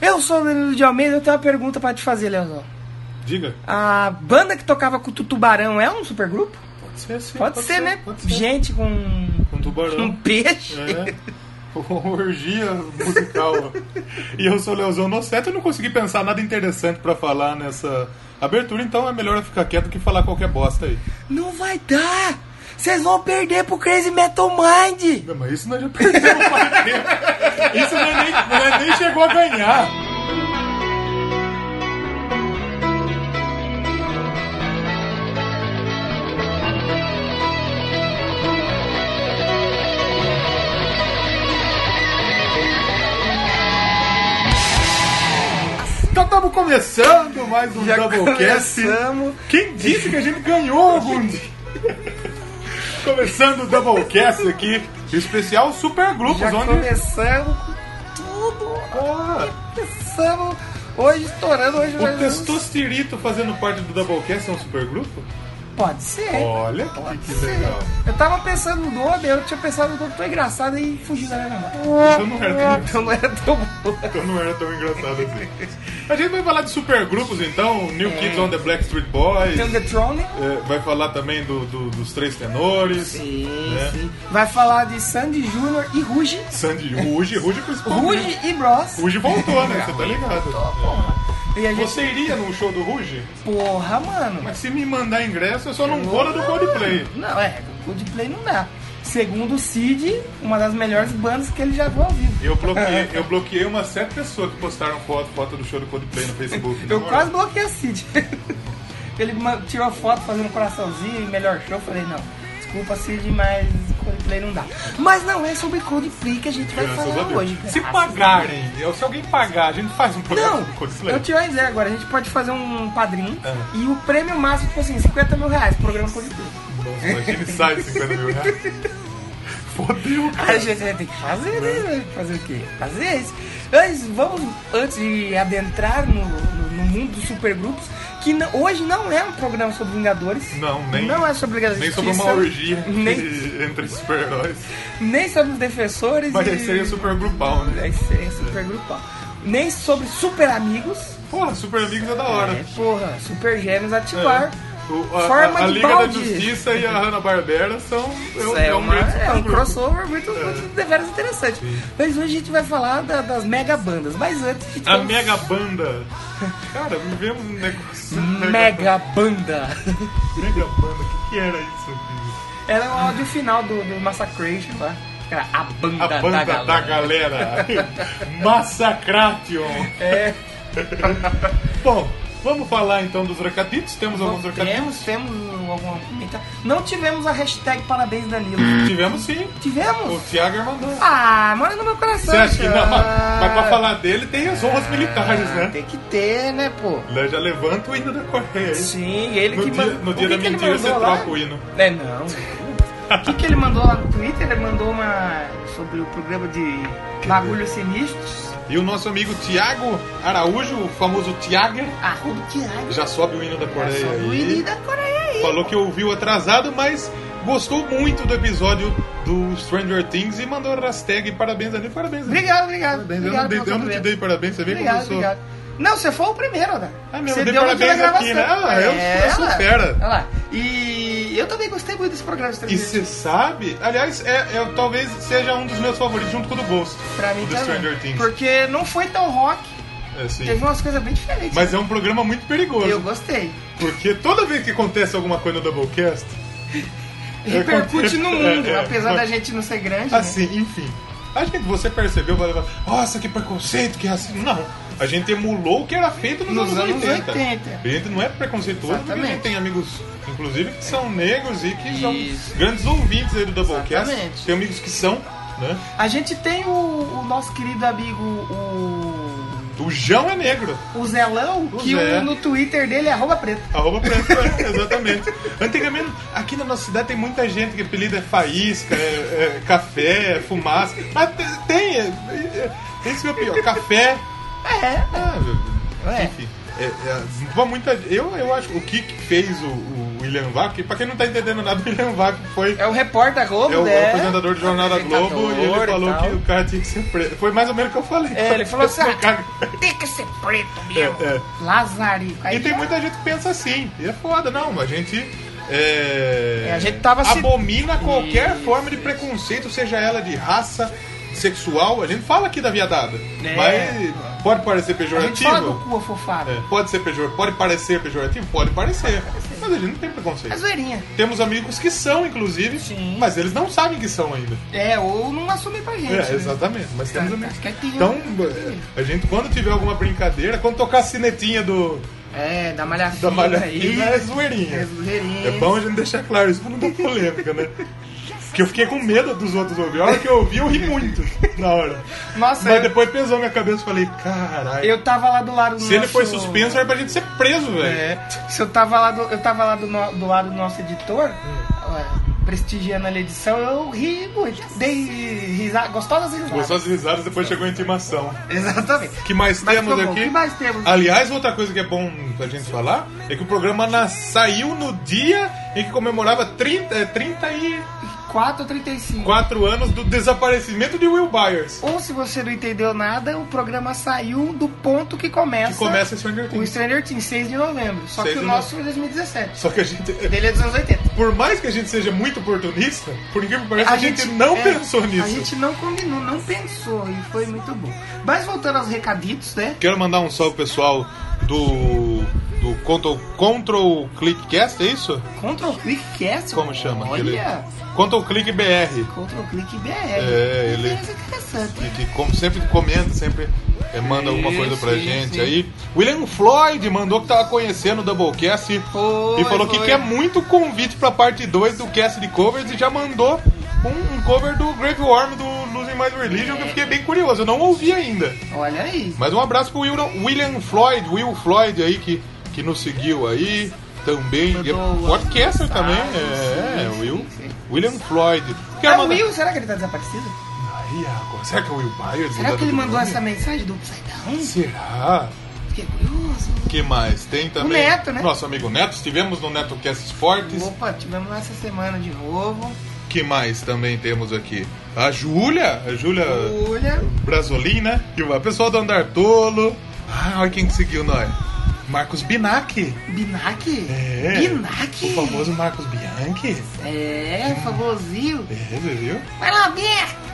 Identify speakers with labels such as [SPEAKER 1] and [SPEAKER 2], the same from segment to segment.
[SPEAKER 1] Eu sou o Danilo de Almeida, eu tenho uma pergunta pra te fazer, Leozão.
[SPEAKER 2] Diga.
[SPEAKER 1] A banda que tocava com o Tubarão é um supergrupo?
[SPEAKER 2] Pode ser, sim.
[SPEAKER 1] Pode, ser, né?
[SPEAKER 2] Pode ser.
[SPEAKER 1] Gente com
[SPEAKER 2] Com tubarão.
[SPEAKER 1] um peixe.
[SPEAKER 2] É. Orgia musical. e eu sou o Leozão Noceta e não consegui pensar nada interessante pra falar nessa abertura, então é melhor eu ficar quieto que falar qualquer bosta aí.
[SPEAKER 1] Não vai dar! Vocês vão perder pro Crazy Metal Mind!
[SPEAKER 2] Não, mas isso nós já perdemos o tempo. Isso nós nem, nós nem chegou a ganhar. Então estamos começando mais um
[SPEAKER 1] Já
[SPEAKER 2] Doublecast.
[SPEAKER 1] começamos.
[SPEAKER 2] Quem disse que a gente ganhou algum dia? Começando o Doublecast aqui, especial Super Grupos,
[SPEAKER 1] Já
[SPEAKER 2] onde.
[SPEAKER 1] começamos com tudo!
[SPEAKER 2] Pô,
[SPEAKER 1] Começamos hoje estourando, hoje
[SPEAKER 2] o
[SPEAKER 1] mais um-
[SPEAKER 2] Testosterito fazendo parte do Doublecast é um super grupo?
[SPEAKER 1] Pode ser.
[SPEAKER 2] Olha
[SPEAKER 1] Pode
[SPEAKER 2] que, que
[SPEAKER 1] ser.
[SPEAKER 2] legal.
[SPEAKER 1] Eu tava pensando no nome, eu tinha pensado no nome tão engraçado e fugiu da minha memória.
[SPEAKER 2] Então não era
[SPEAKER 1] Então não era tão bom.
[SPEAKER 2] tão, então não era tão engraçado assim. A gente vai falar de super grupos então,
[SPEAKER 1] É.
[SPEAKER 2] New Kids on the Black Street Boys.
[SPEAKER 1] Tem o The Throne.
[SPEAKER 2] é, vai falar também do- do- dos três tenores.
[SPEAKER 1] Sim,
[SPEAKER 2] né?
[SPEAKER 1] sim. Vai falar de Sandy Júnior e Ruge.
[SPEAKER 2] Sandy Ruge, Ruge principalmente.
[SPEAKER 1] Ruge e Bros.
[SPEAKER 2] Ruge voltou, né? Você tá ligado.
[SPEAKER 1] E a
[SPEAKER 2] É.
[SPEAKER 1] gente,
[SPEAKER 2] Você iria num show do Ruge?
[SPEAKER 1] porra, mano.
[SPEAKER 2] Mas se me mandar ingresso, eu só não vou na do Coldplay.
[SPEAKER 1] Não, é, Coldplay não dá. Segundo o Cid, uma das melhores bandas que ele já viu ao vivo.
[SPEAKER 2] Eu bloqueei, eu bloqueei umas sete pessoas que postaram foto, foto do show do Coldplay no Facebook.
[SPEAKER 1] Eu
[SPEAKER 2] Na moral.
[SPEAKER 1] quase bloqueei o Cid. ele ma- tirou foto fazendo um coraçãozinho e melhor show. Eu falei, não, desculpa Cid, mas Coldplay não dá. Mas não é sobre Coldplay que a gente vai
[SPEAKER 2] Graças a
[SPEAKER 1] falar
[SPEAKER 2] Deus.
[SPEAKER 1] hoje.
[SPEAKER 2] Se
[SPEAKER 1] graças a
[SPEAKER 2] pagarem, eu- se alguém pagar, a gente faz um programa
[SPEAKER 1] Não,
[SPEAKER 2] sobre
[SPEAKER 1] eu
[SPEAKER 2] Coldplay.
[SPEAKER 1] tirei a ideia agora. A gente pode fazer um padrinho
[SPEAKER 2] Ah.
[SPEAKER 1] e o prêmio máximo, tipo assim, 50 mil reais, programa Coldplay.
[SPEAKER 2] Nossa, imagina e sai 50 mil reais. Fodeu, cara.
[SPEAKER 1] Aí a gente vai ter que fazer, né? velho? Fazer o quê? Fazer isso. Mas vamos, antes de adentrar no, no- no mundo dos supergrupos, que não- hoje não é um programa sobre Vingadores.
[SPEAKER 2] Não, nem-
[SPEAKER 1] Não é sobre Vingadores.
[SPEAKER 2] Nem sobre uma orgia
[SPEAKER 1] Nem,
[SPEAKER 2] entre- entre super-heróis.
[SPEAKER 1] nem sobre os defensores.
[SPEAKER 2] Mas
[SPEAKER 1] e-
[SPEAKER 2] aí seria super grupal, né?
[SPEAKER 1] Aí seria supergrupal. Nem sobre super amigos.
[SPEAKER 2] Porra, Super Amigos é da hora.
[SPEAKER 1] É, porra, super gêmeos ativar.
[SPEAKER 2] O- a,
[SPEAKER 1] Forma
[SPEAKER 2] a- a
[SPEAKER 1] de
[SPEAKER 2] Liga
[SPEAKER 1] balde.
[SPEAKER 2] da Justiça e a Hanna-Barbera são... É,
[SPEAKER 1] Isso
[SPEAKER 2] um-
[SPEAKER 1] é,
[SPEAKER 2] é um
[SPEAKER 1] uma-
[SPEAKER 2] grande
[SPEAKER 1] é um
[SPEAKER 2] supergrupo.
[SPEAKER 1] crossover muito, muito deveras interessante. Mas hoje a gente vai falar da- das mega bandas. Mas antes a gente
[SPEAKER 2] A
[SPEAKER 1] vai-
[SPEAKER 2] Mega Banda. Cara, me vê um negócio...
[SPEAKER 1] Mega Banda.
[SPEAKER 2] Mega Banda, o que, que era isso? bicho?
[SPEAKER 1] Era é o áudio final do, do Massacration, tá? Era a banda,
[SPEAKER 2] A Banda
[SPEAKER 1] da,
[SPEAKER 2] da
[SPEAKER 1] galera.
[SPEAKER 2] Galera. Massacration.
[SPEAKER 1] É,
[SPEAKER 2] Bom, vamos falar então dos recaditos. Temos alguns recaditos.
[SPEAKER 1] temos, temos alguma comenta. Não tivemos a hashtag Parabéns Danilo.
[SPEAKER 2] Tivemos sim. O
[SPEAKER 1] Tivemos?
[SPEAKER 2] Thiago mandou.
[SPEAKER 1] Ah, mora no meu coração.
[SPEAKER 2] Você acha que não?
[SPEAKER 1] cara.
[SPEAKER 2] Mas pra falar dele tem as honras militares,
[SPEAKER 1] Ah,
[SPEAKER 2] né?
[SPEAKER 1] Tem que ter, né, pô?
[SPEAKER 2] Lá Já levanta o hino da Coreia. aí.
[SPEAKER 1] Sim, ele
[SPEAKER 2] No
[SPEAKER 1] que
[SPEAKER 2] dia,
[SPEAKER 1] mandou.
[SPEAKER 2] no dia da
[SPEAKER 1] que ele
[SPEAKER 2] mentira você
[SPEAKER 1] mandou lá?
[SPEAKER 2] troca o hino.
[SPEAKER 1] É, não. O que, que ele mandou lá no Twitter? Ele mandou uma. sobre o programa de bagulhos sinistros.
[SPEAKER 2] E o nosso amigo Tiago Araújo, o famoso Tiago,
[SPEAKER 1] Arroba Tiago.
[SPEAKER 2] já sobe o hino da Coreia.
[SPEAKER 1] Só do
[SPEAKER 2] aí.
[SPEAKER 1] Ah, É Willy da Coreia aí.
[SPEAKER 2] Falou que ouviu atrasado, mas gostou muito do episódio do Stranger Things e mandou a hashtag parabéns ali. Parabéns ali.
[SPEAKER 1] Obrigado, obrigado.
[SPEAKER 2] Parabéns. Eu, não
[SPEAKER 1] obrigado pelo
[SPEAKER 2] dei, eu não te
[SPEAKER 1] cumprimento.
[SPEAKER 2] dei parabéns, você vê como eu
[SPEAKER 1] Obrigado,
[SPEAKER 2] sou.
[SPEAKER 1] obrigado. Não, você foi o primeiro, André.
[SPEAKER 2] Ah, meu,
[SPEAKER 1] Você
[SPEAKER 2] eu dei
[SPEAKER 1] deu no dia da
[SPEAKER 2] parabéns aqui,
[SPEAKER 1] gravação. É,
[SPEAKER 2] né? Ah, eu- eu sou
[SPEAKER 1] olha lá.
[SPEAKER 2] fera.
[SPEAKER 1] Olha lá. E eu também gostei muito desse programa de
[SPEAKER 2] E
[SPEAKER 1] entrevista.
[SPEAKER 2] você sabe, aliás, é, é- talvez seja um dos meus favoritos, junto com o do Ghost.
[SPEAKER 1] Pra mim
[SPEAKER 2] o do
[SPEAKER 1] também.
[SPEAKER 2] Stranger Things.
[SPEAKER 1] Porque não foi tão rock,
[SPEAKER 2] É, sim.
[SPEAKER 1] teve umas coisas bem diferentes.
[SPEAKER 2] Mas é um programa muito perigoso.
[SPEAKER 1] Eu gostei.
[SPEAKER 2] Porque toda vez que acontece alguma coisa no Doublecast,
[SPEAKER 1] Uhum. Repercute no mundo,
[SPEAKER 2] É, é.
[SPEAKER 1] apesar da gente não ser grande. né?
[SPEAKER 2] assim, enfim. A gente, você percebeu, vai levar, nossa, que preconceito, que racismo. Não. A gente emulou o que era feito nos,
[SPEAKER 1] Nos anos 80.
[SPEAKER 2] A gente não é preconceituoso, porque a
[SPEAKER 1] Exatamente.
[SPEAKER 2] gente tem amigos, inclusive, que são negros e que
[SPEAKER 1] Isso.
[SPEAKER 2] são grandes ouvintes aí do Doublecast.
[SPEAKER 1] Exatamente.
[SPEAKER 2] Tem amigos que são, né?
[SPEAKER 1] A gente tem o, o nosso querido amigo, o,
[SPEAKER 2] O João é negro.
[SPEAKER 1] o Zelão, que o-
[SPEAKER 2] Zé.
[SPEAKER 1] no Twitter dele é arroba preto.
[SPEAKER 2] Arroba preto, é, exatamente. Antigamente, aqui na nossa cidade tem muita gente que apelido é faísca, é, é café, é fumaça. Mas te- tem, é, é, é isso que é o pior. Café.
[SPEAKER 1] É,
[SPEAKER 2] ah, é,
[SPEAKER 1] É.
[SPEAKER 2] Enfim. É, é, pra muita, eu, eu acho que o que que fez o, o o William Vaco, que pra quem não tá entendendo nada, o William Vaco foi
[SPEAKER 1] É o repórter da Globo,
[SPEAKER 2] é o
[SPEAKER 1] né?
[SPEAKER 2] apresentador do Jornal da Globo e ele
[SPEAKER 1] Apresentador e
[SPEAKER 2] falou
[SPEAKER 1] tal.
[SPEAKER 2] que o cara tinha que ser preso. Foi mais ou menos o que eu falei.
[SPEAKER 1] É, ele falou assim,
[SPEAKER 2] O cara-
[SPEAKER 1] ah, tem que ser preto mesmo.
[SPEAKER 2] É, é.
[SPEAKER 1] Lazarico. Aí
[SPEAKER 2] E tem
[SPEAKER 1] já-
[SPEAKER 2] muita gente que pensa assim. E é foda, não. A gente. É,
[SPEAKER 1] É, a gente tava se-
[SPEAKER 2] abomina qualquer
[SPEAKER 1] Isso,
[SPEAKER 2] forma de preconceito, seja ela de raça, sexual. A gente fala aqui da viadada.
[SPEAKER 1] É.
[SPEAKER 2] Mas pode parecer
[SPEAKER 1] A gente fala do
[SPEAKER 2] pejorativo.
[SPEAKER 1] cu afofado.
[SPEAKER 2] É, pode ser pejor... Pode parecer pejorativo? Pode parecer. Mas a gente não tem
[SPEAKER 1] É
[SPEAKER 2] preconceito.
[SPEAKER 1] zoeirinha.
[SPEAKER 2] Temos amigos que são, inclusive,
[SPEAKER 1] Sim.
[SPEAKER 2] mas eles não sabem que são ainda.
[SPEAKER 1] É, ou não assume pra gente.
[SPEAKER 2] É,
[SPEAKER 1] né?
[SPEAKER 2] exatamente. Mas temos
[SPEAKER 1] Tá,
[SPEAKER 2] amigos.
[SPEAKER 1] tá quietinho,
[SPEAKER 2] Então,
[SPEAKER 1] né?
[SPEAKER 2] a gente, quando tiver alguma brincadeira, quando tocar a sinetinha do,
[SPEAKER 1] É, da malhafinha.
[SPEAKER 2] da malha
[SPEAKER 1] aí,
[SPEAKER 2] fina, é zoeirinha.
[SPEAKER 1] É zoeirinha.
[SPEAKER 2] É bom a gente deixar claro isso pra não dar polêmica, né? Porque eu fiquei com medo dos outros ouvir. A hora que eu ouvi, eu ri muito na hora.
[SPEAKER 1] Nossa,
[SPEAKER 2] Mas
[SPEAKER 1] eu-
[SPEAKER 2] depois pesou minha cabeça e falei, caralho.
[SPEAKER 1] Eu tava lá do lado do
[SPEAKER 2] Se ele
[SPEAKER 1] nosso-
[SPEAKER 2] foi suspenso, era pra gente ser preso, velho.
[SPEAKER 1] É, se eu tava lá do, eu tava lá do, no- do lado do nosso editor, ó, prestigiando a edição, eu ri muito. Dei risa, gostosas risadas.
[SPEAKER 2] Gostou as risadas, depois chegou a intimação.
[SPEAKER 1] Exatamente.
[SPEAKER 2] O que mais
[SPEAKER 1] Mas
[SPEAKER 2] temos
[SPEAKER 1] ficou bom.
[SPEAKER 2] aqui?
[SPEAKER 1] O que mais temos?
[SPEAKER 2] Aliás, outra coisa que é bom a gente falar é que o programa na- saiu no dia em que comemorava 30, eh, 34
[SPEAKER 1] 4 ou 35.
[SPEAKER 2] anos do desaparecimento de Will Byers.
[SPEAKER 1] Ou Um, se você não entendeu nada, o programa saiu do ponto que começa,
[SPEAKER 2] Que começa esse Stranger
[SPEAKER 1] o
[SPEAKER 2] Things.
[SPEAKER 1] Stranger Things, 6 de novembro. Só
[SPEAKER 2] 6
[SPEAKER 1] que o
[SPEAKER 2] de
[SPEAKER 1] nosso é 2017.
[SPEAKER 2] Só que a gente.
[SPEAKER 1] Dele é dos anos 80.
[SPEAKER 2] Por mais que a gente seja muito oportunista, por incrível que pareça, a, gente, não
[SPEAKER 1] é,
[SPEAKER 2] pensou nisso.
[SPEAKER 1] A gente não combinou, não pensou e foi muito bom. Mas voltando aos recaditos, né?
[SPEAKER 2] Quero mandar um salve pessoal do. do Control, Control Clickcast, é isso?
[SPEAKER 1] Control Click Cast.
[SPEAKER 2] Como chama?
[SPEAKER 1] Olha,
[SPEAKER 2] Control Click BR.
[SPEAKER 1] Control Click BR.
[SPEAKER 2] É, ele-
[SPEAKER 1] interessante.
[SPEAKER 2] E que como sempre comenta, sempre eh, manda alguma coisa pra
[SPEAKER 1] Sim, sim,
[SPEAKER 2] gente
[SPEAKER 1] sim.
[SPEAKER 2] aí. William Floyd mandou que tava conhecendo o Doublecast e-
[SPEAKER 1] Foi,
[SPEAKER 2] e falou que
[SPEAKER 1] foi.
[SPEAKER 2] quer muito convite pra parte 2 do cast de covers e já mandou um, um cover do Grave Worm do Losing My Religion que eu fiquei bem curioso, eu não ouvi ainda.
[SPEAKER 1] Olha aí.
[SPEAKER 2] Mas um abraço pro William, William Floyd, Will Floyd aí que, que nos seguiu aí também. E é
[SPEAKER 1] Mandou
[SPEAKER 2] podcaster
[SPEAKER 1] mensagem,
[SPEAKER 2] também, é,
[SPEAKER 1] sim,
[SPEAKER 2] Will,
[SPEAKER 1] sim, sim.
[SPEAKER 2] William Floyd.
[SPEAKER 1] É
[SPEAKER 2] Quero
[SPEAKER 1] o
[SPEAKER 2] mandar-
[SPEAKER 1] Will, será que ele tá desaparecido?
[SPEAKER 2] Aí, agora, será que é o Will Byers?
[SPEAKER 1] Será que ele mandou
[SPEAKER 2] essa
[SPEAKER 1] essa mensagem do Upside Down?
[SPEAKER 2] Será?
[SPEAKER 1] Fiquei curioso.
[SPEAKER 2] que mais? Tem também.
[SPEAKER 1] Neto, né?
[SPEAKER 2] Nosso amigo Neto. Estivemos no NetoCast Esportes.
[SPEAKER 1] Opa, tivemos lá essa semana de novo.
[SPEAKER 2] que mais também temos aqui? A Júlia. A Júlia
[SPEAKER 1] Olha,
[SPEAKER 2] Brasolim, né? E o pessoal do Andar Tolo. Ah, olha quem que seguiu nós. Marcos Binac.
[SPEAKER 1] Binac.
[SPEAKER 2] É.
[SPEAKER 1] Binac.
[SPEAKER 2] O famoso Marcos Bianchi.
[SPEAKER 1] É, famosinho.
[SPEAKER 2] É, você viu?
[SPEAKER 1] Vai lá, Alberto.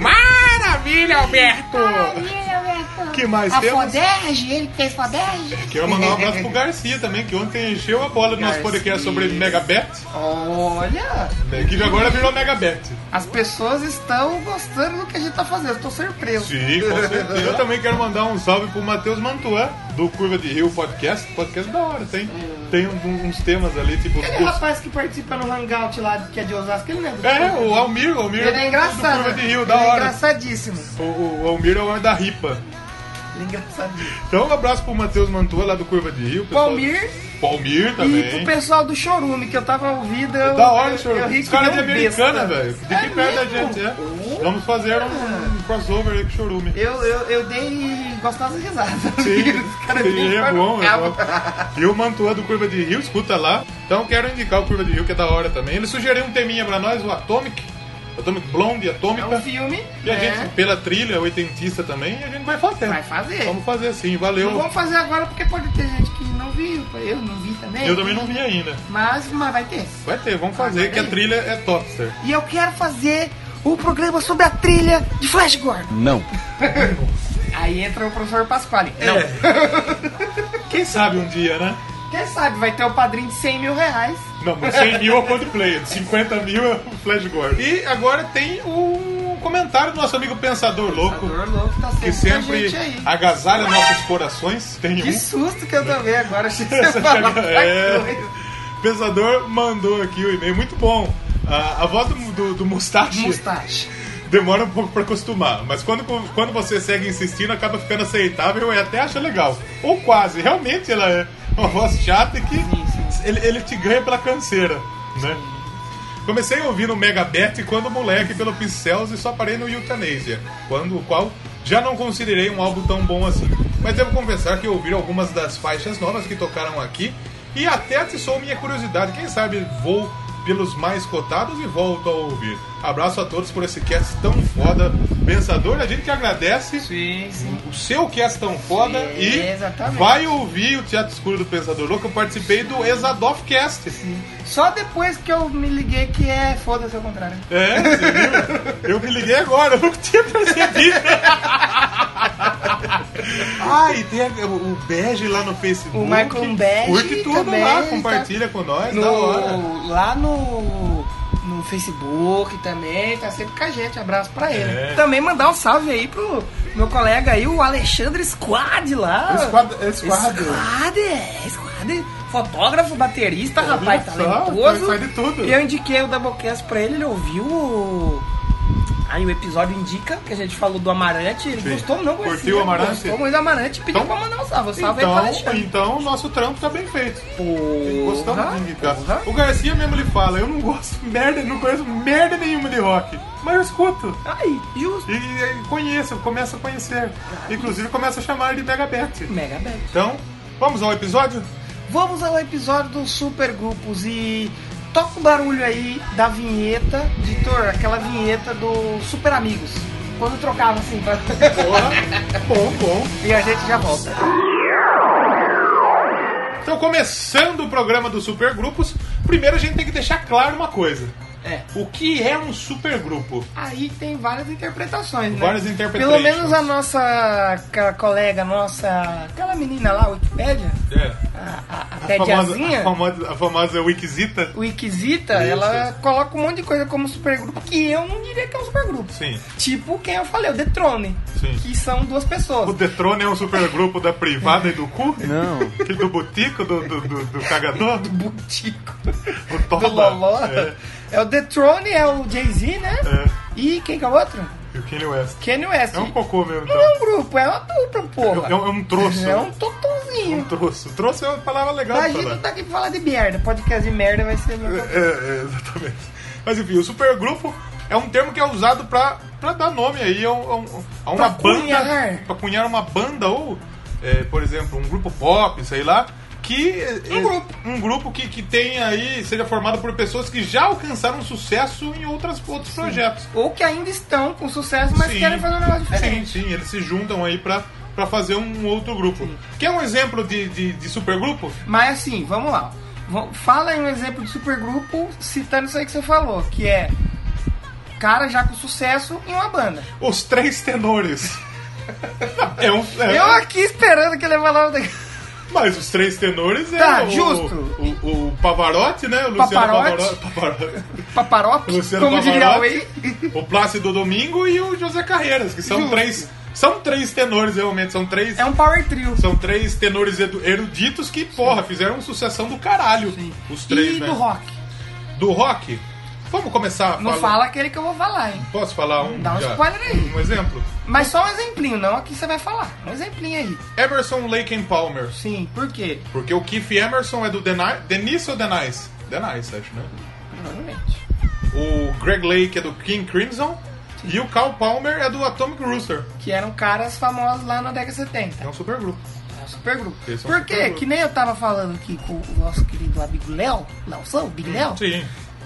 [SPEAKER 2] Maravilha, Alberto!
[SPEAKER 1] Maravilha, Alberto.
[SPEAKER 2] que mais
[SPEAKER 1] A
[SPEAKER 2] temos?
[SPEAKER 1] Foderge, ele que fez Foderge.
[SPEAKER 2] Quero mandar um abraço pro Garcia também, que ontem encheu a bola do nosso
[SPEAKER 1] Garcia.
[SPEAKER 2] podcast sobre Megabet,
[SPEAKER 1] Olha,
[SPEAKER 2] né, que agora virou Megabet.
[SPEAKER 1] as pessoas estão gostando do que a gente tá fazendo. Estou surpreso.
[SPEAKER 2] Sim, com certeza. Eu também quero mandar um salve pro Matheus Mantuan, do Curva de Rio Podcast. Podcast da hora, tem, tem um- uns temas ali, tipo.
[SPEAKER 1] Aquele
[SPEAKER 2] os-
[SPEAKER 1] rapaz que participa no Hangout lá, que é de Osasco, ele não é do
[SPEAKER 2] É, o Almir, o Almir
[SPEAKER 1] Ele é
[SPEAKER 2] do
[SPEAKER 1] engraçado.
[SPEAKER 2] Curva de Rio,
[SPEAKER 1] ele
[SPEAKER 2] da
[SPEAKER 1] é
[SPEAKER 2] hora.
[SPEAKER 1] engraçadíssimo.
[SPEAKER 2] O, o Almir é o homem da ripa.
[SPEAKER 1] Ele é engraçadíssimo.
[SPEAKER 2] Então, um abraço pro Matheus Mantua lá do Curva de Rio. pessoal-
[SPEAKER 1] Palmir
[SPEAKER 2] Palmir
[SPEAKER 1] e pro
[SPEAKER 2] também.
[SPEAKER 1] pessoal do Chorume, que eu tava ouvindo. Eu,
[SPEAKER 2] Da hora,
[SPEAKER 1] eu, eu
[SPEAKER 2] senhor.
[SPEAKER 1] ri
[SPEAKER 2] Os
[SPEAKER 1] que
[SPEAKER 2] caras de
[SPEAKER 1] deu um
[SPEAKER 2] americana,
[SPEAKER 1] besta.
[SPEAKER 2] velho. De que
[SPEAKER 1] É
[SPEAKER 2] perto da
[SPEAKER 1] mesmo? Uhum.
[SPEAKER 2] gente, é. Vamos fazer um, um crossover aí com o Chorume.
[SPEAKER 1] Eu, eu, eu dei gostosas risadas. Os caras
[SPEAKER 2] Sim, é
[SPEAKER 1] brincaram
[SPEAKER 2] bom, é
[SPEAKER 1] cabo.
[SPEAKER 2] bom. E o Mantua do Curva de Rio, escuta lá. Então quero indicar o Curva de Rio, que é da hora também. Ele sugeriu um teminha pra nós, o Atomic. Atomic Blonde,
[SPEAKER 1] É
[SPEAKER 2] Atômica.
[SPEAKER 1] um filme,
[SPEAKER 2] e a
[SPEAKER 1] né?
[SPEAKER 2] gente, pela trilha, oitentista também, e a gente vai fazer.
[SPEAKER 1] Vai fazer.
[SPEAKER 2] Vamos fazer um- sim,
[SPEAKER 1] Não
[SPEAKER 2] valeu.
[SPEAKER 1] vamos fazer agora porque pode ter gente que não viu. Eu não vi também.
[SPEAKER 2] Eu também não vi ainda.
[SPEAKER 1] Mas, mas vai ter.
[SPEAKER 2] Vai ter, vamos
[SPEAKER 1] Ah,
[SPEAKER 2] fazer, que a trilha é topster.
[SPEAKER 1] E eu quero fazer o programa sobre a trilha de Flash Gordon.
[SPEAKER 3] Não.
[SPEAKER 1] Aí entra o professor Pasquale.
[SPEAKER 2] É. Quem sabe um dia, né?
[SPEAKER 1] Quem sabe vai ter o padrinho de 100 mil reais.
[SPEAKER 2] Não, mas 100 mil é o Coldplay, de 50 mil é o Flash Gordon. E agora tem o comentário do nosso amigo Pensador Louco.
[SPEAKER 1] Salvador Louco tá sempre,
[SPEAKER 2] que
[SPEAKER 1] com a
[SPEAKER 2] sempre
[SPEAKER 1] gente aí.
[SPEAKER 2] agasalha nossos corações. Tem
[SPEAKER 1] Que
[SPEAKER 2] um.
[SPEAKER 1] susto que eu tomei agora. Achei que você ia falar outra
[SPEAKER 2] É.
[SPEAKER 1] coisa.
[SPEAKER 2] Pensador mandou aqui o e-mail, muito bom. A, a voz do, do, do Mustache
[SPEAKER 1] Mustache.
[SPEAKER 2] demora um pouco pra acostumar, mas quando, quando você segue insistindo, acaba ficando aceitável e até acha legal. Ou quase, realmente ela é uma voz chata que
[SPEAKER 1] sim.
[SPEAKER 2] Ele, ele te ganha pela canseira, né? Comecei a ouvir no Megabet quando moleque pelo Pincels e só parei no Eutanásia, quando o qual já não considerei um álbum tão bom assim. Mas devo confessar que ouvir algumas das faixas novas que tocaram aqui e até atiçou minha curiosidade. Quem sabe vou pelos mais cotados e volto a ouvir. Abraço a todos por esse cast tão foda, pensador. A gente que agradece
[SPEAKER 1] Sim, sim.
[SPEAKER 2] o seu cast tão foda
[SPEAKER 1] Sim,
[SPEAKER 2] e
[SPEAKER 1] exatamente.
[SPEAKER 2] vai ouvir o Teatro Escuro do Pensador Louco. Eu participei do Exadoff Cast.
[SPEAKER 1] Só depois que eu me liguei que é foda-se ao contrário.
[SPEAKER 2] É, você viu? Eu me liguei agora, eu não tinha percebido. Ah, e tem a- o Bege lá no Facebook.
[SPEAKER 1] O Michael Bege
[SPEAKER 2] Curte tudo
[SPEAKER 1] também
[SPEAKER 2] lá,
[SPEAKER 1] tá-
[SPEAKER 2] compartilha com nós, da hora.
[SPEAKER 1] No, lá no, no Facebook também, tá sempre com a gente. Abraço pra ele.
[SPEAKER 2] É.
[SPEAKER 1] Também mandar um salve aí pro meu colega aí, o Alexandre Squad lá.
[SPEAKER 2] Esquadro.
[SPEAKER 1] Squad, é, Squad. Fotógrafo, baterista, rapaz,
[SPEAKER 2] só,
[SPEAKER 1] talentoso.
[SPEAKER 2] faz de tudo.
[SPEAKER 1] E eu indiquei o Doublecast pra ele, ele ouviu o... Aí o episódio indica que a gente falou do Amarante, ele
[SPEAKER 2] Sim.
[SPEAKER 1] gostou, não conhecia.
[SPEAKER 2] Curtiu o Amarante?
[SPEAKER 1] Gostou muito do Amarante e pediu
[SPEAKER 2] Então-
[SPEAKER 1] pra mandar um salve. O salve aí pro
[SPEAKER 2] Então,
[SPEAKER 1] Alexandre.
[SPEAKER 2] então, o nosso trampo tá bem feito. Gostamos de indicar.
[SPEAKER 1] Porra, porra.
[SPEAKER 2] O Garcia mesmo ele fala: Eu não gosto de merda, não conheço merda nenhuma de rock, mas eu escuto.
[SPEAKER 1] Aí, justo.
[SPEAKER 2] E, e conheço, começo a conhecer. Inclusive, começo a chamar ele de Megabeth.
[SPEAKER 1] Mega bad.
[SPEAKER 2] Então, vamos ao episódio?
[SPEAKER 1] Vamos ao episódio dos supergrupos e toca o barulho aí da vinheta, editor, aquela vinheta do Super Amigos. Quando trocava assim, pra...
[SPEAKER 2] Boa. bom, bom.
[SPEAKER 1] e a gente já volta.
[SPEAKER 2] Então, começando o programa dos supergrupos, primeiro a gente tem que deixar claro uma coisa.
[SPEAKER 1] É.
[SPEAKER 2] O que é um supergrupo?
[SPEAKER 1] Aí tem várias interpretações, né?
[SPEAKER 2] Várias interpretações.
[SPEAKER 1] Pelo menos a nossa ca- colega, nossa. aquela menina lá, Wikipédia,
[SPEAKER 2] É.
[SPEAKER 1] a, a, a
[SPEAKER 2] A famosa, a
[SPEAKER 1] Tediazinha,
[SPEAKER 2] famosa, a famosa Wikisita.
[SPEAKER 1] Wikisita,
[SPEAKER 2] Isso.
[SPEAKER 1] ela coloca um monte de coisa como supergrupo que eu não diria que é um supergrupo.
[SPEAKER 2] Sim.
[SPEAKER 1] Tipo quem eu falei, o Detrone.
[SPEAKER 2] Sim.
[SPEAKER 1] Que são duas pessoas.
[SPEAKER 2] O Detrone é um supergrupo da privada e do cu?
[SPEAKER 3] Não.
[SPEAKER 2] E do botico, do, do, do, do cagador?
[SPEAKER 1] do Butico,
[SPEAKER 2] O toba.
[SPEAKER 1] do Loló.
[SPEAKER 2] É.
[SPEAKER 1] É. o The Throne, é o Jay-Z, né?
[SPEAKER 2] É.
[SPEAKER 1] E quem que é o outro?
[SPEAKER 2] E o Kanye West.
[SPEAKER 1] Kanye West.
[SPEAKER 2] É um cocô mesmo,
[SPEAKER 1] Não é
[SPEAKER 2] então.
[SPEAKER 1] um grupo, é uma dupla, porra.
[SPEAKER 2] É um, é um troço.
[SPEAKER 1] É um
[SPEAKER 2] Um
[SPEAKER 1] totonzinho.
[SPEAKER 2] troço. Troço é uma palavra legal
[SPEAKER 1] A
[SPEAKER 2] pra
[SPEAKER 1] gente não
[SPEAKER 2] falar.
[SPEAKER 1] tá aqui pra falar de merda. Podcast de merda vai ser...
[SPEAKER 2] É,
[SPEAKER 1] meu-
[SPEAKER 2] é, exatamente. Mas enfim, o supergrupo é um termo que é usado pra, pra dar nome aí a, um- a um- a uma
[SPEAKER 1] Pra
[SPEAKER 2] banda.
[SPEAKER 1] cunhar.
[SPEAKER 2] Pra cunhar uma banda ou, é, por exemplo, um grupo pop, sei lá. Que,
[SPEAKER 1] Um grupo.
[SPEAKER 2] um grupo que, que tem aí, seja formado por pessoas que já alcançaram sucesso em outras, outros projetos.
[SPEAKER 1] Ou que ainda estão com sucesso, mas querem fazer um negócio diferente.
[SPEAKER 2] Sim, sim, eles se juntam aí pra, pra fazer um outro grupo. Quer um exemplo de, de, de supergrupo?
[SPEAKER 1] Mas assim, vamos lá. V- Fala aí um exemplo de supergrupo citando isso aí que você falou, que é... Cara já com sucesso em uma banda.
[SPEAKER 2] Os três tenores. é um. é-
[SPEAKER 1] Eu aqui esperando que ele vai falar... um-
[SPEAKER 2] Mas os três tenores é
[SPEAKER 1] Tá,
[SPEAKER 2] o,
[SPEAKER 1] justo.
[SPEAKER 2] O, o, o Pavarotti, né? O Luciano
[SPEAKER 1] Paparotti.
[SPEAKER 2] Pavarotti. Pavarotti.
[SPEAKER 1] Paparote,
[SPEAKER 2] Luciano
[SPEAKER 1] como diria o
[SPEAKER 2] Pavarotti.
[SPEAKER 1] Whey.
[SPEAKER 2] O Plácido Domingo e o José Carreiras, que são
[SPEAKER 1] Justo.
[SPEAKER 2] três. São três tenores, realmente. São três.
[SPEAKER 1] É um power trio.
[SPEAKER 2] São três tenores edu- eruditos que, porra, fizeram uma sucessão do caralho. Os três,
[SPEAKER 1] e
[SPEAKER 2] né?
[SPEAKER 1] do rock.
[SPEAKER 2] Do rock? Vamos começar
[SPEAKER 1] Não
[SPEAKER 2] falando-
[SPEAKER 1] fala aquele que eu vou falar, hein?
[SPEAKER 2] Posso falar um?
[SPEAKER 1] Dá um
[SPEAKER 2] já?
[SPEAKER 1] spoiler aí.
[SPEAKER 2] Um exemplo.
[SPEAKER 1] Mas só um exemplinho, não aqui você vai falar. Um exemplinho aí.
[SPEAKER 2] Emerson, Lake and Palmer.
[SPEAKER 1] Sim, por quê?
[SPEAKER 2] Porque o Keith Emerson é do Deni- Denise ou Denise? Denise, acho, né?
[SPEAKER 1] Provavelmente.
[SPEAKER 2] O Greg Lake é do King Crimson. E o Cal Palmer é do Atomic Rooster.
[SPEAKER 1] Que eram caras famosos lá na década de 70.
[SPEAKER 2] É um supergrupo.
[SPEAKER 1] É um supergrupo.
[SPEAKER 2] Esse é um
[SPEAKER 1] Por quê?
[SPEAKER 2] supergrupo.
[SPEAKER 1] Que nem eu tava falando aqui com o nosso querido amigo Léo, Léozão, Big Léo.
[SPEAKER 2] Sim.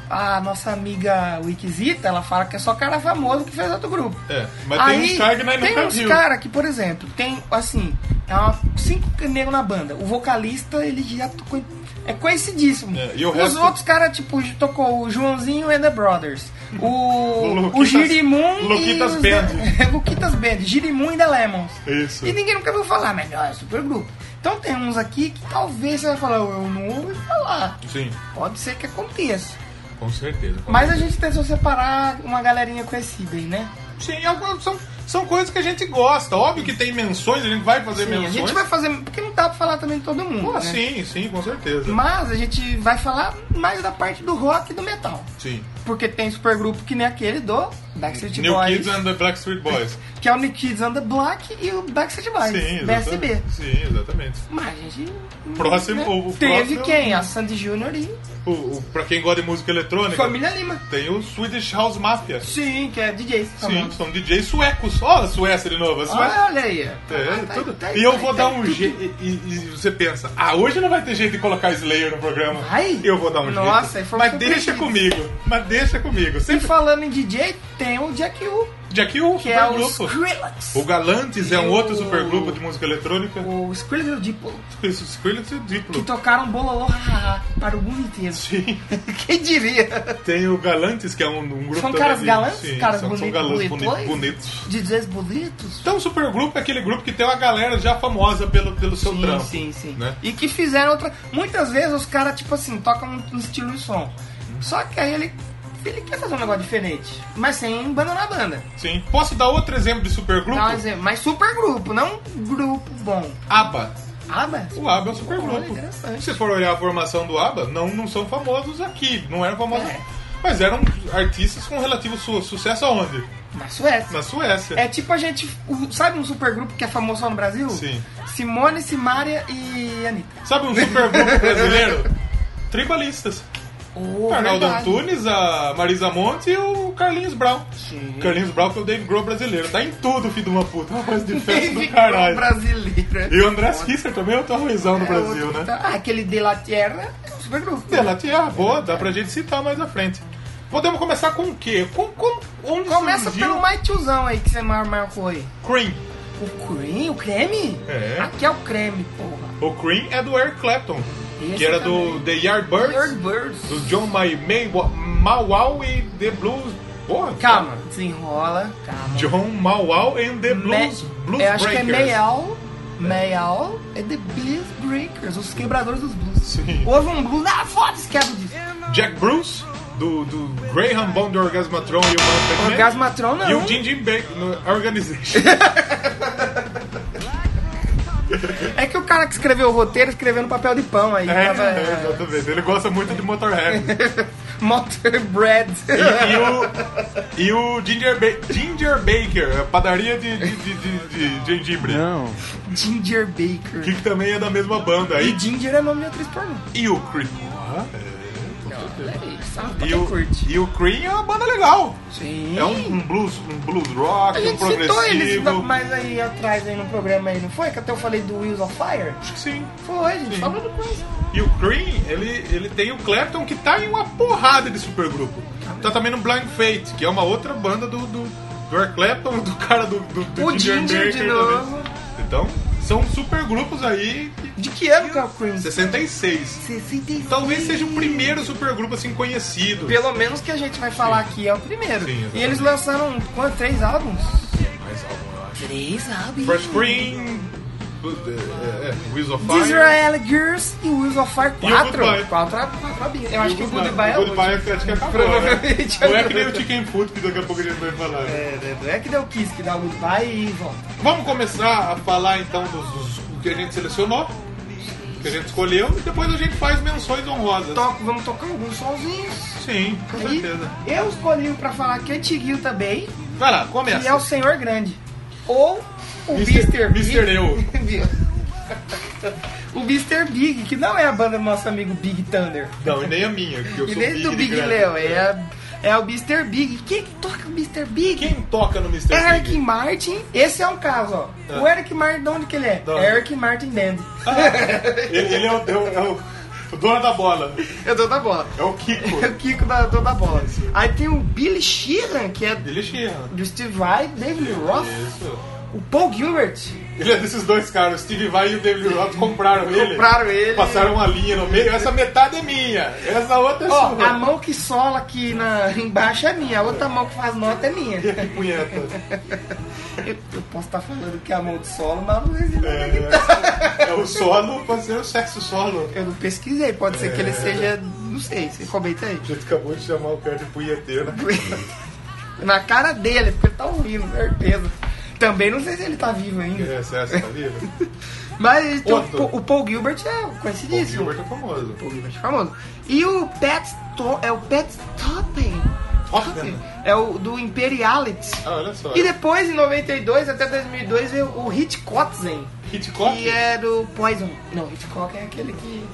[SPEAKER 1] A nossa amiga Wikisita, ela fala que é só cara famoso que fez outro grupo.
[SPEAKER 2] É, mas tá tem uns caras que é nós
[SPEAKER 1] tem
[SPEAKER 2] nunca
[SPEAKER 1] uns
[SPEAKER 2] viu.
[SPEAKER 1] cara que, por exemplo, tem assim, é uma- cinco negros na banda. O vocalista, ele já tocou. em- É conhecidíssimo.
[SPEAKER 2] É, e o
[SPEAKER 1] Os
[SPEAKER 2] resto-
[SPEAKER 1] outros caras, tipo, tocou o Joãozinho and the Brothers. O, o,
[SPEAKER 2] Luquitas-
[SPEAKER 1] Girimum
[SPEAKER 2] Luquitas
[SPEAKER 1] e. os- É,
[SPEAKER 2] Band.
[SPEAKER 1] Luquitas Band. Girimum e The Lemons.
[SPEAKER 2] Isso.
[SPEAKER 1] E ninguém nunca viu falar, mas ó, é super grupo. Então tem uns aqui que talvez você vai falar, eu não ouvi falar.
[SPEAKER 2] Sim,
[SPEAKER 1] Pode ser que aconteça.
[SPEAKER 2] com certeza.
[SPEAKER 1] Mas a gente tentou separar uma galerinha conhecida aí, né?
[SPEAKER 2] Sim, algumas são, são coisas que a gente gosta. Óbvio que tem menções, a gente vai fazer
[SPEAKER 1] Sim, a
[SPEAKER 2] menções.
[SPEAKER 1] gente vai fazer. Porque não dá pra falar também de todo mundo. né?
[SPEAKER 2] Ah, Sim, sim, com certeza.
[SPEAKER 1] Mas a gente vai falar mais da parte do rock e do metal.
[SPEAKER 2] Sim.
[SPEAKER 1] porque tem supergrupo que nem aquele do Backstreet
[SPEAKER 2] New
[SPEAKER 1] Boys,
[SPEAKER 2] Kids and the Blackstreet Boys.
[SPEAKER 1] que é o New Kids on the Black e o Backstreet Boys,
[SPEAKER 2] Sim, exatamente.
[SPEAKER 1] BSB.
[SPEAKER 2] Sim, exatamente.
[SPEAKER 1] Mas, gente,
[SPEAKER 2] Próximo, é
[SPEAKER 1] né?
[SPEAKER 2] o- o
[SPEAKER 1] Teve
[SPEAKER 2] próximo-
[SPEAKER 1] quem? A Sandy Júnior e
[SPEAKER 2] O, o, pra quem gosta de música eletrônica,
[SPEAKER 1] Família Lima.
[SPEAKER 2] tem o Swedish House Mafia.
[SPEAKER 1] Sim, que é DJs.
[SPEAKER 2] Sim,
[SPEAKER 1] famosos.
[SPEAKER 2] são DJs suecos. Olha a Suécia de novo. A Suécia.
[SPEAKER 1] Olha aí.
[SPEAKER 2] É,
[SPEAKER 1] Tá, tá,
[SPEAKER 2] tudo.
[SPEAKER 1] tá,
[SPEAKER 2] E eu
[SPEAKER 1] tá,
[SPEAKER 2] vou
[SPEAKER 1] tá,
[SPEAKER 2] dar
[SPEAKER 1] tá,
[SPEAKER 2] um
[SPEAKER 1] tudo.
[SPEAKER 2] jeito. E, e- e você pensa, ah, hoje não vai ter jeito de colocar Slayer no programa.
[SPEAKER 1] Vai?
[SPEAKER 2] Eu vou dar um
[SPEAKER 1] Nossa, aí
[SPEAKER 2] jeito.
[SPEAKER 1] foi
[SPEAKER 2] Mas
[SPEAKER 1] surpresa.
[SPEAKER 2] deixa comigo. Mas deixa comigo.
[SPEAKER 1] E
[SPEAKER 2] Sempre.
[SPEAKER 1] falando em DJ, tem o Jack U,
[SPEAKER 2] De aqui o
[SPEAKER 1] que é o
[SPEAKER 2] supergrupo.
[SPEAKER 1] Skrillex.
[SPEAKER 2] um O Galantes é um outro
[SPEAKER 1] Eu-
[SPEAKER 2] supergrupo de música eletrônica.
[SPEAKER 1] O Skrillex e o Diplo,
[SPEAKER 2] Isso, Skrillex e o é
[SPEAKER 1] que
[SPEAKER 2] Diplo.
[SPEAKER 1] tocaram bololô hahaha, para o mundo inteiro.
[SPEAKER 2] Sim.
[SPEAKER 1] Quem diria?
[SPEAKER 2] Tem o Galantes, que é um, um grupo
[SPEAKER 1] São
[SPEAKER 2] também
[SPEAKER 1] caras
[SPEAKER 2] de-
[SPEAKER 1] galantes,
[SPEAKER 2] sim,
[SPEAKER 1] caras
[SPEAKER 2] são, são
[SPEAKER 1] boni-
[SPEAKER 2] galãs boni-
[SPEAKER 1] bonitões.
[SPEAKER 2] bonitos.
[SPEAKER 1] DJs bonitos.
[SPEAKER 2] Então, o supergrupo é aquele grupo que tem uma galera já famosa pelo, pelo seu
[SPEAKER 1] Sim,
[SPEAKER 2] trampo.
[SPEAKER 1] sim, sim.
[SPEAKER 2] né?
[SPEAKER 1] E que fizeram outra. Muitas vezes os caras, tipo assim, tocam um um estilo de som.
[SPEAKER 2] Uhum.
[SPEAKER 1] Só que aí ele, ele quer fazer um negócio diferente, mas sem abandonar a banda.
[SPEAKER 2] Sim. Posso dar outro exemplo de supergrupo?
[SPEAKER 1] Dá um exemplo, Mas super grupo, não grupo bom.
[SPEAKER 2] ABBA.
[SPEAKER 1] Ah, mas.
[SPEAKER 2] O ABBA é um supergrupo.
[SPEAKER 1] Olha, interessante.
[SPEAKER 2] Se você for olhar a formação do ABBA, não, não são famosos aqui. Não eram famosos.
[SPEAKER 1] É.
[SPEAKER 2] Mas eram artistas com relativo su- sucesso aonde?
[SPEAKER 1] Na Suécia.
[SPEAKER 2] Na Suécia.
[SPEAKER 1] É tipo a gente. o- Sabe um super grupo que é famoso só no Brasil?
[SPEAKER 2] Sim.
[SPEAKER 1] Simone, Simária e Anitta.
[SPEAKER 2] Sabe um supergrupo brasileiro? Tribalistas.
[SPEAKER 1] Oh,
[SPEAKER 2] O Arnaldo
[SPEAKER 1] verdade.
[SPEAKER 2] Antunes, a Marisa Monte e o Carlinhos Brown.
[SPEAKER 1] Sim.
[SPEAKER 2] O Carlinhos Brown que é o Dave Grohl brasileiro. Tá em tudo, filho de uma puta. Uma voz de festa do
[SPEAKER 1] Ficou
[SPEAKER 2] caralho.
[SPEAKER 1] um brasileiro. é
[SPEAKER 2] E o André Kisser também é outro arrozão no
[SPEAKER 1] É
[SPEAKER 2] Brasil,
[SPEAKER 1] outro que
[SPEAKER 2] né?
[SPEAKER 1] tá- Ah, aquele De La Tierra é um super grupo.
[SPEAKER 2] Pela Terra, ah, boa, dá pra gente citar mais à frente. Podemos começar com o quê? Com, com, onde
[SPEAKER 1] Começa
[SPEAKER 2] surgiu
[SPEAKER 1] pelo mais tiozão aí que você mar- marcou aí.
[SPEAKER 2] Cream?
[SPEAKER 1] O cream, o creme?
[SPEAKER 2] É.
[SPEAKER 1] Aqui é o creme, porra.
[SPEAKER 2] O Cream é do Eric Clapton,
[SPEAKER 1] Esse
[SPEAKER 2] que era do
[SPEAKER 1] também.
[SPEAKER 2] The Yardbirds,
[SPEAKER 1] Yardbirds.
[SPEAKER 2] do John May, May, Mauau e The Blues. Porra,
[SPEAKER 1] Calma, desenrola, calma.
[SPEAKER 2] John Mauau and The Blues,
[SPEAKER 1] Me-
[SPEAKER 2] Blues
[SPEAKER 1] eu acho que é
[SPEAKER 2] Breakers.
[SPEAKER 1] Mayal. Mayal é The Blues Breakers, os quebradores dos blues.
[SPEAKER 2] Sim.
[SPEAKER 1] Houve um blues, ah, foda-se, quebra disso.
[SPEAKER 2] Jack Bruce, do, do Graham Bond do Orgasmatron e o Manfred Mann.
[SPEAKER 1] Orgasmatron não.
[SPEAKER 2] E o Jim Jim Baker no Organization.
[SPEAKER 1] É que o cara que escreveu o roteiro escreveu no papel de pão aí.
[SPEAKER 2] é,
[SPEAKER 1] tava,
[SPEAKER 2] é, exatamente. Ele gosta muito de Motorhead.
[SPEAKER 1] Motorbread.
[SPEAKER 2] E, e o, e o Ginger, Ba- Ginger Baker, a padaria de, de, de, de- de gengibre.
[SPEAKER 1] Ginger Baker.
[SPEAKER 2] Que também é da mesma banda. E,
[SPEAKER 1] E Ginger é nome de atriz pornô.
[SPEAKER 2] e o Cream.
[SPEAKER 1] Peraí, sabe pra
[SPEAKER 2] E
[SPEAKER 1] quem
[SPEAKER 2] o,
[SPEAKER 1] curte.
[SPEAKER 2] e o Cream é uma banda legal.
[SPEAKER 1] Sim.
[SPEAKER 2] É um, um blues, um blues rock,
[SPEAKER 1] A
[SPEAKER 2] um
[SPEAKER 1] gente citou eles
[SPEAKER 2] progressivo.
[SPEAKER 1] mais aí atrás aí no programa aí, não foi? Que até eu falei do Wheels of Fire?
[SPEAKER 2] Acho que Sim.
[SPEAKER 1] Foi, a gente
[SPEAKER 2] Sim.
[SPEAKER 1] falou do coisa.
[SPEAKER 2] E o Cream, ele, ele tem o Clapton que tá em uma porrada de supergrupo. Tá também no Blind Fate, que é uma outra banda do, do, do Eric Clapton, do cara do, do, do
[SPEAKER 1] O Ginger de
[SPEAKER 2] Baker
[SPEAKER 1] novo.
[SPEAKER 2] também. Então, são supergrupos aí que
[SPEAKER 1] De que ano que é o Cream?
[SPEAKER 2] 66.
[SPEAKER 1] 66.
[SPEAKER 2] Talvez seja o primeiro supergrupo assim conhecido.
[SPEAKER 1] Pelo menos que a gente vai falar aqui é o primeiro.
[SPEAKER 2] Sim, exatamente.
[SPEAKER 1] e eles lançaram quanto? Três álbuns?
[SPEAKER 2] Mais algum, eu acho.
[SPEAKER 1] Três álbuns.
[SPEAKER 2] Fresh Cream, é, é, é, Wheels of Fire.
[SPEAKER 1] Disraeli Girls e Wheels of Fire
[SPEAKER 2] E o
[SPEAKER 1] 4.
[SPEAKER 2] Goodbye.
[SPEAKER 1] Quatro ab- quatro abinhos. Eu acho
[SPEAKER 2] e
[SPEAKER 1] que o Goodbye é o
[SPEAKER 2] Goodbye
[SPEAKER 1] último.
[SPEAKER 2] acho que acabou, né?
[SPEAKER 1] Provavelmente
[SPEAKER 2] Não é que nem
[SPEAKER 1] acabou.
[SPEAKER 2] o Chicken Food que daqui a pouco a gente vai falar.
[SPEAKER 1] É, né, não é que deu o Kiss, que dá o Goodbye e volta.
[SPEAKER 2] Vamos começar a falar então dos, dos- o que a gente selecionou, o que a gente escolheu, e depois a gente faz menções honrosas.
[SPEAKER 1] Toco, vamos tocar alguns sonzinhos.
[SPEAKER 2] Sim, com
[SPEAKER 1] Aí,
[SPEAKER 2] certeza.
[SPEAKER 1] eu escolhi um pra falar que é antiguinho também,
[SPEAKER 2] Vai lá,
[SPEAKER 1] que é o
[SPEAKER 2] começa.
[SPEAKER 1] Senhor Grande. Ou o
[SPEAKER 2] Mister-
[SPEAKER 1] Mr. Big.
[SPEAKER 2] Mister Eu.
[SPEAKER 1] o Mr. Big, que não é a banda do nosso amigo Big Thunder.
[SPEAKER 2] Não, e nem a minha, que eu
[SPEAKER 1] E
[SPEAKER 2] sou
[SPEAKER 1] nem
[SPEAKER 2] big
[SPEAKER 1] do
[SPEAKER 2] de
[SPEAKER 1] Big
[SPEAKER 2] grande.
[SPEAKER 1] Leo, é, a- é o Mr. Big. Quem que toca o Mr. Big?
[SPEAKER 2] Quem toca no Mr.
[SPEAKER 1] É Eric
[SPEAKER 2] Big?
[SPEAKER 1] Martin, esse é um caso, ó.
[SPEAKER 2] Ah.
[SPEAKER 1] O Eric Martin, de onde que ele é?
[SPEAKER 2] Da onde?
[SPEAKER 1] Eric Martin Band.
[SPEAKER 2] Ele, ele é, o, é, o, é o- o dono da bola.
[SPEAKER 1] Eu dou da bola.
[SPEAKER 2] É o Kiko.
[SPEAKER 1] É o Kiko da, dou da bola. assim. Aí tem o Billy Sheehan, que é
[SPEAKER 2] Ele é Sheehan.
[SPEAKER 1] do Steve Vai, David Lee Roth.
[SPEAKER 2] Isso.
[SPEAKER 1] O Paul Gilbert
[SPEAKER 2] Ele é desses dois caras, o Steve Vai e o David Roth compraram ele.
[SPEAKER 1] compraram ele.
[SPEAKER 2] Passaram uma linha no meio. Essa metade é minha, essa outra é
[SPEAKER 1] Ó,
[SPEAKER 2] sua.
[SPEAKER 1] a mão que sola aqui na, embaixo é minha, a outra mão que faz nota é minha.
[SPEAKER 2] Que punheta.
[SPEAKER 1] Eu, eu posso estar falando que é a mão de solo, mas não existe nada aqui.
[SPEAKER 2] É, é o solo, pode ser o sexo solo.
[SPEAKER 1] Eu não pesquisei, pode ser que ele seja. Não sei, você comenta aí.
[SPEAKER 2] A gente acabou de chamar o cara de punheteiro.
[SPEAKER 1] Na cara dele, porque ele tá ouvindo, certeza. Também não sei se ele tá vivo ainda.
[SPEAKER 2] É, essa tá viva?
[SPEAKER 1] Mas tem o,
[SPEAKER 2] Outro.
[SPEAKER 1] Paul- o Paul Gilbert é
[SPEAKER 2] O
[SPEAKER 1] conhecidíssimo.
[SPEAKER 2] Gilbert é famoso.
[SPEAKER 1] Paul Gilbert é famoso. E o Pat Sto- é o Pat Topping.
[SPEAKER 2] Olha,
[SPEAKER 1] É o do Imperialities.
[SPEAKER 2] Ah, olha só.
[SPEAKER 1] E depois, em 92 até 2002, veio o Hitchcockzen,
[SPEAKER 2] Hitchcock?
[SPEAKER 1] que é do Poison. Não, Hitchcock é aquele que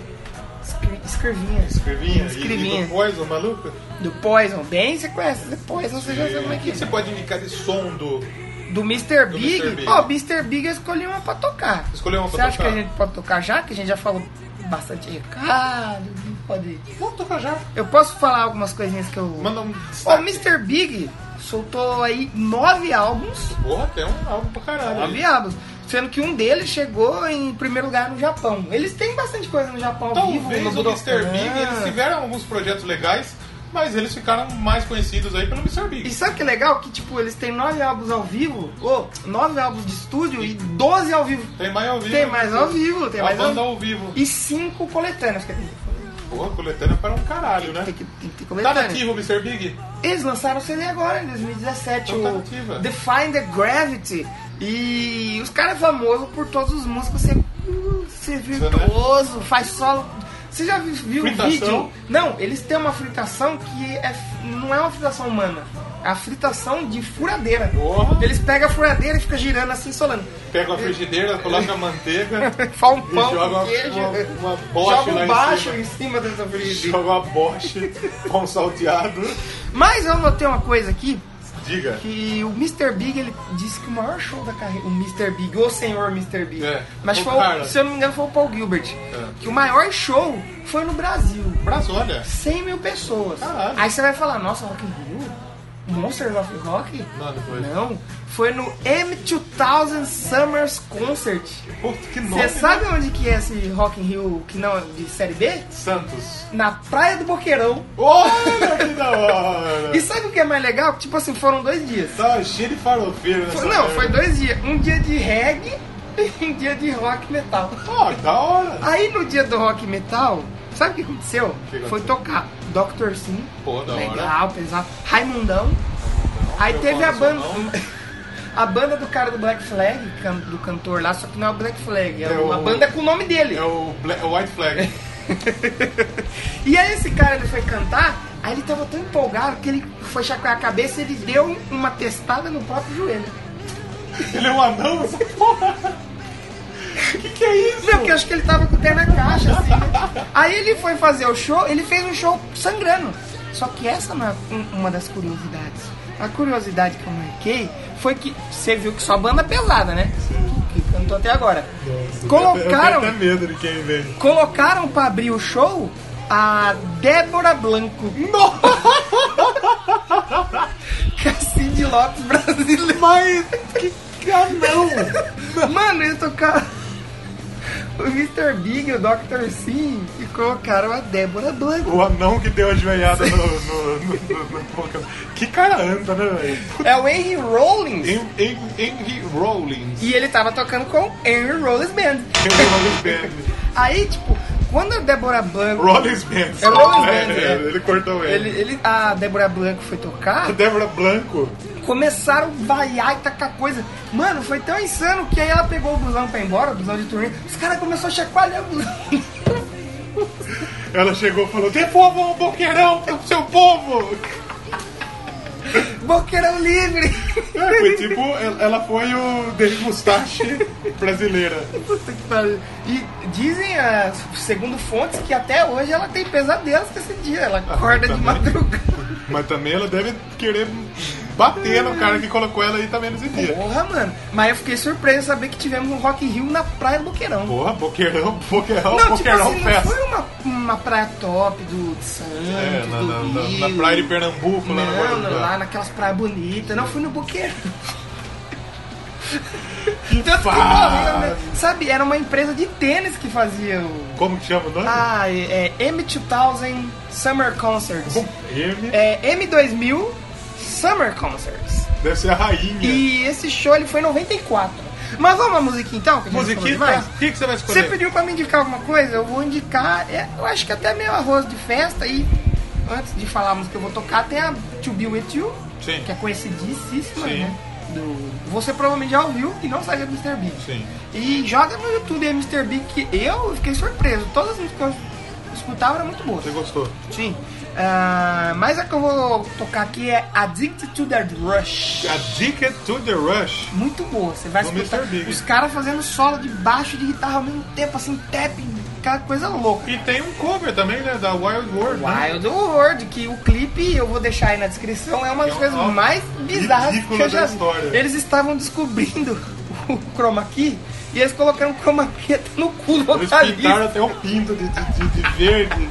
[SPEAKER 1] escre- escrevinha.
[SPEAKER 2] Escrevinha? E,
[SPEAKER 1] Escrevinha.
[SPEAKER 2] e do Poison, maluco?
[SPEAKER 1] Do Poison. Bem, você conhece do Poison, você já sabe como é
[SPEAKER 2] O que
[SPEAKER 1] que
[SPEAKER 2] você
[SPEAKER 1] é.
[SPEAKER 2] pode indicar de som do...
[SPEAKER 1] Do Mr.
[SPEAKER 2] Do
[SPEAKER 1] Big.
[SPEAKER 2] Mr. Big.
[SPEAKER 1] Ó, Mr. Big eu escolhi uma pra tocar.
[SPEAKER 2] Escolheu uma pra
[SPEAKER 1] Você acha que
[SPEAKER 2] tocar?
[SPEAKER 1] a gente pode tocar já? Que a gente já falou bastante recado, não pode...
[SPEAKER 2] Vamos tocar já.
[SPEAKER 1] Eu posso falar algumas coisinhas que eu...
[SPEAKER 2] Manda um
[SPEAKER 1] Ó, o
[SPEAKER 2] destaque.
[SPEAKER 1] Mr. Big soltou aí nove álbuns.
[SPEAKER 2] Porra, tem um álbum pra caralho.
[SPEAKER 1] Nove álbuns. Sendo que um deles chegou em primeiro lugar no Japão. Eles têm bastante coisa no Japão ao vivo,
[SPEAKER 2] Talvez
[SPEAKER 1] no
[SPEAKER 2] o Mr.
[SPEAKER 1] Budokan. É.
[SPEAKER 2] Big, eles tiveram alguns projetos legais, mas eles ficaram mais conhecidos aí pelo Mr.
[SPEAKER 1] E
[SPEAKER 2] Big.
[SPEAKER 1] sabe que é legal? Que, tipo, eles têm nove álbuns ao vivo, ou nove álbuns de estúdio e 12 ao vivo.
[SPEAKER 2] Tem mais ao vivo.
[SPEAKER 1] Tem mais ao vivo, tem
[SPEAKER 2] A
[SPEAKER 1] mais ao
[SPEAKER 2] banda
[SPEAKER 1] vivo.
[SPEAKER 2] ao vivo.
[SPEAKER 1] E cinco coletâneas, quer dizer,
[SPEAKER 2] Porra, coletânea para um caralho, né?
[SPEAKER 1] tem que, tem que ter
[SPEAKER 2] Tá
[SPEAKER 1] coletânea.
[SPEAKER 2] nativo o Mr. Big?
[SPEAKER 1] Eles lançaram o CD agora, em 2017,
[SPEAKER 2] Então tá
[SPEAKER 1] o
[SPEAKER 2] nativa.
[SPEAKER 1] Define the Gravity. E os caras é famoso por todos os músicos ser, ser virtuoso, faz solo. Você já vi- viu o
[SPEAKER 2] Fritação?
[SPEAKER 1] vídeo? Não, eles têm uma fritação que é, não é uma fritação humana. É a fritação de furadeira.
[SPEAKER 2] Porra.
[SPEAKER 1] Eles pegam a furadeira e ficam girando assim, solando.
[SPEAKER 2] Pega uma frigideira, coloca a manteiga
[SPEAKER 1] Faz um
[SPEAKER 2] e
[SPEAKER 1] pão
[SPEAKER 2] joga
[SPEAKER 1] com
[SPEAKER 2] uma,
[SPEAKER 1] queijo.
[SPEAKER 2] uma, uma boche
[SPEAKER 1] Joga
[SPEAKER 2] lá
[SPEAKER 1] um
[SPEAKER 2] em
[SPEAKER 1] baixo
[SPEAKER 2] cima.
[SPEAKER 1] em cima dessa frigideira.
[SPEAKER 2] Joga uma boche, pão salteado.
[SPEAKER 1] Mas eu notei uma coisa aqui
[SPEAKER 2] Diga.
[SPEAKER 1] que o Mr. Big ele disse que o maior show da carreira, o Mr. Big, ou o senhor Mr. Big,
[SPEAKER 2] É,
[SPEAKER 1] mas
[SPEAKER 2] o
[SPEAKER 1] foi, o-
[SPEAKER 2] cara. É.
[SPEAKER 1] se eu não me engano foi o Paul Gilbert, que o maior show foi no Brasil,
[SPEAKER 2] Mas olha,
[SPEAKER 1] 100 mil pessoas.
[SPEAKER 2] Caralho.
[SPEAKER 1] Aí você vai falar, nossa, Rock in Rio? Monsters of Rock?
[SPEAKER 2] Não, não foi.
[SPEAKER 1] Não, foi no M2000 Summers Concert.
[SPEAKER 2] puta que nome.
[SPEAKER 1] Você
[SPEAKER 2] né?
[SPEAKER 1] sabe onde que é esse Rock in Rio que não é de série B?
[SPEAKER 2] Santos.
[SPEAKER 1] Na Praia do Boqueirão.
[SPEAKER 2] Olha que da hora.
[SPEAKER 1] E sabe o que é mais legal? Tipo assim, foram dois dias.
[SPEAKER 2] Tá cheio de farofeiro nessa
[SPEAKER 1] Foi- não,
[SPEAKER 2] merda.
[SPEAKER 1] foi dois dias. Um dia de reggae e um dia de rock metal.
[SPEAKER 2] Ó, da hora.
[SPEAKER 1] Aí no dia do rock metal, sabe o que aconteceu?
[SPEAKER 2] que aconteceu?
[SPEAKER 1] Foi tocar Dr. Sim,
[SPEAKER 2] Pô, da hora.
[SPEAKER 1] legal, pesado. Raimundão. Aí
[SPEAKER 2] Eu
[SPEAKER 1] teve a
[SPEAKER 2] falo seu
[SPEAKER 1] banda.
[SPEAKER 2] nome.
[SPEAKER 1] A banda do cara do Black Flag, can- do cantor lá, só que não é o Black Flag, é,
[SPEAKER 2] É
[SPEAKER 1] uma
[SPEAKER 2] o-
[SPEAKER 1] banda com o nome dele.
[SPEAKER 2] É o Bla- é o White Flag.
[SPEAKER 1] E aí esse cara ele foi cantar, aí ele tava tão empolgado que ele foi chacoalhar a cabeça e ele deu um, uma testada no próprio joelho.
[SPEAKER 2] Ele é um anão? Essa porra. Que que é isso?
[SPEAKER 1] Não, porque eu acho que ele tava com o pé na caixa, assim. né? Aí ele foi fazer o show, ele fez um show sangrando. Só que essa não é um- uma das curiosidades. A curiosidade que eu marquei foi que você viu que só banda pesada, né? Que que cantou até agora.
[SPEAKER 2] Eu
[SPEAKER 1] Colocaram,
[SPEAKER 2] tenho até medo de quem vem.
[SPEAKER 1] colocaram pra abrir o show a Débora Blanco. Cacide Lopes brasileiro.
[SPEAKER 2] Mas que canão!
[SPEAKER 1] Mano, eles tocaram o Mr. Big, o Dr. Sim e colocaram a Débora Blanco.
[SPEAKER 2] O anão que deu a joelhada no, no, no, no- no- no- Que cara anda, né, velho?
[SPEAKER 1] É o Henry Rollins.
[SPEAKER 2] Hen- Hen- Henry Rollins.
[SPEAKER 1] E ele tava tocando com o Henry Rollins Band.
[SPEAKER 2] Henry Rollins Band.
[SPEAKER 1] Aí, tipo, quando a Débora Blanco.
[SPEAKER 2] Rollins Band.
[SPEAKER 1] É Rollins Band,
[SPEAKER 2] É,
[SPEAKER 1] é.
[SPEAKER 2] Ele cortou ele.
[SPEAKER 1] Ele, ele, a Débora Blanco foi tocar,
[SPEAKER 2] A Débora Blanco.
[SPEAKER 1] começaram a vaiar e tacar coisa. Mano, foi tão insano que aí ela pegou o busão pra ir embora, o busão de turnê. Os caras começaram a chacoalhar o busão.
[SPEAKER 2] Ela chegou e falou: Devolvam o boqueirão pro seu povo!
[SPEAKER 1] Boqueirão livre.
[SPEAKER 2] É, foi tipo, ela ela foi o David Mustache brasileira.
[SPEAKER 1] Puta que pariu. E dizem, ah, segundo fontes, que até hoje ela tem pesadelos com esse dia. Ela acorda de
[SPEAKER 2] Ah, também.
[SPEAKER 1] madrugada.
[SPEAKER 2] Mas também ela deve querer bater no cara que colocou ela aí também nesse dia.
[SPEAKER 1] Porra, mano. Mas eu fiquei surpreso em saber que tivemos um Rock in Rio na Praia do Boqueirão.
[SPEAKER 2] Porra, boqueirão, boqueirão,
[SPEAKER 1] não, tipo
[SPEAKER 2] boqueirão
[SPEAKER 1] assim, não
[SPEAKER 2] festa.
[SPEAKER 1] foi uma, uma praia top do de Santos,
[SPEAKER 2] É, na,
[SPEAKER 1] do
[SPEAKER 2] na- na-
[SPEAKER 1] Rio.
[SPEAKER 2] na praia de Pernambuco, lá no
[SPEAKER 1] Não, não,
[SPEAKER 2] Guarujá.
[SPEAKER 1] lá naquelas praias bonitas. Não, fui no Boqueirão. Então Tanto que
[SPEAKER 2] fase.
[SPEAKER 1] morreu, né? Sabe, era uma empresa de tênis que fazia o...
[SPEAKER 2] Como que chama o nome?
[SPEAKER 1] Ah, é, é M2000 Summer Concerts.
[SPEAKER 2] M.
[SPEAKER 1] É M2000 Summer Concerts.
[SPEAKER 2] Deve ser a rainha.
[SPEAKER 1] E esse show ele foi em 94. Mas vamos à musiquinha então? Que a gente
[SPEAKER 2] Musiquinha,
[SPEAKER 1] falou demais?
[SPEAKER 2] o que, que você vai
[SPEAKER 1] Você
[SPEAKER 2] escolher?
[SPEAKER 1] pediu pra me indicar alguma coisa? Eu vou indicar, é, eu acho que até meio arroz de festa. E antes de falar a música que eu vou tocar, tem a To Be With You,
[SPEAKER 2] Sim.
[SPEAKER 1] que é conhecidíssima,
[SPEAKER 2] Sim.
[SPEAKER 1] né? Do, você provavelmente já ouviu e não sabia do Mr. Big.
[SPEAKER 2] Sim.
[SPEAKER 1] E joga no YouTube aí Mr. Big, que eu fiquei surpreso. Todas as músicas que eu escutava era muito boa.
[SPEAKER 2] Você gostou?
[SPEAKER 1] Sim. Ah, mas a que eu vou tocar aqui é Addicted to the Rush.
[SPEAKER 2] Addicted to the Rush.
[SPEAKER 1] Muito boa. Você vai
[SPEAKER 2] Do
[SPEAKER 1] escutar
[SPEAKER 2] Mr. Big.
[SPEAKER 1] os caras fazendo solo de baixo e de guitarra ao mesmo tempo, assim, tap, aquela coisa louca.
[SPEAKER 2] E tem um cover também, né? Da Wild World. né?
[SPEAKER 1] Wild World, que o clipe, eu vou deixar aí na descrição, é uma das
[SPEAKER 2] É um
[SPEAKER 1] coisas
[SPEAKER 2] álbum
[SPEAKER 1] mais bizarras que
[SPEAKER 2] ridículo
[SPEAKER 1] eu já
[SPEAKER 2] da
[SPEAKER 1] vi.
[SPEAKER 2] história.
[SPEAKER 1] Eles estavam descobrindo o chroma key e eles colocaram o chroma key até no cu do
[SPEAKER 2] Eles
[SPEAKER 1] vocalista.
[SPEAKER 2] pintaram até um pinto de, de, de verde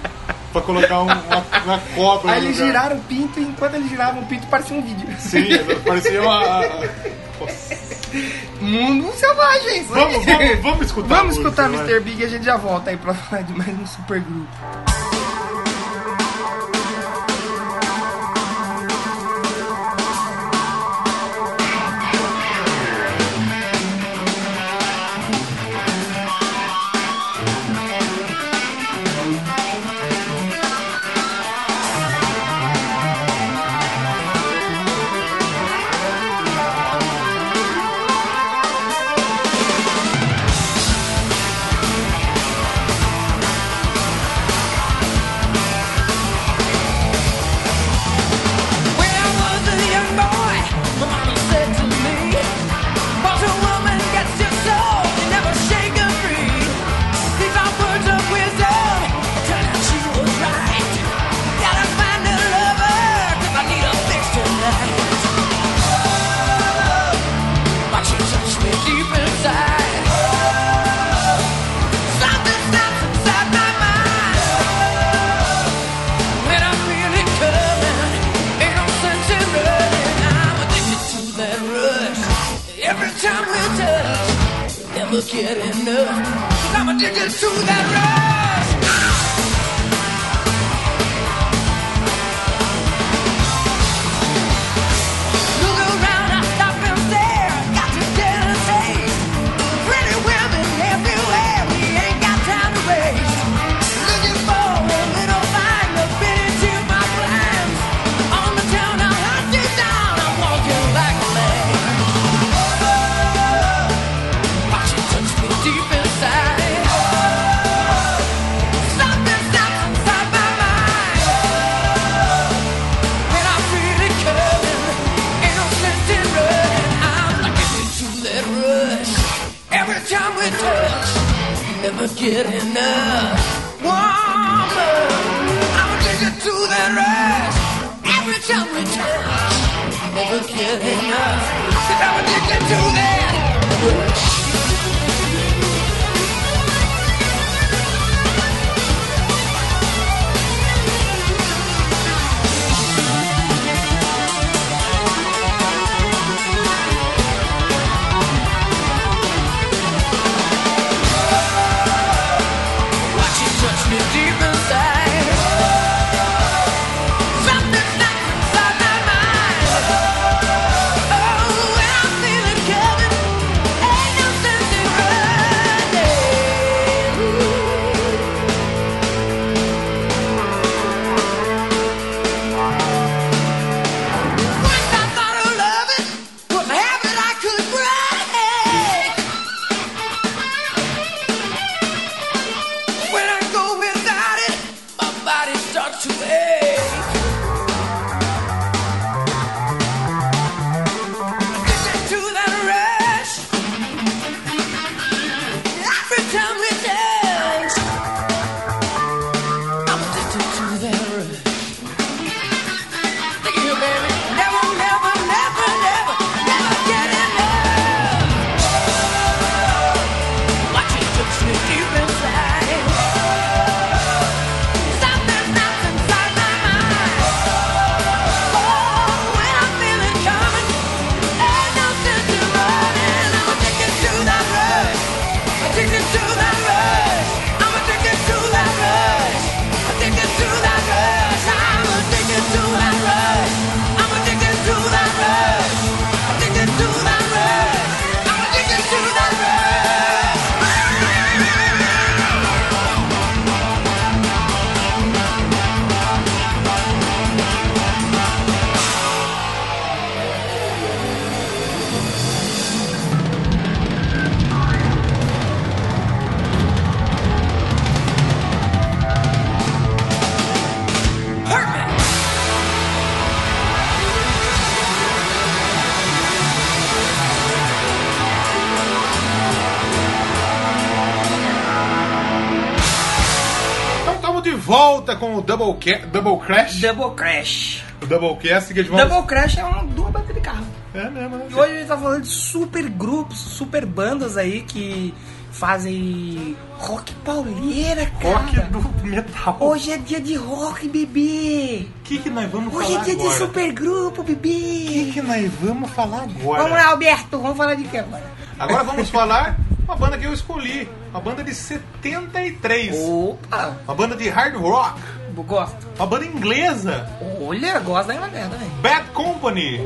[SPEAKER 2] pra colocar um- uma, uma cobra
[SPEAKER 1] Aí
[SPEAKER 2] no
[SPEAKER 1] eles
[SPEAKER 2] lugar.
[SPEAKER 1] giraram o pinto e enquanto eles giravam o pinto parecia um vídeo.
[SPEAKER 2] Sim, é, parecia uma...
[SPEAKER 1] Mundo selvagem, isso
[SPEAKER 2] Vamos-
[SPEAKER 1] aí.
[SPEAKER 2] vamos- vamos escutar a
[SPEAKER 1] Vamos escutar
[SPEAKER 2] música, né?
[SPEAKER 1] Mr. Big e a gente já volta aí pra falar de mais um super grupo.
[SPEAKER 3] When I was a young boy, Mama said to me, "Once a woman gets your soul, you never shake her free." These are words of wisdom. It turned out she was right. Gotta find a lover 'cause I need a fix tonight. Oh, but she touched me deep inside. Oh, something snaps inside my mind. When I feel it coming, ain't no sense in running. I'm addicted to that rush. Every time we touch, never get enough. i I'm addicted to that rush. Look around, I stop and stare. Got to get a taste. Pretty women everywhere. We ain't got time to waste. Looking for a little find to fit into my plans. On the town, I hunt you down. I'm walking like a man. Oh, watch it touch me deep inside. Oh, something stops inside my mind. When I feel it coming, ain't no sense in running. I'm addicted to that rush. Every time we touch, never get enough. Woman, I'm addicted to that rush. Every time we touch, never get enough. i I'm addicted to that rush. Watch it touch me deep inside. Something snaps inside my mind. Oh, when I feel it coming, ain't no
[SPEAKER 2] Então, volta com o Double, Ca- Double Crash.
[SPEAKER 1] Double Crash.
[SPEAKER 2] O Double Cast que eles vão.
[SPEAKER 1] Double Crash é uma duas bandas de carro.
[SPEAKER 2] É mesmo, né?
[SPEAKER 1] E hoje a gente tá falando de super grupos, super bandas aí que fazem rock pauleira, cara.
[SPEAKER 2] Rock do metal.
[SPEAKER 1] Hoje é dia de rock, bebê.
[SPEAKER 2] O que, que nós vamos
[SPEAKER 1] Hoje é
[SPEAKER 2] falar
[SPEAKER 1] dia
[SPEAKER 2] agora?
[SPEAKER 1] de super grupo,
[SPEAKER 2] O que,
[SPEAKER 1] bebê.
[SPEAKER 2] que nós vamos falar agora?
[SPEAKER 1] Vamos lá, Alberto, vamos falar de que agora?
[SPEAKER 2] Agora vamos falar uma banda que eu escolhi. Uma banda de 73.
[SPEAKER 1] Oh. Opa,
[SPEAKER 2] Uma banda de hard rock.
[SPEAKER 1] gosto.
[SPEAKER 2] Uma banda inglesa.
[SPEAKER 1] Olha, gosto da merda, velho.
[SPEAKER 2] Bad Company.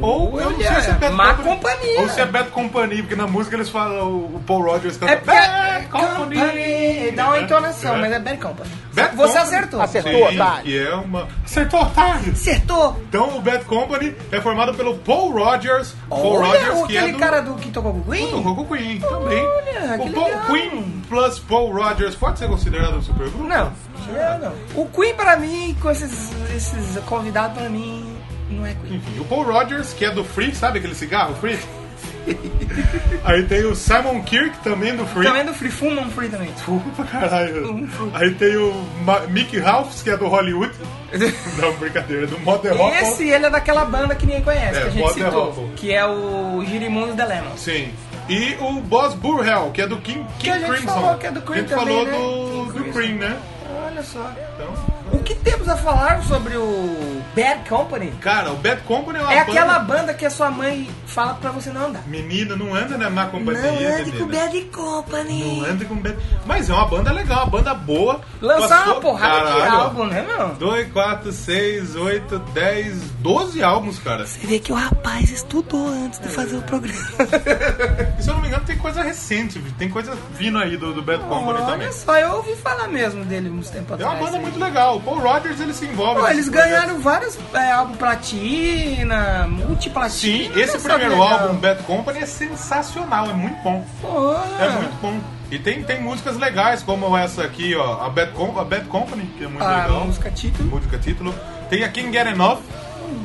[SPEAKER 2] Ou eu não sei se é Bad
[SPEAKER 1] Uh, Má
[SPEAKER 2] Company.
[SPEAKER 1] companhia.
[SPEAKER 2] Ou se é Bad Company, porque na música eles falam, o Paul Rogers canta
[SPEAKER 1] É porque
[SPEAKER 2] Bad Company.
[SPEAKER 1] Company. Dá uma entonação,
[SPEAKER 2] É.
[SPEAKER 1] mas é Bad Company. Você
[SPEAKER 2] Bad Company.
[SPEAKER 1] acertou. tá.
[SPEAKER 4] Acertou.
[SPEAKER 2] Sim,
[SPEAKER 4] otário.
[SPEAKER 2] que é uma... Acertou, otário.
[SPEAKER 1] Acertou.
[SPEAKER 2] Então o Bad Company é formado pelo Paul Rogers. Paul
[SPEAKER 1] Olha,
[SPEAKER 2] Rogers que
[SPEAKER 1] aquele
[SPEAKER 2] é do...
[SPEAKER 1] cara do que tocou com o Queen.
[SPEAKER 2] Tocou com o Queen também.
[SPEAKER 1] Olha, que
[SPEAKER 2] o Paul
[SPEAKER 1] legal.
[SPEAKER 2] Queen plus Paul Rogers pode ser considerado um supergrupo?
[SPEAKER 1] Não, eu não. O Queen pra mim, com esses, esses convidados pra mim, não é Queen.
[SPEAKER 2] Enfim, o Paul Rogers, que é do Free, sabe aquele cigarro Free? Aí tem o Simon Kirk, também do Free.
[SPEAKER 1] Também do Free Fuma um Free também.
[SPEAKER 2] Opa, caralho. Aí tem o Ma- Mickey Ralphs, que é do Hollywood. Não, brincadeira, do Modern Rock.
[SPEAKER 1] Esse, ele é daquela banda que ninguém conhece,
[SPEAKER 2] É,
[SPEAKER 1] que a gente
[SPEAKER 2] Modern
[SPEAKER 1] citou.
[SPEAKER 2] Waffle.
[SPEAKER 1] Que é o Girimundo da Lemons.
[SPEAKER 2] Sim. E o Boss Burrell, que é do King, King
[SPEAKER 1] Que a gente
[SPEAKER 2] Crimson.
[SPEAKER 1] falou que é do Cream
[SPEAKER 2] A gente
[SPEAKER 1] também,
[SPEAKER 2] falou
[SPEAKER 1] né? King
[SPEAKER 2] do, do
[SPEAKER 1] Crimson.
[SPEAKER 2] Cream, né?
[SPEAKER 1] Olha só.
[SPEAKER 2] Então,
[SPEAKER 1] O que temos a falar sobre o Bad Company?
[SPEAKER 2] cara, o Bad Company é uma
[SPEAKER 1] É
[SPEAKER 2] banda-
[SPEAKER 1] aquela banda que a sua mãe fala pra você não andar.
[SPEAKER 2] Menina, não anda na má
[SPEAKER 1] Não
[SPEAKER 2] companhia,
[SPEAKER 1] ande
[SPEAKER 2] menina.
[SPEAKER 1] com o Bad Company.
[SPEAKER 2] Não anda com Bad... Mas é uma banda legal, uma banda boa.
[SPEAKER 1] Lançar
[SPEAKER 2] Passou-
[SPEAKER 1] uma porrada de
[SPEAKER 2] Caralho, Tá ó.
[SPEAKER 1] álbum, né, meu?
[SPEAKER 2] 2, 4, 6, 8, 10, 12 álbuns, cara.
[SPEAKER 1] Você vê que o rapaz estudou antes de fazer o programa.
[SPEAKER 2] E se eu não me engano, tem coisa recente, tem coisa vindo aí do, do Bad Company também.
[SPEAKER 1] Olha só, eu ouvi falar mesmo dele uns tempos
[SPEAKER 2] É
[SPEAKER 1] atrás.
[SPEAKER 2] uma banda
[SPEAKER 1] aí.
[SPEAKER 2] muito né? legal. O Paul Rogers ele se envolve.
[SPEAKER 1] Pô,
[SPEAKER 2] nesse
[SPEAKER 1] eles
[SPEAKER 2] projeto.
[SPEAKER 1] ganharam vários é, álbum platina,
[SPEAKER 2] Sim,
[SPEAKER 1] multiplatina.
[SPEAKER 2] esse
[SPEAKER 1] sabe,
[SPEAKER 2] primeiro
[SPEAKER 1] legal.
[SPEAKER 2] álbum, Bad Company, é sensacional, é muito bom.
[SPEAKER 1] Pô,
[SPEAKER 2] É muito bom. E tem, tem músicas legais, como essa aqui, ó, a Bad, Com- a Bad Company, que é muito
[SPEAKER 1] a
[SPEAKER 2] legal.
[SPEAKER 1] Ah, música título.
[SPEAKER 2] música é título. Tem a King Get Enough,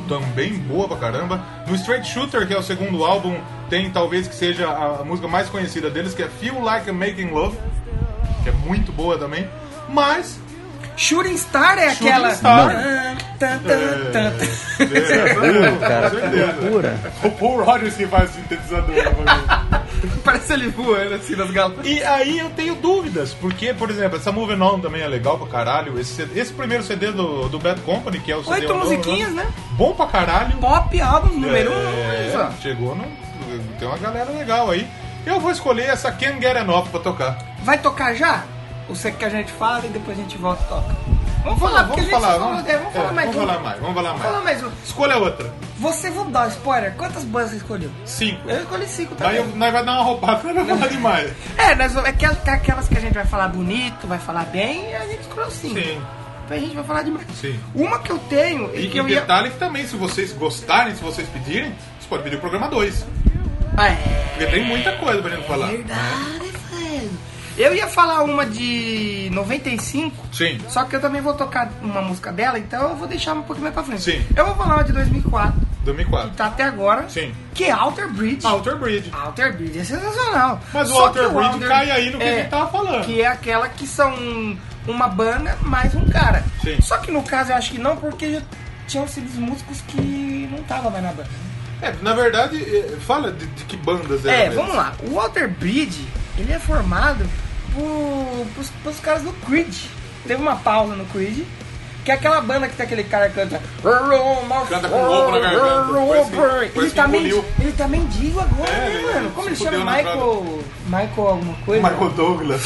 [SPEAKER 2] também boa pra caramba. No Straight Shooter, que é o segundo álbum, tem talvez que seja a, a música mais conhecida deles, que é Feel Like I'm Making Love, que é muito boa também. Mas.
[SPEAKER 1] Shooting Star é
[SPEAKER 2] Shooting
[SPEAKER 1] aquela.
[SPEAKER 2] Star.
[SPEAKER 1] Tan, tan,
[SPEAKER 2] É,
[SPEAKER 1] tan, tan, tan.
[SPEAKER 4] cara, que
[SPEAKER 2] é, com certeza.
[SPEAKER 4] loucura.
[SPEAKER 2] O Paul Rogers que faz o sintetizador. né, bagulho.
[SPEAKER 1] Parece ele voando assim nas galas.
[SPEAKER 2] e aí eu tenho dúvidas, porque, por exemplo, essa Moving On também é legal pra caralho. Esse, esse primeiro CD do, do Bad Company, que é o CD
[SPEAKER 1] Oito
[SPEAKER 2] novo, né?
[SPEAKER 1] musiquinhas, né?
[SPEAKER 2] Bom pra caralho.
[SPEAKER 1] Pop álbum número um. olha
[SPEAKER 2] É,
[SPEAKER 1] só.
[SPEAKER 2] chegou no. Tem uma galera legal aí. Eu vou escolher essa Ken Get Enough pra tocar.
[SPEAKER 1] Vai tocar já? Você que a gente fala e depois a gente volta e toca. Vamos falar, porque a
[SPEAKER 2] vamos
[SPEAKER 1] gente
[SPEAKER 2] falar,
[SPEAKER 1] falou,
[SPEAKER 2] vamos,
[SPEAKER 1] é, vamos falar
[SPEAKER 2] é,
[SPEAKER 1] mais
[SPEAKER 2] vamos
[SPEAKER 1] um.
[SPEAKER 2] falar mais, vamos falar
[SPEAKER 1] Vamos falar
[SPEAKER 2] mais.
[SPEAKER 1] mais um.
[SPEAKER 2] Escolha outra.
[SPEAKER 1] Você, vamos dar um spoiler. Quantas bandas você escolheu?
[SPEAKER 2] Cinco.
[SPEAKER 1] Eu escolhi cinco
[SPEAKER 2] Aí
[SPEAKER 1] também.
[SPEAKER 2] eu- nós vai um. dar uma roubada, nós vai falar demais.
[SPEAKER 1] É, nós, vamos- é que as- aquelas que a gente vai falar bonito, vai falar bem, a gente escolheu cinco.
[SPEAKER 2] Sim.
[SPEAKER 1] Então a gente vai falar demais.
[SPEAKER 2] Sim.
[SPEAKER 1] Uma que eu tenho e
[SPEAKER 2] E,
[SPEAKER 1] que
[SPEAKER 2] e
[SPEAKER 1] eu ia.
[SPEAKER 2] detalhe que tá- também, se vocês gostarem, se vocês pedirem, vocês podem pedir o programa 2.
[SPEAKER 1] Ah, é
[SPEAKER 2] Porque tem muita coisa pra gente falar.
[SPEAKER 1] verdade, velho. Eu ia falar uma de 95.
[SPEAKER 2] Sim.
[SPEAKER 1] Só que eu também vou tocar uma música dela, então eu vou deixar um pouquinho mais pra frente.
[SPEAKER 2] Sim.
[SPEAKER 1] Eu vou falar uma de 2004, que
[SPEAKER 2] 2004.
[SPEAKER 1] tá até agora.
[SPEAKER 2] Sim.
[SPEAKER 1] Que é Outer Bridge.
[SPEAKER 2] Outer Bridge.
[SPEAKER 1] Outer Bridge é sensacional.
[SPEAKER 2] Mas o
[SPEAKER 1] Só
[SPEAKER 2] Outer
[SPEAKER 1] que
[SPEAKER 2] Bridge cai aí no que
[SPEAKER 1] é,
[SPEAKER 2] a gente tava falando.
[SPEAKER 1] Que é aquela que são uma banda mais um cara.
[SPEAKER 2] Sim.
[SPEAKER 1] Só que no caso eu acho que não, porque já tinham sido os músicos que não estavam mais na banda.
[SPEAKER 2] É, na verdade, é, fala de, de que bandas
[SPEAKER 1] É,
[SPEAKER 2] era mesmo.
[SPEAKER 1] vamos lá. O Walter Bridge, ele é formado por, pros, pros caras do Creed. Teve uma pausa no Creed, que é aquela banda que tem aquele cara que canta.
[SPEAKER 2] Canta com lobo na garganta, parece que- parece
[SPEAKER 1] Ele
[SPEAKER 2] que
[SPEAKER 1] tá,
[SPEAKER 2] engoliu.
[SPEAKER 1] mendi- ele tá mendigo agora,
[SPEAKER 2] É,
[SPEAKER 1] né,
[SPEAKER 2] ele-
[SPEAKER 1] mano?
[SPEAKER 2] ele
[SPEAKER 1] Como
[SPEAKER 2] se
[SPEAKER 1] ele
[SPEAKER 2] fudeu
[SPEAKER 1] chama?
[SPEAKER 2] na
[SPEAKER 1] Michael. Michael alguma coisa?
[SPEAKER 2] Michael Douglas.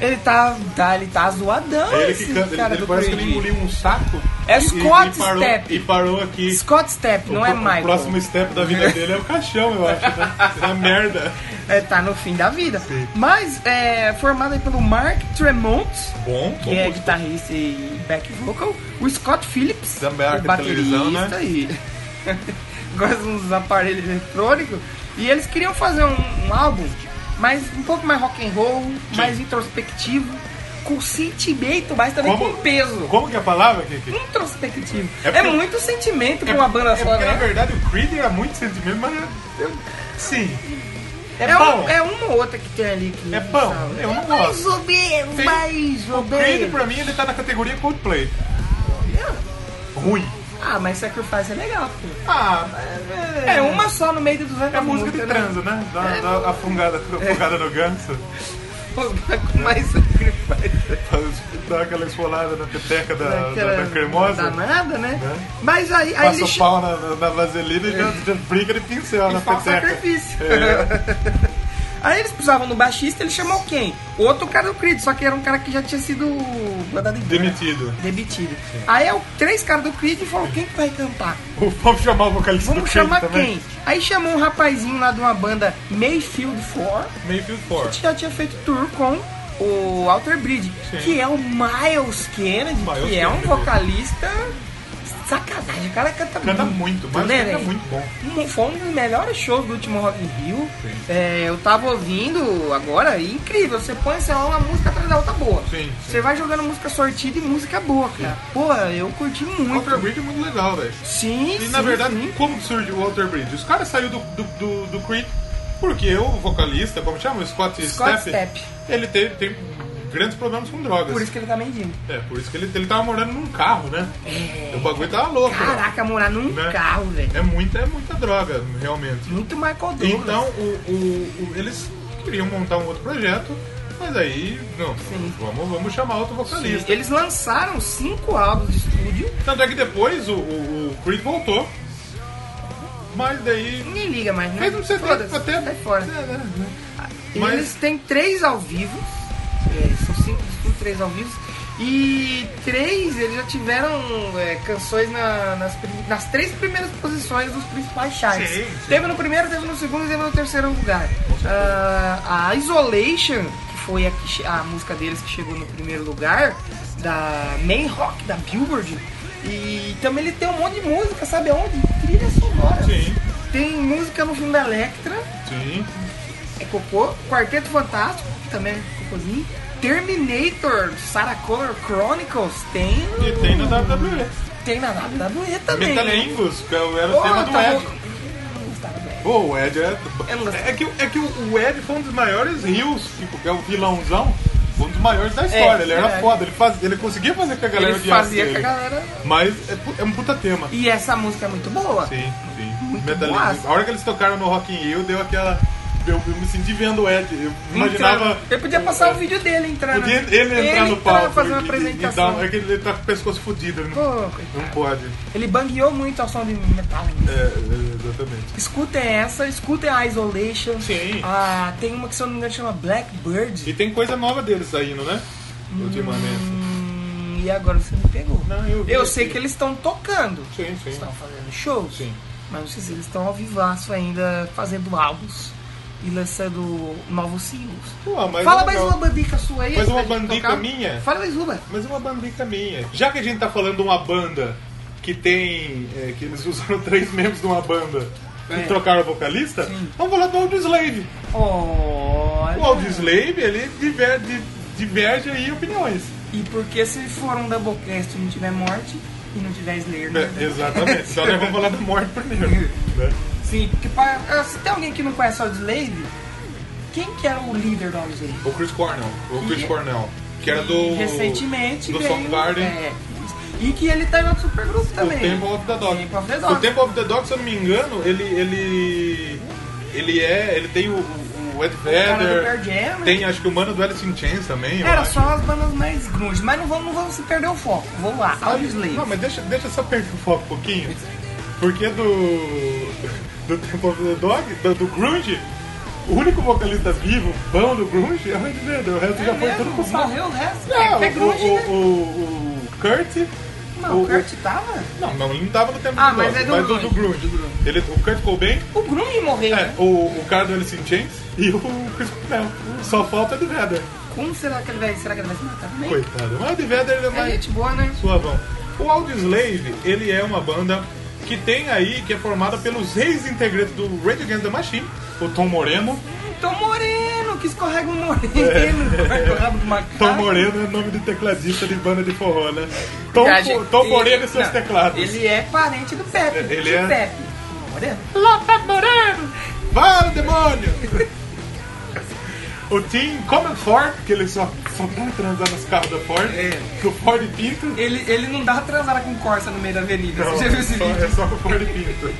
[SPEAKER 1] Ele tá, tá, ele tá zoadão,
[SPEAKER 2] É ele
[SPEAKER 1] esse
[SPEAKER 2] que canta,
[SPEAKER 1] cara
[SPEAKER 2] ele, ele
[SPEAKER 1] do
[SPEAKER 2] parece que
[SPEAKER 1] Creed.
[SPEAKER 2] ele engoliu um saco.
[SPEAKER 1] É
[SPEAKER 2] e-
[SPEAKER 1] Scott
[SPEAKER 2] e, parou,
[SPEAKER 1] Stapp.
[SPEAKER 2] E parou aqui.
[SPEAKER 1] Scott Stepp, não
[SPEAKER 2] um- o,
[SPEAKER 1] é
[SPEAKER 2] o
[SPEAKER 1] Michael.
[SPEAKER 2] próximo step da vida dele é o caixão, eu acho. Né? É uma merda.
[SPEAKER 1] É, tá no fim da vida. Mas é formado aí pelo Mark Tremont,
[SPEAKER 2] Bom, bom.
[SPEAKER 1] que é guitarrista e back vocal, o Scott Phillips,
[SPEAKER 2] Também é né?
[SPEAKER 1] o
[SPEAKER 2] da televisão,
[SPEAKER 1] baterista e gosta uns aparelhos eletrônicos. E eles queriam fazer um, um álbum, mas um pouco mais rock and roll, mais introspectivo. com sentimento, mas também
[SPEAKER 2] Como?
[SPEAKER 1] com peso.
[SPEAKER 2] Como que é a palavra, Kiki?
[SPEAKER 1] Introspectivo.
[SPEAKER 2] É
[SPEAKER 1] É,
[SPEAKER 2] porque-
[SPEAKER 1] muito sentimento pra uma banda
[SPEAKER 2] é
[SPEAKER 1] só,
[SPEAKER 2] porque, na
[SPEAKER 1] né?
[SPEAKER 2] verdade, o Creed era muito sentimento, mas... Eu, eu- sim. É,
[SPEAKER 1] É,
[SPEAKER 2] bom.
[SPEAKER 1] um, é uma ou outra que tem ali que.
[SPEAKER 2] É bom,
[SPEAKER 1] sabe?
[SPEAKER 2] eu não
[SPEAKER 1] É
[SPEAKER 2] gosto.
[SPEAKER 1] Mais ou menos,
[SPEAKER 2] Tem-
[SPEAKER 1] mais ou
[SPEAKER 2] Creed,
[SPEAKER 1] menos.
[SPEAKER 2] pra mim, ele tá na categoria Coldplay. Ruim.
[SPEAKER 1] Ah, mas Sacrifice é legal, pô.
[SPEAKER 2] Ah,
[SPEAKER 1] É uma só no meio de 200
[SPEAKER 2] é música de transo, né? Dá, dá a fungada, a fungada no ganso.
[SPEAKER 1] Com mais Sacrifice.
[SPEAKER 2] Então, Dá aquela esfolada na peteca da, da-
[SPEAKER 1] Daquela-
[SPEAKER 2] da cremosa.
[SPEAKER 1] Danada, né?
[SPEAKER 2] É.
[SPEAKER 1] Mas aí, aí
[SPEAKER 2] Passa
[SPEAKER 1] ele
[SPEAKER 2] o pau na, na- na vaselina e já, já brinca de pincel na
[SPEAKER 1] e faz um
[SPEAKER 2] peteca. É.
[SPEAKER 1] sacrifício. Aí eles precisavam do baixista, ele chamou quem? Outro cara do Creed, só que era um cara que já tinha sido mandado embora.
[SPEAKER 2] Demitido.
[SPEAKER 1] Demitido. Aí é o- três caras do Creed e falou, quem que vai cantar?
[SPEAKER 2] O- Vamos chamar o vocalista do
[SPEAKER 1] Vamos
[SPEAKER 2] Creed
[SPEAKER 1] chamar
[SPEAKER 2] também.
[SPEAKER 1] quem? Aí chamou um rapazinho lá de uma banda Mayfield 4,
[SPEAKER 2] Mayfield Four.
[SPEAKER 1] que já tinha feito tour com o Alter Bridge,
[SPEAKER 2] Sim.
[SPEAKER 1] que é o Miles Kennedy,
[SPEAKER 2] Miles
[SPEAKER 1] que é um
[SPEAKER 2] Kennedy.
[SPEAKER 1] vocalista sacanagem. O cara canta,
[SPEAKER 2] Canta muito, mas
[SPEAKER 1] né,
[SPEAKER 2] canta
[SPEAKER 1] velho?
[SPEAKER 2] muito bom.
[SPEAKER 1] Um- Foi um dos melhores shows do último Rock in Rio.
[SPEAKER 2] Sim.
[SPEAKER 1] É, eu tava ouvindo agora, e incrível. Você põe sei lá, uma música atrás da outra boa.
[SPEAKER 2] Sim, sim.
[SPEAKER 1] Você vai jogando música sortida e música boa, cara. Pô, eu curti
[SPEAKER 2] O
[SPEAKER 1] muito.
[SPEAKER 2] Walter Bridge é muito legal, velho.
[SPEAKER 1] Sim,
[SPEAKER 2] E
[SPEAKER 1] sim,
[SPEAKER 2] na verdade,
[SPEAKER 1] sim.
[SPEAKER 2] como que surge o Walter Bridge? Os caras saíram do, do, do, do Creed porque o vocalista, como chama? O Scott,
[SPEAKER 1] Scott
[SPEAKER 2] Stepp,
[SPEAKER 1] Stepp.
[SPEAKER 2] ele tem, tem grandes problemas com drogas.
[SPEAKER 1] Por isso que ele tá mendigo.
[SPEAKER 2] É, por isso que ele, ele tava morando num carro, né? O bagulho tava louco.
[SPEAKER 1] É, Caraca, morar num
[SPEAKER 2] Né?
[SPEAKER 1] carro, velho.
[SPEAKER 2] É muita, é muita droga, realmente.
[SPEAKER 1] Muito Michael Douglas.
[SPEAKER 2] Então, o- o- o- eles queriam montar um outro projeto, mas aí, não,
[SPEAKER 1] Sim.
[SPEAKER 2] vamos, vamos chamar outro
[SPEAKER 1] Sim,
[SPEAKER 2] vocalista.
[SPEAKER 1] eles lançaram cinco álbuns de estúdio.
[SPEAKER 2] Tanto é que depois o, o- o Creed voltou, mas daí...
[SPEAKER 1] Ninguém liga mais, né?
[SPEAKER 2] Fez um CD
[SPEAKER 1] Foda-se,
[SPEAKER 2] até...
[SPEAKER 1] Sai fora.
[SPEAKER 2] É, né, né.
[SPEAKER 1] E
[SPEAKER 2] Mas-
[SPEAKER 1] Eles têm três ao vivo. é, são cinco, cinco, três ao vivo. E três, eles já tiveram é, canções na- nas, prim- nas três primeiras posições dos principais charts.
[SPEAKER 2] Sim, sim.
[SPEAKER 1] Teve no primeiro, teve no segundo e teve no terceiro lugar. Ah, a Isolation, que foi a, que che- a música deles que chegou no primeiro lugar, da main rock, da Billboard. E também ele tem um monte de música, sabe aonde? Trilha sonora.
[SPEAKER 2] Sim,
[SPEAKER 1] Tem música no filme da Electra
[SPEAKER 2] sim.
[SPEAKER 1] é Cocô, Quarteto Fantástico, que também é Cocôzinho, Terminator, Sarah Connor Chronicles, tem,
[SPEAKER 2] E tem na WWE.
[SPEAKER 1] tem na WWE também.
[SPEAKER 2] Metalingus, que era o
[SPEAKER 1] Pô,
[SPEAKER 2] tema do
[SPEAKER 1] tá
[SPEAKER 2] Ed.
[SPEAKER 1] bom. Não gostava do Ed.
[SPEAKER 2] Pô, o Ed é.
[SPEAKER 1] Eu não gostei.
[SPEAKER 2] É que, é que o Ed foi um dos maiores rios, tipo, que é o vilãozão, foi um dos maiores da história. ele era
[SPEAKER 1] verdade.
[SPEAKER 2] foda, ele, faz, ele conseguia fazer com a galera
[SPEAKER 1] É, Ele
[SPEAKER 2] de
[SPEAKER 1] fazia com a galera.
[SPEAKER 2] Mas é, pu- é um puta tema.
[SPEAKER 1] E essa música é muito boa.
[SPEAKER 2] Sim, sim.
[SPEAKER 1] Muito
[SPEAKER 2] Metalingus.
[SPEAKER 1] massa.
[SPEAKER 2] A hora que eles tocaram no Rock in Rio, deu aquela. Eu, eu me senti vendo o Ed. Eu imaginava.
[SPEAKER 1] Entrando. Então, Eu podia passar o vídeo dele entrando.
[SPEAKER 2] Podia ele entrar no palco.
[SPEAKER 1] fazer uma
[SPEAKER 2] e- e- e
[SPEAKER 1] apresentação.
[SPEAKER 2] dar- é que ele tá com o pescoço fudido, ele não,
[SPEAKER 1] Pô, coitado.
[SPEAKER 2] não pode.
[SPEAKER 1] ele bangueou muito ao som de metal.
[SPEAKER 2] É, é, exatamente.
[SPEAKER 1] Escutem essa, escutem a Isolation.
[SPEAKER 2] Sim.
[SPEAKER 1] Ah, tem uma que se eu não me engano chama Blackbird.
[SPEAKER 2] E tem coisa nova deles saindo, né? Ultimamente.
[SPEAKER 1] Hum, e agora você me pegou.
[SPEAKER 2] Não, eu vi
[SPEAKER 1] Eu
[SPEAKER 2] aqui.
[SPEAKER 1] sei que eles estão tocando.
[SPEAKER 2] Sim, sim.
[SPEAKER 1] Estão fazendo shows.
[SPEAKER 2] Sim.
[SPEAKER 1] Mas não sei se eles estão ao vivaço ainda fazendo álbuns e lançando novos singles.
[SPEAKER 2] Pô, mas
[SPEAKER 1] Fala
[SPEAKER 2] é
[SPEAKER 1] mais
[SPEAKER 2] legal.
[SPEAKER 1] uma bandica sua aí.
[SPEAKER 2] Mais
[SPEAKER 1] pra
[SPEAKER 2] uma
[SPEAKER 1] gente
[SPEAKER 2] bandica
[SPEAKER 1] tocar.
[SPEAKER 2] minha?
[SPEAKER 1] Fala mais uma.
[SPEAKER 2] Mas uma bandica minha. Já que a gente tá falando de uma banda que tem. é, que eles usaram três membros de uma banda
[SPEAKER 1] É.
[SPEAKER 2] e trocaram o vocalista, vamos falar do Audioslave.
[SPEAKER 1] Olha.
[SPEAKER 2] O Audioslave, ele diver- di- diverge aí opiniões.
[SPEAKER 1] E porque se for um Doublecast e não tiver morte e não tiver Slayer,
[SPEAKER 2] Né?
[SPEAKER 1] né?
[SPEAKER 2] Exatamente. Então nós vamos falar da morte primeiro. né?
[SPEAKER 1] Sim, porque pra- ah, se tem alguém que não conhece o Slave, quem que era o líder do Slave?
[SPEAKER 2] O Chris Cornell. O Chris
[SPEAKER 1] E-
[SPEAKER 2] Cornell. Que era do.
[SPEAKER 1] recentemente
[SPEAKER 2] Do
[SPEAKER 1] veio,
[SPEAKER 2] Soundgarden.
[SPEAKER 1] é, e que ele tá em outro supergrupo também.
[SPEAKER 2] O Temple of the Dog.
[SPEAKER 1] Temple of the Dog.
[SPEAKER 2] O Temple of the Dog, se eu não me engano, ele. ele. ele é. ele tem o, o Ed
[SPEAKER 1] cara do
[SPEAKER 2] Vedder.
[SPEAKER 1] Pearl Jam, né?
[SPEAKER 2] Tem acho que o mano do Alice in Chains também. eu
[SPEAKER 1] Era
[SPEAKER 2] acho.
[SPEAKER 1] só as bandas mais grunge, mas não vamos, não vamos se perder o foco. Vamos lá, Audio Slave.
[SPEAKER 2] Não, mas deixa, deixa eu só perder o foco um pouquinho. Porque do. do Temple of the Dog, do, do Grunge, o único vocalista vivo, bom do Grunge, é o Ed Vedder. O resto já foi
[SPEAKER 1] mesmo,
[SPEAKER 2] tudo pro saco.
[SPEAKER 1] morreu o resto.
[SPEAKER 2] É,
[SPEAKER 1] é, é
[SPEAKER 2] o,
[SPEAKER 1] grunge,
[SPEAKER 2] o,
[SPEAKER 1] né?
[SPEAKER 2] o, o Kurt.
[SPEAKER 1] Não, o Kurt tava?
[SPEAKER 2] Não, não, ele não tava no tempo
[SPEAKER 1] Ah,
[SPEAKER 2] do
[SPEAKER 1] mas
[SPEAKER 2] Dog,
[SPEAKER 1] é do
[SPEAKER 2] mas do,
[SPEAKER 1] Grunge.
[SPEAKER 2] do Grunge. Ele, o Kurt Cobain
[SPEAKER 1] O grunge morreu. né?
[SPEAKER 2] É, o, o cara do Alice in Chains e o Chris Cornell. Só falta o Ed Vedder.
[SPEAKER 1] Como será que ele vai, será que ele vai se matar também?
[SPEAKER 2] Coitado. Mas o Ed Vedder ele é
[SPEAKER 1] É
[SPEAKER 2] mais
[SPEAKER 1] gente boa, né?
[SPEAKER 2] suavão. O Audioslave, ele é uma banda que tem aí, que é formada pelos ex-integrantes do Rage Against the Machine, o Tom Moreno,
[SPEAKER 1] Tom Então, Moreno, que escorrega um moreno. Vai pro rabo do macaco.
[SPEAKER 2] É. Tom Moreno é o nome do tecladista de banda de forró, né? Tom,
[SPEAKER 1] Verdade,
[SPEAKER 2] Po- Tom
[SPEAKER 1] ele-
[SPEAKER 2] Moreno e seus
[SPEAKER 1] não,
[SPEAKER 2] teclados.
[SPEAKER 1] Ele é parente do Pepe.
[SPEAKER 2] Ele
[SPEAKER 1] de
[SPEAKER 2] é-
[SPEAKER 1] Pepe. Moreno. Lopes Moreno.
[SPEAKER 2] Vai, demônio! O Tim, como é Ford, que ele só, só tá vai transar nos carros da Ford,
[SPEAKER 1] É.
[SPEAKER 2] que o Ford Pinto.
[SPEAKER 1] Ele, ele não dá transada com Corsa no meio da avenida.
[SPEAKER 2] Não,
[SPEAKER 1] Você já viu esse
[SPEAKER 2] só,
[SPEAKER 1] vídeo?
[SPEAKER 2] é só com o Ford Pinto.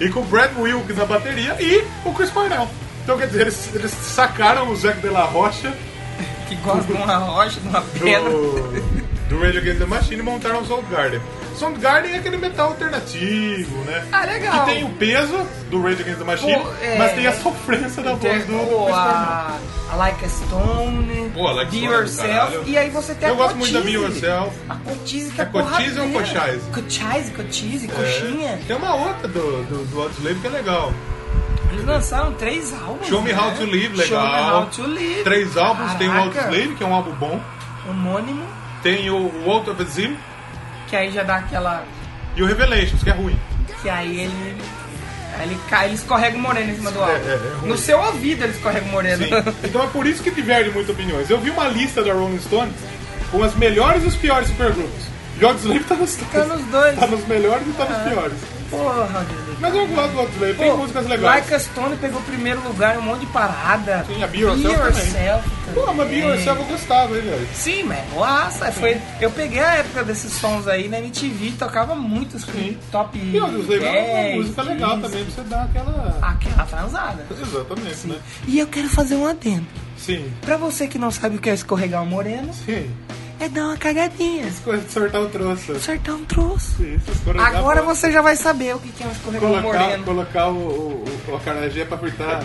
[SPEAKER 2] E com o Brad Wilkes na bateria e o Chris Cornell. Então, quer dizer, eles, eles sacaram o Zac de la Rocha
[SPEAKER 1] Que gosta de uma rocha, de uma pedra.
[SPEAKER 2] do, do Rage Against the Machine e montaram o Soundgarden. Soundgarden é aquele metal alternativo, né?
[SPEAKER 1] Ah, legal.
[SPEAKER 2] Que tem o peso do Rage Against the Machine,
[SPEAKER 1] Pô, é.
[SPEAKER 2] mas tem a sofrência da voz do
[SPEAKER 1] Pô,
[SPEAKER 2] Chris Cornell.
[SPEAKER 1] a, a Like a Stone,
[SPEAKER 2] Pô, a Like a
[SPEAKER 1] Be
[SPEAKER 2] Stone é do
[SPEAKER 1] Yourself,
[SPEAKER 2] caralho.
[SPEAKER 1] e aí você tem
[SPEAKER 2] Eu
[SPEAKER 1] a
[SPEAKER 2] gosto muito da
[SPEAKER 1] Cochise.
[SPEAKER 2] Be Yourself.
[SPEAKER 1] A Cochise que é
[SPEAKER 2] É Cochise ou
[SPEAKER 1] porradeira. Cochise,
[SPEAKER 2] Cochise?
[SPEAKER 1] Cochise,
[SPEAKER 2] É.
[SPEAKER 1] coxinha.
[SPEAKER 2] Tem uma outra do, do, do How to Live que é legal.
[SPEAKER 1] Eles lançaram três álbuns.
[SPEAKER 2] Show Me
[SPEAKER 1] né?
[SPEAKER 2] How to Live,
[SPEAKER 1] Show Me
[SPEAKER 2] legal.
[SPEAKER 1] How to Live.
[SPEAKER 2] Três álbuns, tem o How to
[SPEAKER 1] Caraca.
[SPEAKER 2] Live, que é um álbum bom.
[SPEAKER 1] Homônimo,
[SPEAKER 2] Tem o World of Exile
[SPEAKER 1] que aí já dá aquela.
[SPEAKER 2] e o Revelations, que é ruim.
[SPEAKER 1] Que aí ele. aí Ele, cai, ele escorrega o moreno em cima do álbum.
[SPEAKER 2] é, é ruim.
[SPEAKER 1] no seu ouvido ele escorrega o moreno.
[SPEAKER 2] Sim. Então é por isso que diverge muito opiniões. Eu vi uma lista da Rolling Stone com as melhores e os piores supergrupos. E o How to Live tá nos,
[SPEAKER 1] Tá nos dois.
[SPEAKER 2] Tá nos melhores e tá nos piores.
[SPEAKER 1] Porra, Deus.
[SPEAKER 2] Mas eu gosto do How to Live, tem
[SPEAKER 1] Pô,
[SPEAKER 2] músicas legais.
[SPEAKER 1] Like a Stone pegou primeiro lugar em um monte de parada.
[SPEAKER 2] Sim, a Be Yourself também. Pô, mas é Be Yourself eu gostava, hein, velho.
[SPEAKER 1] Sim, mas nossa, foi. Eu peguei a época desses sons aí na MTV, tocava muito os
[SPEAKER 2] Sim.
[SPEAKER 1] top.
[SPEAKER 2] E o How to Live é
[SPEAKER 1] 10,
[SPEAKER 2] uma música legal
[SPEAKER 1] 15,
[SPEAKER 2] também pra você dar aquela...
[SPEAKER 1] Aquela transada.
[SPEAKER 2] Exatamente,
[SPEAKER 1] Sim.
[SPEAKER 2] né?
[SPEAKER 1] E eu quero fazer um adendo.
[SPEAKER 2] Sim.
[SPEAKER 1] Pra você que não sabe o que é escorregar o moreno,
[SPEAKER 2] Sim.
[SPEAKER 1] é dar uma cagadinha,
[SPEAKER 2] Coisa de sortar o troço.
[SPEAKER 1] acertar um troço.
[SPEAKER 2] Isso, escorregar
[SPEAKER 1] Agora
[SPEAKER 2] a bola.
[SPEAKER 1] você já vai saber o que é um escorregar o
[SPEAKER 2] colocar,
[SPEAKER 1] moreno.
[SPEAKER 2] colocar o, o, o, o acarajé pra fritar,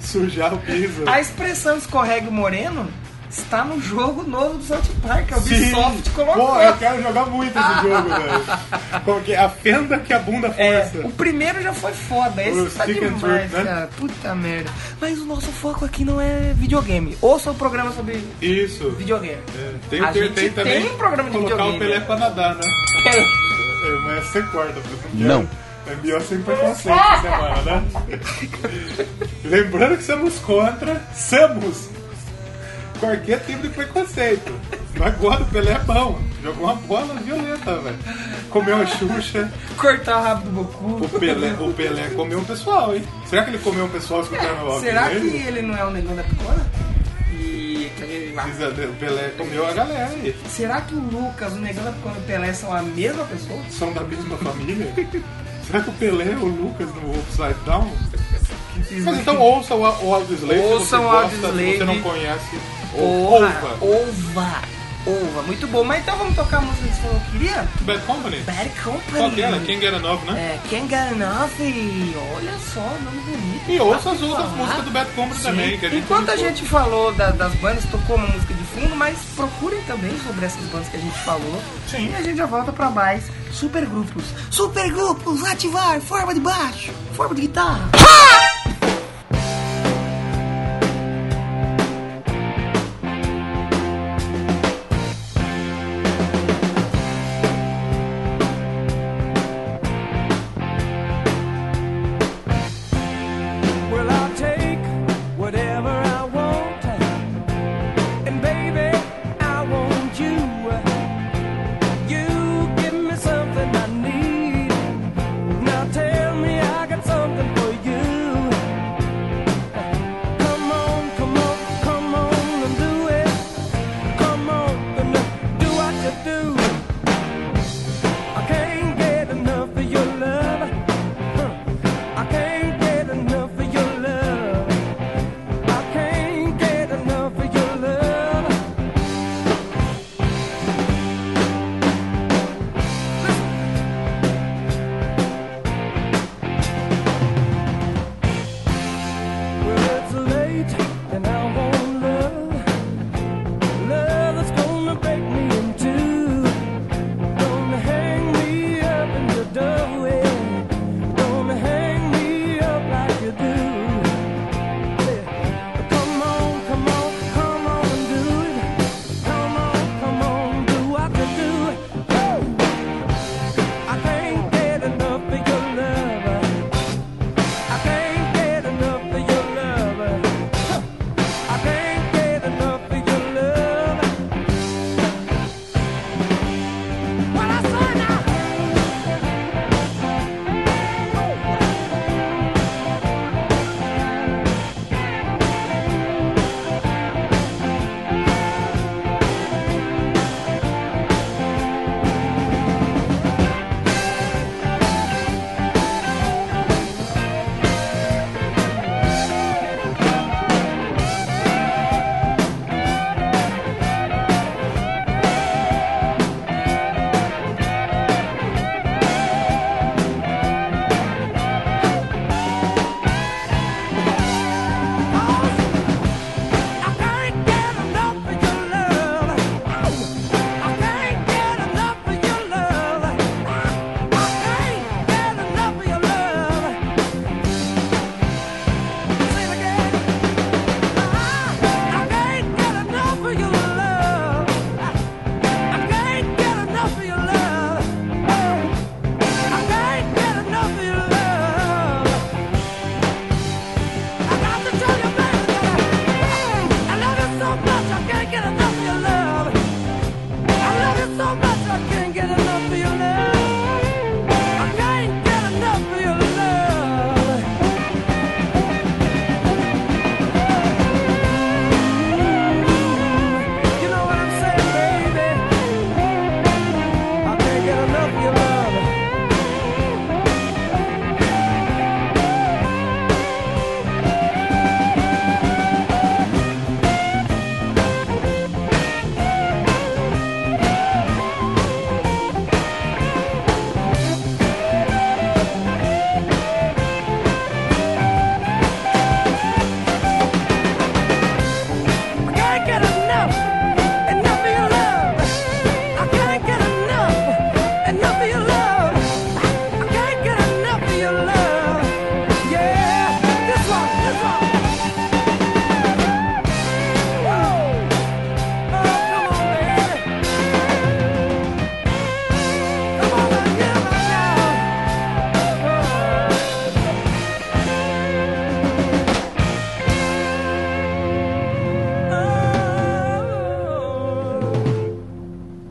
[SPEAKER 2] sujar o piso.
[SPEAKER 1] A expressão escorrega o moreno está no jogo novo do South Park, a
[SPEAKER 2] Sim.
[SPEAKER 1] Ubisoft colocou.
[SPEAKER 2] Pô, eu quero jogar muito esse jogo, velho. Como que é? A fenda que a bunda
[SPEAKER 1] É,
[SPEAKER 2] força.
[SPEAKER 1] o primeiro já foi foda, esse
[SPEAKER 2] O
[SPEAKER 1] tá
[SPEAKER 2] Stick and
[SPEAKER 1] demais,
[SPEAKER 2] Truth, né?
[SPEAKER 1] cara. Puta merda. Mas o nosso foco aqui não é videogame. Ouça o programa sobre
[SPEAKER 2] Isso.
[SPEAKER 1] videogame.
[SPEAKER 2] É, tem,
[SPEAKER 1] A
[SPEAKER 2] o ter-
[SPEAKER 1] gente
[SPEAKER 2] tem também
[SPEAKER 1] tem um programa de
[SPEAKER 2] colocar o
[SPEAKER 1] videogame.
[SPEAKER 2] Pelé pra nadar, né? É, mas você corta, porque eu
[SPEAKER 4] Não.
[SPEAKER 2] É melhor sem preconceito essa semana, né? Lembrando que somos contra, somos qualquer tipo de preconceito. Mas Agora o Pelé é bom. Jogou uma bola violenta, velho. Comeu a Xuxa,
[SPEAKER 1] Cortar o rabo do Goku.
[SPEAKER 2] o Pelé, o Pelé comeu um pessoal, hein? Será que ele comeu um pessoal escutando o
[SPEAKER 1] É, Será que ele não é o negão da picona? E que ele vai-
[SPEAKER 2] O Pelé comeu a galera aí.
[SPEAKER 1] Será que o Lucas, o negão da picona e o Pelé são a mesma pessoa?
[SPEAKER 2] São da mesma família? Será que o Pelé é o Lucas no Upside Down? Mas então ouça o, o Audio Slave.
[SPEAKER 1] Ouça o Audio
[SPEAKER 2] Se você
[SPEAKER 1] Slave.
[SPEAKER 2] não conhece, ou,
[SPEAKER 1] Ova,
[SPEAKER 2] ouva.
[SPEAKER 1] ova, ova. Muito bom. Mas então vamos tocar a música que você falou que queria?
[SPEAKER 2] Bad Company?
[SPEAKER 1] Bad Company.
[SPEAKER 2] Qual que é? era? Quem Get Enough, né?
[SPEAKER 1] É, Can't Get Enough. Olha só, nome bonito.
[SPEAKER 2] E ouça as
[SPEAKER 1] Fácil de
[SPEAKER 2] outras
[SPEAKER 1] falar.
[SPEAKER 2] músicas do Bad Company
[SPEAKER 1] É. Sim.
[SPEAKER 2] também. Que a gente
[SPEAKER 1] Enquanto a
[SPEAKER 2] indicou.
[SPEAKER 1] gente falou da- das bandas, tocou uma música de fundo, mas procurem também sobre essas bandas que a gente falou.
[SPEAKER 2] Sim.
[SPEAKER 1] E a gente já volta pra mais supergrupos. Supergrupos, ativar, forma de baixo, forma de guitarra.
[SPEAKER 5] Well, I'll take whatever I want. And baby, I want you. You give me something I need. Now tell me I got something for you.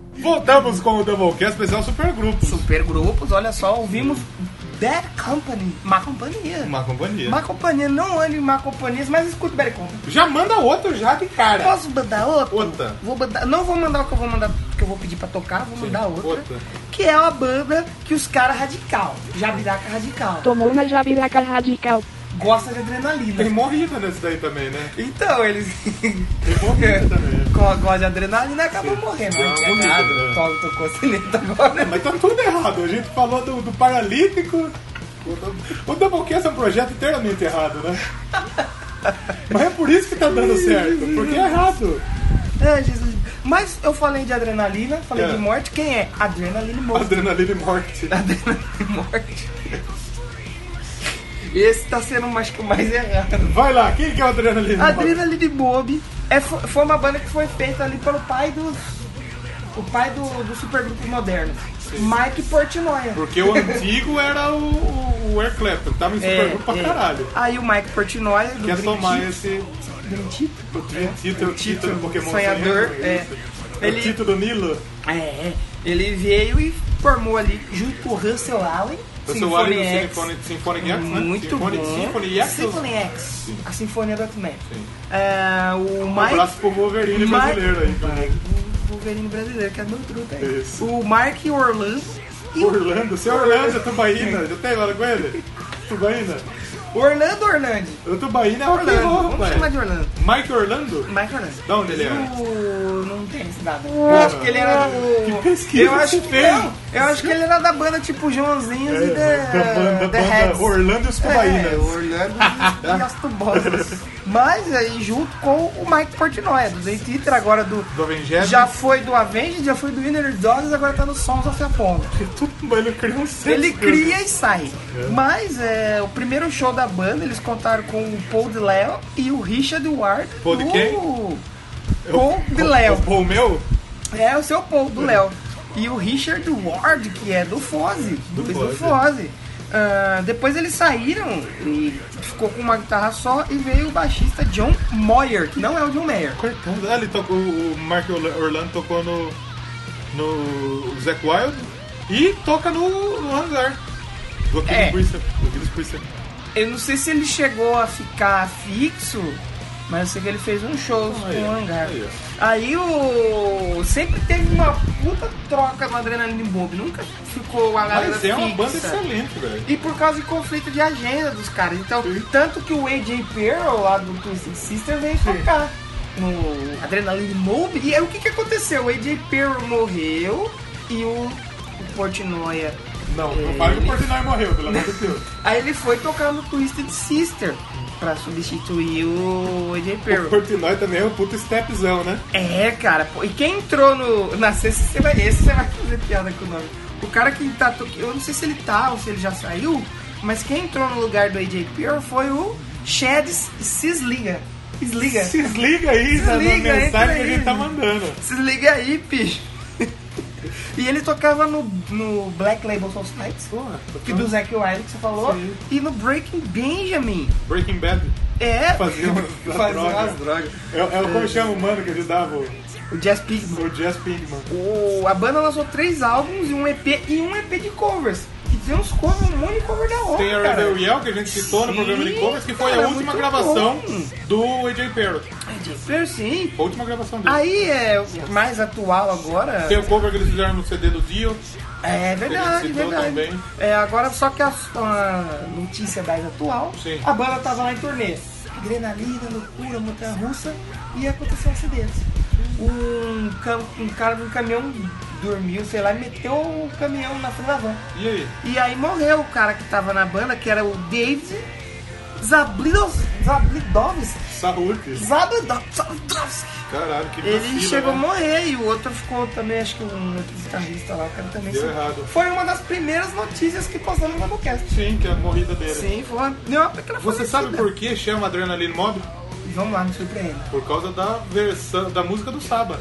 [SPEAKER 6] Oh,
[SPEAKER 2] Voltamos com o Doublecast especial Supergrupos.
[SPEAKER 1] Super grupos, olha só, ouvimos Bad Company, má companhia.
[SPEAKER 2] Uma companhia.
[SPEAKER 1] Má companhia, não ande em má companhias, mas escute Bad Company.
[SPEAKER 2] Já manda outro já de cara.
[SPEAKER 1] Posso mandar outra?
[SPEAKER 2] Outra.
[SPEAKER 1] Vou mandar, não vou mandar o que eu vou mandar, que eu vou pedir pra tocar, vou mandar outra,
[SPEAKER 2] outra.
[SPEAKER 1] Que é uma banda que os caras radical, jabiraca radical,
[SPEAKER 4] Tomou uma jabiraca radical.
[SPEAKER 1] gosta de adrenalina.
[SPEAKER 2] Tem morrida nesse daí também, né?
[SPEAKER 1] Então, eles
[SPEAKER 2] Tem morrida também.
[SPEAKER 1] com a gosta de adrenalina acabou morrendo.
[SPEAKER 2] Não,
[SPEAKER 1] Não,
[SPEAKER 2] morreu, né?
[SPEAKER 1] errado. Paulo tocou a sineta agora.
[SPEAKER 2] Mas tá tudo errado. A gente falou do, do Paralímpico. O Dou- O Doublecast é um projeto inteiramente errado, né? Mas é por isso que tá dando certo. Porque é errado.
[SPEAKER 1] Ai, Ah, Jesus. Mas eu falei de adrenalina, falei
[SPEAKER 2] É.
[SPEAKER 1] de morte. Quem é? Adrenalina e morte.
[SPEAKER 2] Adrenalina e morte.
[SPEAKER 1] Adrenalina e morte. Esse tá sendo mais que o mais errado.
[SPEAKER 2] Vai lá, quem que é o Adrenalina? e morte?
[SPEAKER 1] Adrenalina de Bob é, fo- foi uma banda que foi feita ali pelo pai do. O pai do, do supergrupo moderno. Mike Portnoy.
[SPEAKER 2] Porque o antigo era o, o, tá? o Air Clapton, tava em
[SPEAKER 1] É,
[SPEAKER 2] supergrupo pra caralho. é
[SPEAKER 1] Aí o Mike Portnoy do
[SPEAKER 2] Quer
[SPEAKER 1] Dream
[SPEAKER 2] somar
[SPEAKER 1] Team-
[SPEAKER 2] esse
[SPEAKER 1] Dream Team?
[SPEAKER 2] o Dream Theater, o título do Pokémon
[SPEAKER 1] É, Sonhador,
[SPEAKER 2] Sonhador,
[SPEAKER 1] é.
[SPEAKER 2] isso.
[SPEAKER 1] Ele-
[SPEAKER 2] O título do Nilo.
[SPEAKER 1] É, é. ele veio e formou ali junto com o Russell Allen.
[SPEAKER 2] Eu sou o Ari do
[SPEAKER 1] Symphony X.
[SPEAKER 2] Symphony- Symphony X, né?
[SPEAKER 1] Muito
[SPEAKER 2] Symphony,
[SPEAKER 1] bom.
[SPEAKER 2] Symphony X.
[SPEAKER 1] Symphony X. A Sinfonia do X-Men.
[SPEAKER 2] Sim.
[SPEAKER 1] É, o
[SPEAKER 2] Um abraço
[SPEAKER 1] Mike...
[SPEAKER 2] pro Wolverine
[SPEAKER 1] Mike-
[SPEAKER 2] brasileiro aí. também.
[SPEAKER 1] O Wolverine brasileiro, que é meu truta aí.
[SPEAKER 2] Isso.
[SPEAKER 1] O Mark Orlando. E o
[SPEAKER 2] Orlando, seu Orlando, é Tubaína. Já tem lá com ele? Tubaína.
[SPEAKER 1] Orlando Orlando.
[SPEAKER 2] O Tubaína é
[SPEAKER 1] Orlando.
[SPEAKER 2] Orlando,
[SPEAKER 1] Vamos chamar
[SPEAKER 2] rapaz.
[SPEAKER 1] de Orlando.
[SPEAKER 2] Mike Orlando?
[SPEAKER 1] Mike Orlando.
[SPEAKER 2] Da onde ele é? Ah.
[SPEAKER 1] O... Não tem esse dado. Eu acho que ele era do...
[SPEAKER 2] Que pesquisa
[SPEAKER 1] eu acho
[SPEAKER 2] você
[SPEAKER 1] que
[SPEAKER 2] fez?
[SPEAKER 1] não. Eu acho que ele era da banda tipo Joãozinho
[SPEAKER 2] É,
[SPEAKER 1] e
[SPEAKER 2] da banda,
[SPEAKER 1] The, The
[SPEAKER 2] banda
[SPEAKER 1] Heads.
[SPEAKER 2] Orlando e os
[SPEAKER 1] É,
[SPEAKER 2] Tubaínas. Tá?
[SPEAKER 1] o Orlando e e as tubosas. Mas aí junto com o Mike Portnoy, é do Dream Theater, agora do...
[SPEAKER 2] Do Avengers.
[SPEAKER 1] Já foi do Avenged, já foi do Inner Dogs, agora tá no Sons of Apollo.
[SPEAKER 2] Tudo, ele cria um senso.
[SPEAKER 1] Ele cria e sai. Mas é, o primeiro show da banda, eles contaram com o Paul de Léo e o Richard Ward.
[SPEAKER 2] Paul de
[SPEAKER 1] do-
[SPEAKER 2] quem?
[SPEAKER 1] Paul de Léo.
[SPEAKER 2] É O, o meu?
[SPEAKER 1] É o seu Paul do Léo. E o Richard Ward, que é do Fozzy. Do, do
[SPEAKER 2] Fozzy.
[SPEAKER 1] Fozzy. Ah, depois eles saíram e ficou com uma guitarra só e veio o baixista John Moyer, que não é o John Mayer.
[SPEAKER 2] Coitado. Ah, ele tocou, o Mark Orla- Orlando tocou no, no Zac Wild e toca no, no Hangar. Do Aquiles
[SPEAKER 1] É.
[SPEAKER 2] Priester. Do Aquiles Priester.
[SPEAKER 1] Eu não sei se ele chegou a ficar fixo, mas eu sei que ele fez um show com o hangar.
[SPEAKER 2] aí,
[SPEAKER 1] Aí o. Sempre teve uma puta troca no Adrenaline Bob, nunca ficou a galera
[SPEAKER 2] Mas é uma
[SPEAKER 1] fixa.
[SPEAKER 2] banda excelente, velho.
[SPEAKER 1] E por causa de conflito de agenda dos caras. Então, tanto que o AJ Pearl lá do Twisted Sister veio tocar no Adrenaline Mob. E aí o que, que aconteceu? O AJ Pearl morreu e o, o Portnoy é
[SPEAKER 2] Não, não fala que o
[SPEAKER 1] Ele-
[SPEAKER 2] Portnoy morreu, pelo amor de Deus.
[SPEAKER 1] Aí ele foi tocar no Twisted Sister pra substituir o AJ
[SPEAKER 2] O
[SPEAKER 1] Pearl.
[SPEAKER 2] Portnoy também é um puto stepzão, né?
[SPEAKER 1] É, cara. pô, e quem entrou no. Na sexta, você vai, esse você vai fazer piada com o nome. O cara que tá. to- Eu não sei se ele tá ou se ele já saiu, mas quem entrou no lugar do AJ Pearl foi o Chad Cisliga. Sliga.
[SPEAKER 2] Se desliga aí na- na
[SPEAKER 1] Desliga, entra
[SPEAKER 2] mensagem que a
[SPEAKER 1] aí.
[SPEAKER 2] gente tá mandando.
[SPEAKER 1] Sliga aí, bicho. E ele tocava no, no Black Label Society, que do Zac Wilde que você falou,
[SPEAKER 2] Sim.
[SPEAKER 1] e no Breaking Benjamin.
[SPEAKER 2] Breaking Bad.
[SPEAKER 1] É,
[SPEAKER 2] Fazia umas- umas
[SPEAKER 1] fazia
[SPEAKER 2] drogas.
[SPEAKER 1] umas drogas.
[SPEAKER 2] É, é o como chama o mano que ele dava o,
[SPEAKER 1] O Jazz Pigman.
[SPEAKER 2] o Jazz Pinkman.
[SPEAKER 1] O- a banda lançou três álbuns e um EP e um EP de covers. E tem uns covers, um monte de cover da hora.
[SPEAKER 2] Tem a
[SPEAKER 1] cara.
[SPEAKER 2] Rebel Yell, que a gente citou no
[SPEAKER 1] Sim,
[SPEAKER 2] programa de covers, que foi
[SPEAKER 1] cara,
[SPEAKER 2] a última
[SPEAKER 1] muito
[SPEAKER 2] gravação
[SPEAKER 1] bom.
[SPEAKER 2] do AJ Perro.
[SPEAKER 1] Super, Sim.
[SPEAKER 2] A última gravação dele.
[SPEAKER 1] Aí é mais atual agora.
[SPEAKER 2] Tem o cover que eles fizeram no CD do Dio.
[SPEAKER 1] É verdade,
[SPEAKER 2] Ele citou
[SPEAKER 1] verdade.
[SPEAKER 2] também.
[SPEAKER 1] É, agora só que a, a notícia mais atual,
[SPEAKER 2] Sim.
[SPEAKER 1] a banda tava lá em turnê. Adrenalina, loucura, montanha russa e aconteceu um acidente. Um, cam- um cara de um caminhão dormiu, sei lá, e meteu o caminhão na frente da van.
[SPEAKER 2] E aí?
[SPEAKER 1] E aí morreu o cara que tava na banda, que era o David Zablidos, Zablidovski.
[SPEAKER 2] Saúde.
[SPEAKER 1] Zablidovski. Zablidovski.
[SPEAKER 2] Caralho, que
[SPEAKER 1] Ele
[SPEAKER 2] vacilo,
[SPEAKER 1] chegou
[SPEAKER 2] né?
[SPEAKER 1] a morrer e o outro ficou também, acho que um outro guitarrista lá, o cara também
[SPEAKER 2] Deu
[SPEAKER 1] se-
[SPEAKER 2] errado.
[SPEAKER 1] Foi uma das primeiras notícias que postamos no Doublecast.
[SPEAKER 2] Sim, que é a morrida dele.
[SPEAKER 1] Sim, foi uma, deu uma pequena
[SPEAKER 2] Você sabe
[SPEAKER 1] falecida.
[SPEAKER 2] por que chama Adrenaline Mob?
[SPEAKER 1] Vamos lá, me surpreenda.
[SPEAKER 2] Por causa da versão da música do Saba.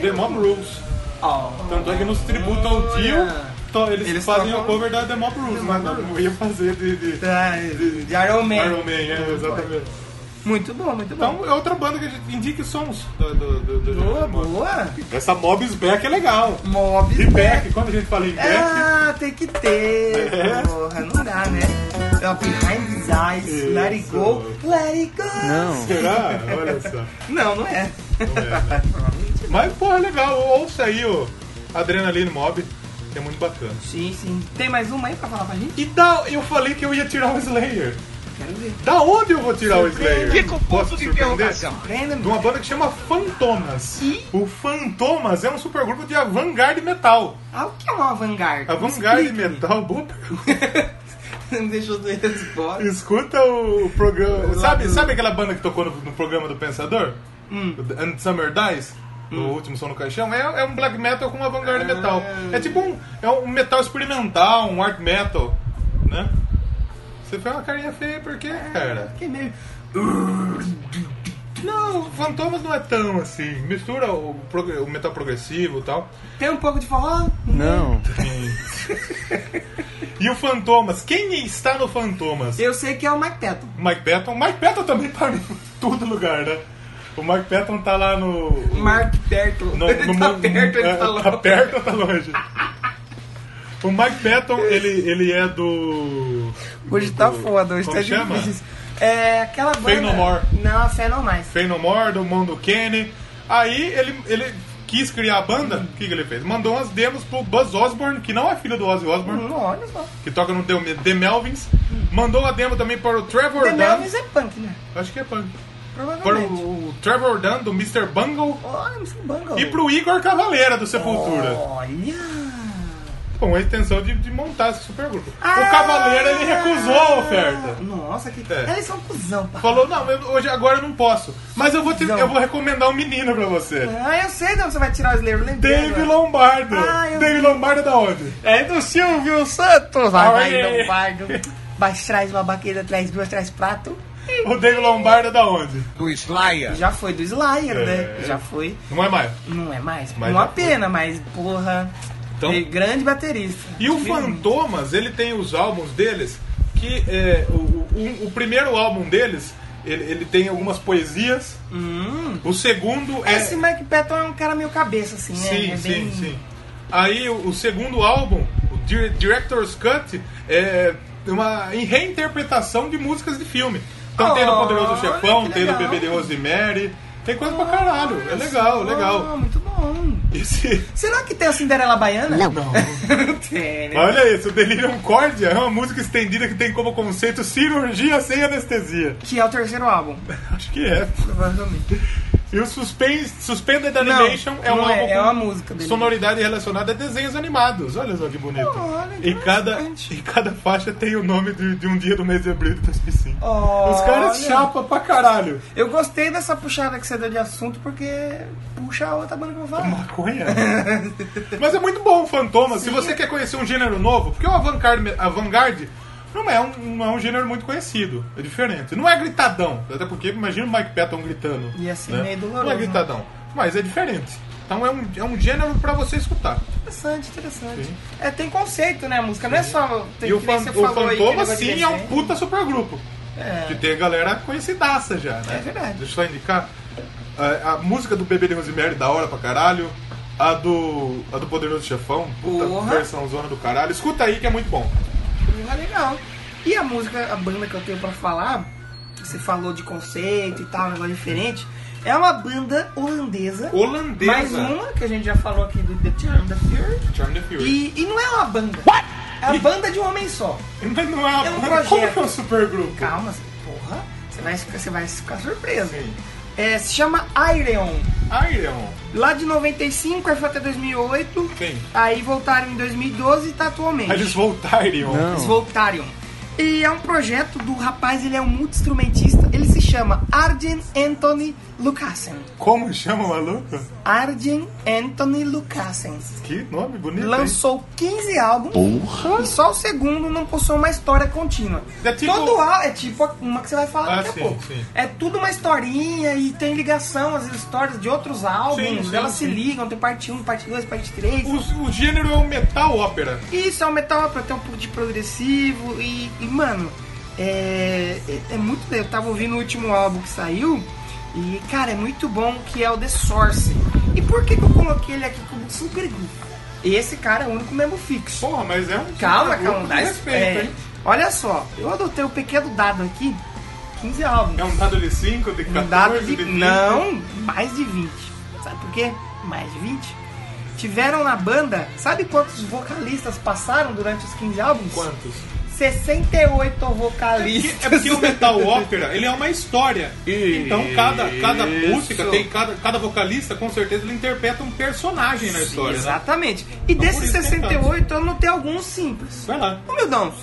[SPEAKER 2] The Mob Rules. Tanto é que nos tributo ao
[SPEAKER 1] Oh. Olha.
[SPEAKER 2] Dio, to- eles,
[SPEAKER 1] Eles
[SPEAKER 2] fazem
[SPEAKER 1] tocam-
[SPEAKER 2] o cover da The Mob Rules, né?
[SPEAKER 1] The
[SPEAKER 2] mas
[SPEAKER 1] Mob
[SPEAKER 2] não ia fazer de, de
[SPEAKER 1] Ah, É, de Iron Man.
[SPEAKER 2] Iron Man, é, exatamente.
[SPEAKER 1] Muito bom, muito bom.
[SPEAKER 2] Então é outra banda que a gente indica sons. Do, do, do, do-
[SPEAKER 1] boa,
[SPEAKER 2] do-
[SPEAKER 1] boa.
[SPEAKER 2] Então,
[SPEAKER 1] né?
[SPEAKER 7] Essa Mobs Back é legal.
[SPEAKER 1] Mob.
[SPEAKER 7] E back, quando a gente fala em back,
[SPEAKER 1] Ah, tem que ter.
[SPEAKER 7] É.
[SPEAKER 1] Porra, não dá, né? É o Behind his eyes, let it go, let it go.
[SPEAKER 8] Não.
[SPEAKER 7] será? Olha só.
[SPEAKER 1] Não, não é.
[SPEAKER 2] Mas, porra, legal. Ouça aí o Adrenaline Mob, que é muito bacana.
[SPEAKER 1] Sim, sim. Tem mais uma aí pra falar pra gente?
[SPEAKER 7] E
[SPEAKER 2] Então,
[SPEAKER 7] da, eu falei que eu ia tirar o Slayer.
[SPEAKER 1] Quero ver.
[SPEAKER 2] Da onde eu vou tirar o Slayer?
[SPEAKER 6] Fica o
[SPEAKER 2] Posso
[SPEAKER 6] ponto de
[SPEAKER 2] surpreender?
[SPEAKER 6] interrogação.
[SPEAKER 1] Prenda-me.
[SPEAKER 2] De uma banda que chama Fantomas.
[SPEAKER 1] E?
[SPEAKER 2] O Fantomas é um supergrupo de avant-garde metal.
[SPEAKER 1] Ah, o que é uma vanguarda?
[SPEAKER 2] Avant-garde metal, boa pergunta.
[SPEAKER 1] Me deixou doendo de fora.
[SPEAKER 2] Escuta o programa. Sabe, sabe aquela banda que tocou no, no programa do Pensador?
[SPEAKER 6] Hum.
[SPEAKER 2] O The- And Summer Dies? No último som no caixão? É, é um black metal com avant-garde
[SPEAKER 6] Ah.
[SPEAKER 2] metal. É tipo um, é um metal experimental, um art metal, né? Você fez uma carinha feia, por quê, cara?
[SPEAKER 1] Fiquei É meio.
[SPEAKER 2] Não, Fantomas não é tão assim. Mistura o, prog- o metal progressivo e tal.
[SPEAKER 1] Tem um pouco de forró?
[SPEAKER 8] Não.
[SPEAKER 2] E o Fantomas, quem está no Fantomas?
[SPEAKER 1] Eu sei que é o Mike Patton.
[SPEAKER 2] O Mike Patton. O Mike Patton também tá em todo lugar, né? O Mike Patton tá lá no.
[SPEAKER 1] Mark Patton.
[SPEAKER 2] no,
[SPEAKER 1] ele
[SPEAKER 2] no-
[SPEAKER 1] tá
[SPEAKER 2] no-
[SPEAKER 1] perto, ele
[SPEAKER 2] é,
[SPEAKER 1] falou.
[SPEAKER 2] Tá perto ou tá longe? O Mike Patton, ele, ele é do.
[SPEAKER 1] Hoje tá
[SPEAKER 2] do-
[SPEAKER 1] foda, hoje
[SPEAKER 2] como
[SPEAKER 1] tá
[SPEAKER 2] chama?
[SPEAKER 1] difícil. É aquela banda.
[SPEAKER 2] Faith No More.
[SPEAKER 1] Não, a Fé não mais.
[SPEAKER 2] Fey No More, do Mundo Kenny. Aí ele, ele quis criar a banda, o que, que ele fez? Mandou umas demos pro Buzz Osborne, que não é filho do Ozzy Osbourne,
[SPEAKER 1] Hum, olha só.
[SPEAKER 2] que toca no The, The Melvins. Mandou uma demo também para o Trevor
[SPEAKER 1] The
[SPEAKER 2] Dunn.
[SPEAKER 1] Melvins é punk, né?
[SPEAKER 2] Acho que é punk. Para
[SPEAKER 1] Provavelmente.
[SPEAKER 2] o, o Trevor Dunn, do Mr. Bungle.
[SPEAKER 1] Olha, Mr. Bungle.
[SPEAKER 2] E pro Igor Cavaleira, do Sepultura.
[SPEAKER 1] Olha.
[SPEAKER 2] Com a intenção de, de montar esse supergrupo.
[SPEAKER 1] Oh. Ah!
[SPEAKER 2] O Cavaleira, ele recusou a oferta.
[SPEAKER 1] Nossa, que.
[SPEAKER 2] É.
[SPEAKER 1] Eles são cuzão, pá.
[SPEAKER 2] Falou, não, eu- hoje, agora eu não posso. Mas eu vou, te-
[SPEAKER 1] Não.
[SPEAKER 2] eu vou recomendar um menino pra você.
[SPEAKER 1] Ah, eu sei de onde você vai tirar o Slayer, eu lembrei.
[SPEAKER 2] Dave
[SPEAKER 1] agora.
[SPEAKER 2] Lombardo.
[SPEAKER 1] Ah, eu
[SPEAKER 2] Dave Lombardo é da onde?
[SPEAKER 1] É do Silvio Santos. Vai, vai,
[SPEAKER 2] Aê.
[SPEAKER 1] Lombardo. Baixo traz uma baqueta, traz duas, traz prato.
[SPEAKER 2] O Dave Lombardo é da onde?
[SPEAKER 6] Do Slayer.
[SPEAKER 1] Já foi do Slayer, né?
[SPEAKER 2] É.
[SPEAKER 1] Já foi.
[SPEAKER 2] Não é mais.
[SPEAKER 1] Não é mais.
[SPEAKER 2] Mas
[SPEAKER 1] uma
[SPEAKER 2] já foi.
[SPEAKER 1] pena, mas porra.
[SPEAKER 2] Então-
[SPEAKER 1] é grande baterista.
[SPEAKER 2] E o
[SPEAKER 1] Sim.
[SPEAKER 2] Fantomas, ele tem os álbuns deles que é, o, o- o- o primeiro álbum deles, ele, ele tem algumas poesias.
[SPEAKER 1] Hum.
[SPEAKER 2] O segundo é.
[SPEAKER 1] Esse Mike Patton é um cara meio cabeça, assim, né?
[SPEAKER 2] Sim,
[SPEAKER 1] É
[SPEAKER 2] sim,
[SPEAKER 1] bem-
[SPEAKER 2] sim. Aí o, o segundo álbum, o Dir- Director's Cut, é uma reinterpretação de músicas de filme. Então tem do
[SPEAKER 1] Oh, Olha,
[SPEAKER 2] Poderoso Chefão,
[SPEAKER 1] que
[SPEAKER 2] tem do
[SPEAKER 1] legal.
[SPEAKER 2] Bebê de Rosemary, tem coisa pra caralho. É legal,
[SPEAKER 1] Ah,
[SPEAKER 2] legal.
[SPEAKER 1] muito bom.
[SPEAKER 2] Esse-
[SPEAKER 1] Será que tem a Cinderela Baiana? Oh. Não. Não tem, né?
[SPEAKER 2] olha isso, Delirium Cordia é uma música estendida que tem como conceito cirurgia sem anestesia.
[SPEAKER 1] Que é o terceiro álbum,
[SPEAKER 2] Acho que é.
[SPEAKER 1] provavelmente.
[SPEAKER 2] E o Suspense, Suspended Animation é um
[SPEAKER 1] não
[SPEAKER 2] álbum
[SPEAKER 1] é, é
[SPEAKER 2] com
[SPEAKER 1] uma música dele.
[SPEAKER 2] sonoridade relacionada a desenhos animados. Olha só que bonito.
[SPEAKER 1] Oh, Olha, que
[SPEAKER 2] e, cada,
[SPEAKER 1] interessante.
[SPEAKER 2] e cada faixa tem o nome de, de um dia do mês de abril de 2005.
[SPEAKER 1] Oh, Olha.
[SPEAKER 2] Os caras chapa pra caralho.
[SPEAKER 1] Eu gostei dessa puxada que você deu de assunto, porque puxa a outra banda que eu vou falar.
[SPEAKER 2] Maconha. Mas é muito bom o Fantoma. Se você quer conhecer um gênero novo, porque o avant-garde avant-garde não é, um, não é um gênero muito conhecido. É diferente. Não é gritadão. Até porque imagina o Mike Patton gritando.
[SPEAKER 1] Ia ser assim, meio doloroso, né?
[SPEAKER 2] Não é gritadão. Mas é diferente. Então é um, é um gênero pra você escutar.
[SPEAKER 1] Interessante, interessante. É, tem conceito, né? A música não é só. Tem,
[SPEAKER 2] E o,
[SPEAKER 1] que nem
[SPEAKER 2] fan,
[SPEAKER 1] você
[SPEAKER 2] o
[SPEAKER 1] falou aí,
[SPEAKER 2] Fantoma,
[SPEAKER 1] que negócio de
[SPEAKER 2] sim, é um
[SPEAKER 1] desenho.
[SPEAKER 2] puta supergrupo. Que tem a galera conhecidaça já, né?
[SPEAKER 1] É verdade.
[SPEAKER 2] Deixa eu só indicar. A, a música do Bebê de Rosemary, da hora pra caralho. A do, a do Poderoso Chefão, puta
[SPEAKER 1] Porra.
[SPEAKER 2] versão zona do caralho. Escuta aí que é muito bom.
[SPEAKER 1] Porra, é legal. E a música, a banda que eu tenho pra falar, que você falou de conceito e tal, um negócio diferente, é uma banda holandesa.
[SPEAKER 2] Holandesa.
[SPEAKER 1] Mais um? uma, que a gente já falou aqui do The Charm, The Fury.
[SPEAKER 2] Charm the Fury.
[SPEAKER 1] E, e não é uma banda. É a banda de um homem só.
[SPEAKER 2] Mas não é, uma
[SPEAKER 1] É um
[SPEAKER 2] banda. Como
[SPEAKER 1] projeto.
[SPEAKER 2] que é um supergrupo?
[SPEAKER 1] Calma, você- porra. Você vai, ficar- você vai ficar surpreso.
[SPEAKER 2] Sim.
[SPEAKER 1] É, se chama Iron.
[SPEAKER 2] Iron.
[SPEAKER 1] Lá de 95, aí é, foi até 2008.
[SPEAKER 2] Sim.
[SPEAKER 1] Aí voltaram em 2012 e tá atualmente.
[SPEAKER 2] Eles voltaram.
[SPEAKER 8] Não.
[SPEAKER 1] Eles voltaram. E é um projeto do rapaz, ele é um multi-instrumentista. Ele se chama Arjen Anthony Lucassen.
[SPEAKER 2] Como chama o maluco?
[SPEAKER 1] Arjen Anthony Lucassen.
[SPEAKER 2] Que nome bonito. hein?
[SPEAKER 1] Lançou 15 álbuns e só o segundo não possui uma história contínua.
[SPEAKER 2] É tipo-
[SPEAKER 1] Todo álbum é tipo uma que você vai falar
[SPEAKER 2] Ah,
[SPEAKER 1] daqui
[SPEAKER 2] sim,
[SPEAKER 1] a pouco.
[SPEAKER 2] sim.
[SPEAKER 1] É tudo uma historinha e tem ligação, as histórias de outros álbuns,
[SPEAKER 2] Sim, sim,
[SPEAKER 1] elas se
[SPEAKER 2] sim.
[SPEAKER 1] ligam, tem parte 1, parte 2, parte 3.
[SPEAKER 2] O, o gênero é um metal ópera.
[SPEAKER 1] Isso, é um metal pra ter um pouco de progressivo e, e, mano, é, é- é muito. Eu tava ouvindo o último álbum que saiu e, cara, é muito bom que é o The Source. E por que, que eu coloquei ele aqui como super grupo? Esse cara é o único mesmo fixo.
[SPEAKER 2] Porra, mas é um.
[SPEAKER 1] Calma,
[SPEAKER 2] um
[SPEAKER 1] calma, dá
[SPEAKER 2] respeito,
[SPEAKER 1] é,
[SPEAKER 2] hein?
[SPEAKER 1] Olha só, eu adotei o pequeno dado aqui, 15 álbuns.
[SPEAKER 2] É um dado de 5, de 14,
[SPEAKER 1] Um dado de.
[SPEAKER 2] de 20.
[SPEAKER 1] Não, mais de 20. Sabe por quê? Mais de 20. Tiveram na banda, sabe quantos vocalistas passaram durante os 15 álbuns?
[SPEAKER 2] Quantos?
[SPEAKER 1] 68 vocalistas.
[SPEAKER 2] É porque o metal ópera, ele é uma história. Então cada, cada música, tem cada, cada vocalista, com certeza, ele interpreta um personagem na história. né?
[SPEAKER 1] Exatamente. E
[SPEAKER 2] Então, por
[SPEAKER 1] desses
[SPEAKER 2] isso tem
[SPEAKER 1] 68, eu anotei alguns simples.
[SPEAKER 2] Vai lá.
[SPEAKER 1] Ô meu Deus,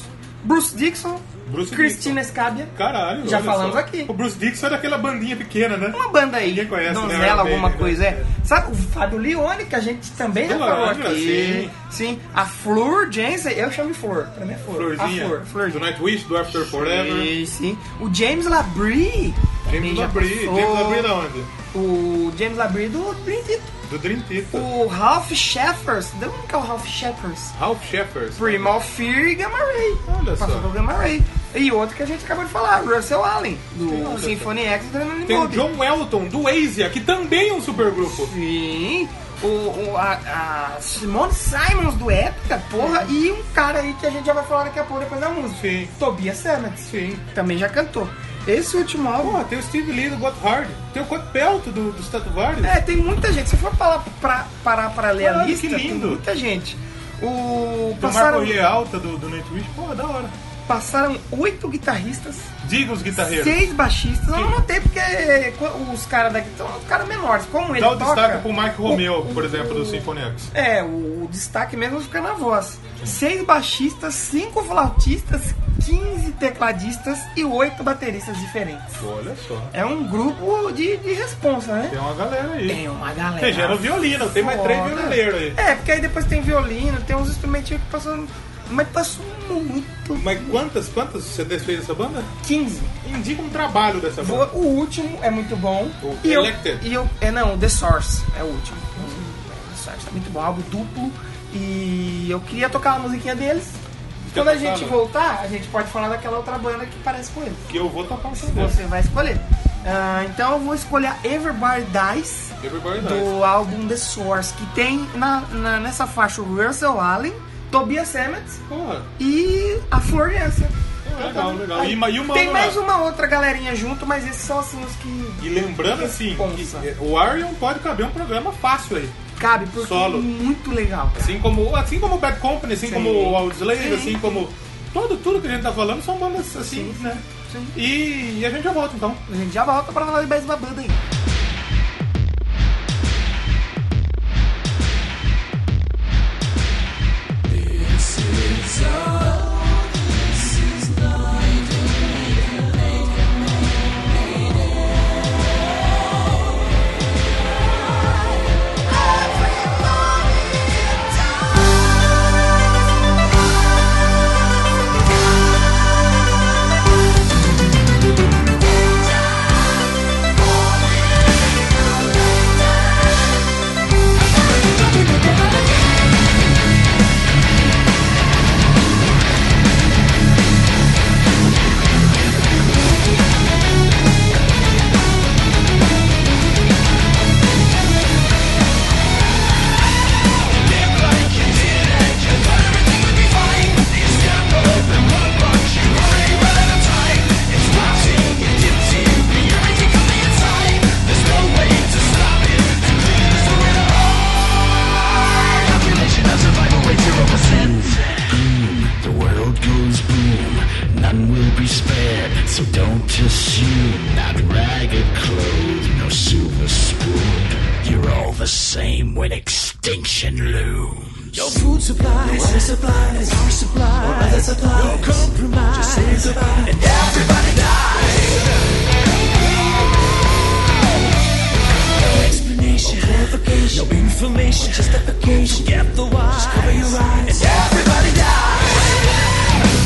[SPEAKER 1] Bruce Dixon,
[SPEAKER 2] Bruce
[SPEAKER 1] Christina Scabia.
[SPEAKER 2] Caralho.
[SPEAKER 1] Já
[SPEAKER 2] olha
[SPEAKER 1] falamos
[SPEAKER 2] só.
[SPEAKER 1] aqui. Ah,
[SPEAKER 2] O Bruce Dixon é daquela bandinha pequena, né?
[SPEAKER 1] Uma banda aí,
[SPEAKER 2] Ninguém conhece, né?
[SPEAKER 1] donzela,
[SPEAKER 2] Iron
[SPEAKER 1] alguma
[SPEAKER 2] Maiden,
[SPEAKER 1] coisa,
[SPEAKER 2] né?
[SPEAKER 1] é. Sabe, o Fábio Leone, que a gente também já
[SPEAKER 2] Claro,
[SPEAKER 1] falou aqui.
[SPEAKER 2] sim.
[SPEAKER 1] Sim. A Flor Jensen, eu chamo de Flor, pra mim é Flor.
[SPEAKER 2] Florzinha.
[SPEAKER 1] A Flor, Flor
[SPEAKER 2] do Nightwish, do After Forever.
[SPEAKER 1] Sim, sim. O James Labrie. também
[SPEAKER 2] James
[SPEAKER 1] já
[SPEAKER 2] Labrie.
[SPEAKER 1] passou.
[SPEAKER 2] James Labrie da onde?
[SPEAKER 1] O James Labrie do Dream Theater.
[SPEAKER 2] Do Dream Theater.
[SPEAKER 1] O Ralph Sheffers. De onde que é o Ralph Sheffers?
[SPEAKER 2] Ralph Shepard.
[SPEAKER 1] Primal Fear e Gamma Ray.
[SPEAKER 2] Olha
[SPEAKER 1] Passou
[SPEAKER 2] só.
[SPEAKER 1] pelo Gamma Ray. E outro que a gente acabou de falar, Russell Allen,
[SPEAKER 2] Sim,
[SPEAKER 1] do
[SPEAKER 2] olha só.
[SPEAKER 1] Symphony X e Adrenaline
[SPEAKER 2] Tem um o
[SPEAKER 1] Mob.
[SPEAKER 2] John Welton, do Asia, que também é um supergrupo.
[SPEAKER 1] Sim, o, o- a, a Simone Simons do Épica, porra, e um cara aí que a gente já vai falar daqui a pouco depois da música.
[SPEAKER 2] Sim.
[SPEAKER 1] Tobias Sammet.
[SPEAKER 2] Sim.
[SPEAKER 1] Também já cantou. Esse último álbum.
[SPEAKER 2] Porra, tem o Steve Lee do Got Hard. Tem o Cot Pelto do, do Statuário.
[SPEAKER 1] É, tem muita gente. Se for falar pra, parar pra ler a
[SPEAKER 2] Caralho,
[SPEAKER 1] lista,
[SPEAKER 2] que
[SPEAKER 1] tem
[SPEAKER 2] lindo.
[SPEAKER 1] muita gente. O,
[SPEAKER 2] Tem o Marco
[SPEAKER 1] passaram,
[SPEAKER 2] Realta do, do Nightwish. Porra, da hora.
[SPEAKER 1] passaram oito guitarristas,
[SPEAKER 2] Diga os guitarreiros.
[SPEAKER 1] seis baixistas. Eu não notei porque eh, co- os caras daqui são os caras menores. Como ele
[SPEAKER 2] Dá o
[SPEAKER 1] toca,
[SPEAKER 2] destaque pro Mike
[SPEAKER 1] o-
[SPEAKER 2] Romeo,
[SPEAKER 1] o-
[SPEAKER 2] por exemplo, do Symphony X.
[SPEAKER 1] É, o, o destaque mesmo fica na voz. Seis baixistas, cinco flautistas, 15 tecladistas e oito bateristas diferentes.
[SPEAKER 2] Olha só.
[SPEAKER 1] É um grupo de, de responsa, né?
[SPEAKER 2] Tem uma galera aí.
[SPEAKER 1] Tem uma galera.
[SPEAKER 2] Tem, já era o violino, tem mais três
[SPEAKER 1] foda.
[SPEAKER 2] violeiros aí.
[SPEAKER 1] É, porque aí depois tem violino, tem uns instrumentinhos que passam. Mas passou muito.
[SPEAKER 2] Mas quantas, quantas CDs fez essa banda?
[SPEAKER 1] 15.
[SPEAKER 2] Indica um trabalho dessa
[SPEAKER 1] Vou-
[SPEAKER 2] banda.
[SPEAKER 1] O último é muito bom.
[SPEAKER 2] O
[SPEAKER 1] e eu,
[SPEAKER 2] Elected.
[SPEAKER 1] e eu- é não, o The Source é o último. O The Source tá muito bom, álbum duplo. E eu queria tocar a musiquinha deles. Quando a gente
[SPEAKER 2] tocando?
[SPEAKER 1] voltar, a gente pode falar daquela outra banda que parece com eles.
[SPEAKER 2] Que eu vou tocar um CD.
[SPEAKER 1] Você vai escolher. Ah, então eu vou escolher Everybody Dies
[SPEAKER 2] Everybody Dies.
[SPEAKER 1] do álbum The Source, que tem na, na- nessa faixa o Russell Allen, Tobias Sammet
[SPEAKER 2] Porra,
[SPEAKER 1] e a Flor Jansen.
[SPEAKER 2] legal, legal. E, uma- e uma
[SPEAKER 1] Tem
[SPEAKER 2] uma-
[SPEAKER 1] mais um. uma outra galerinha junto, mas esses são assim os que
[SPEAKER 2] E lembrando assim,
[SPEAKER 1] Responsa.
[SPEAKER 2] que, é, o Arion pode caber um programa fácil aí.
[SPEAKER 1] Cabe, porque
[SPEAKER 2] Solo.
[SPEAKER 1] é muito legal. cara.
[SPEAKER 2] Assim como, assim como o Bad Company, assim
[SPEAKER 1] Sim.
[SPEAKER 2] como o Outslayer,
[SPEAKER 1] Sim.
[SPEAKER 2] assim como. Todo, tudo que a gente tá falando são bandas assim, né?
[SPEAKER 1] Sim.
[SPEAKER 2] E, e a gente já volta então.
[SPEAKER 1] A gente já volta pra falar de mais uma banda aí.
[SPEAKER 8] The world goes boom, none will be spared, so don't assume that ragged clothes, no silver spoon. You're all the same when extinction looms.
[SPEAKER 3] No food supplies, no water supplies, power supplies, or other supplies. No compromise, just say goodbye. And everybody dies. No explanation, no clarification, no information, or just application. Get the why, just cover your eyes. And everybody dies.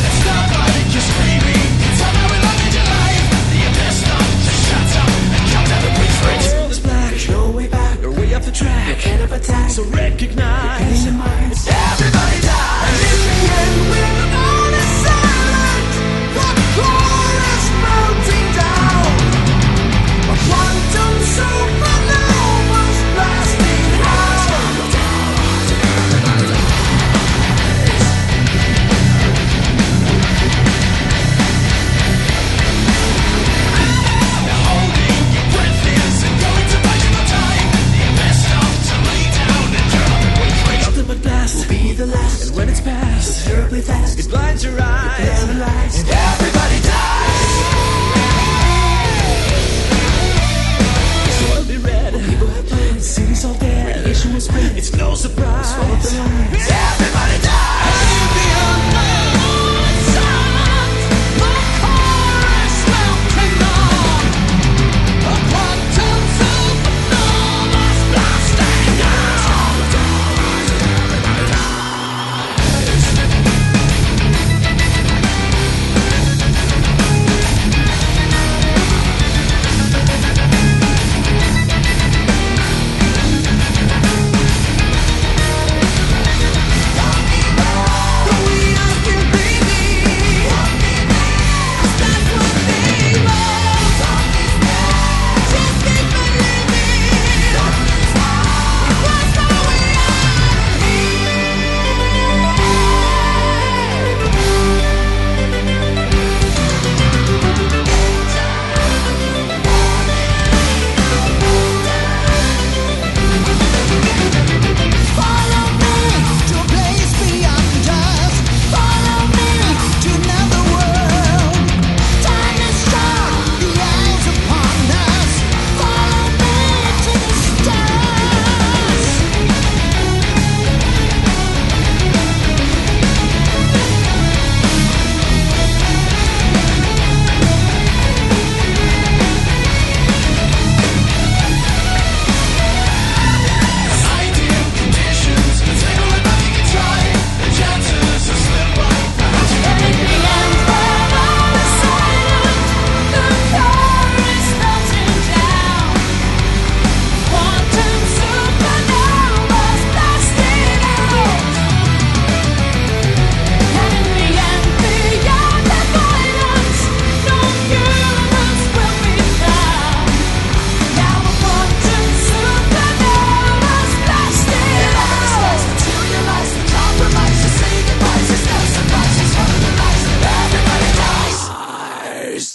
[SPEAKER 3] It's not like you're screaming. Somehow we love your life. The abyss not just shuts up and comes out the breeze. The world is black. There's no way back. No way up the track. You can't have attack. So recognize. Everybody dies. And in the end, we're all the same.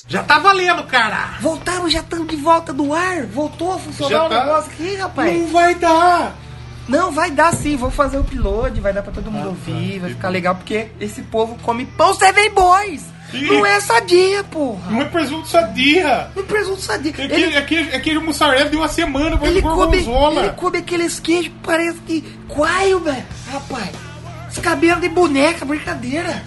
[SPEAKER 2] Já tá valendo, cara!
[SPEAKER 1] Voltaram, já estamos de volta do ar. Voltou a funcionar
[SPEAKER 2] Já
[SPEAKER 1] o
[SPEAKER 2] tá.
[SPEAKER 1] negócio aqui, rapaz.
[SPEAKER 2] Não vai dar!
[SPEAKER 1] Não, vai dar sim, vou fazer o upload, vai dar pra todo
[SPEAKER 2] Ah, tá.
[SPEAKER 1] mundo ouvir, vai ficar legal, porque esse povo come pão Seven Boys!
[SPEAKER 2] Ih.
[SPEAKER 1] Não é sadia, porra!
[SPEAKER 2] Não é presunto sadia!
[SPEAKER 1] Não é presunto sadia.
[SPEAKER 2] É que,
[SPEAKER 1] Ele,
[SPEAKER 2] é que, é que o mussarela deu uma semana pra
[SPEAKER 1] ele,
[SPEAKER 2] ele
[SPEAKER 1] come, ele
[SPEAKER 2] gorgonzola.
[SPEAKER 1] come aqueles queijos que parece que quaio, velho! Rapaz! Esse cabelo de boneca, brincadeira!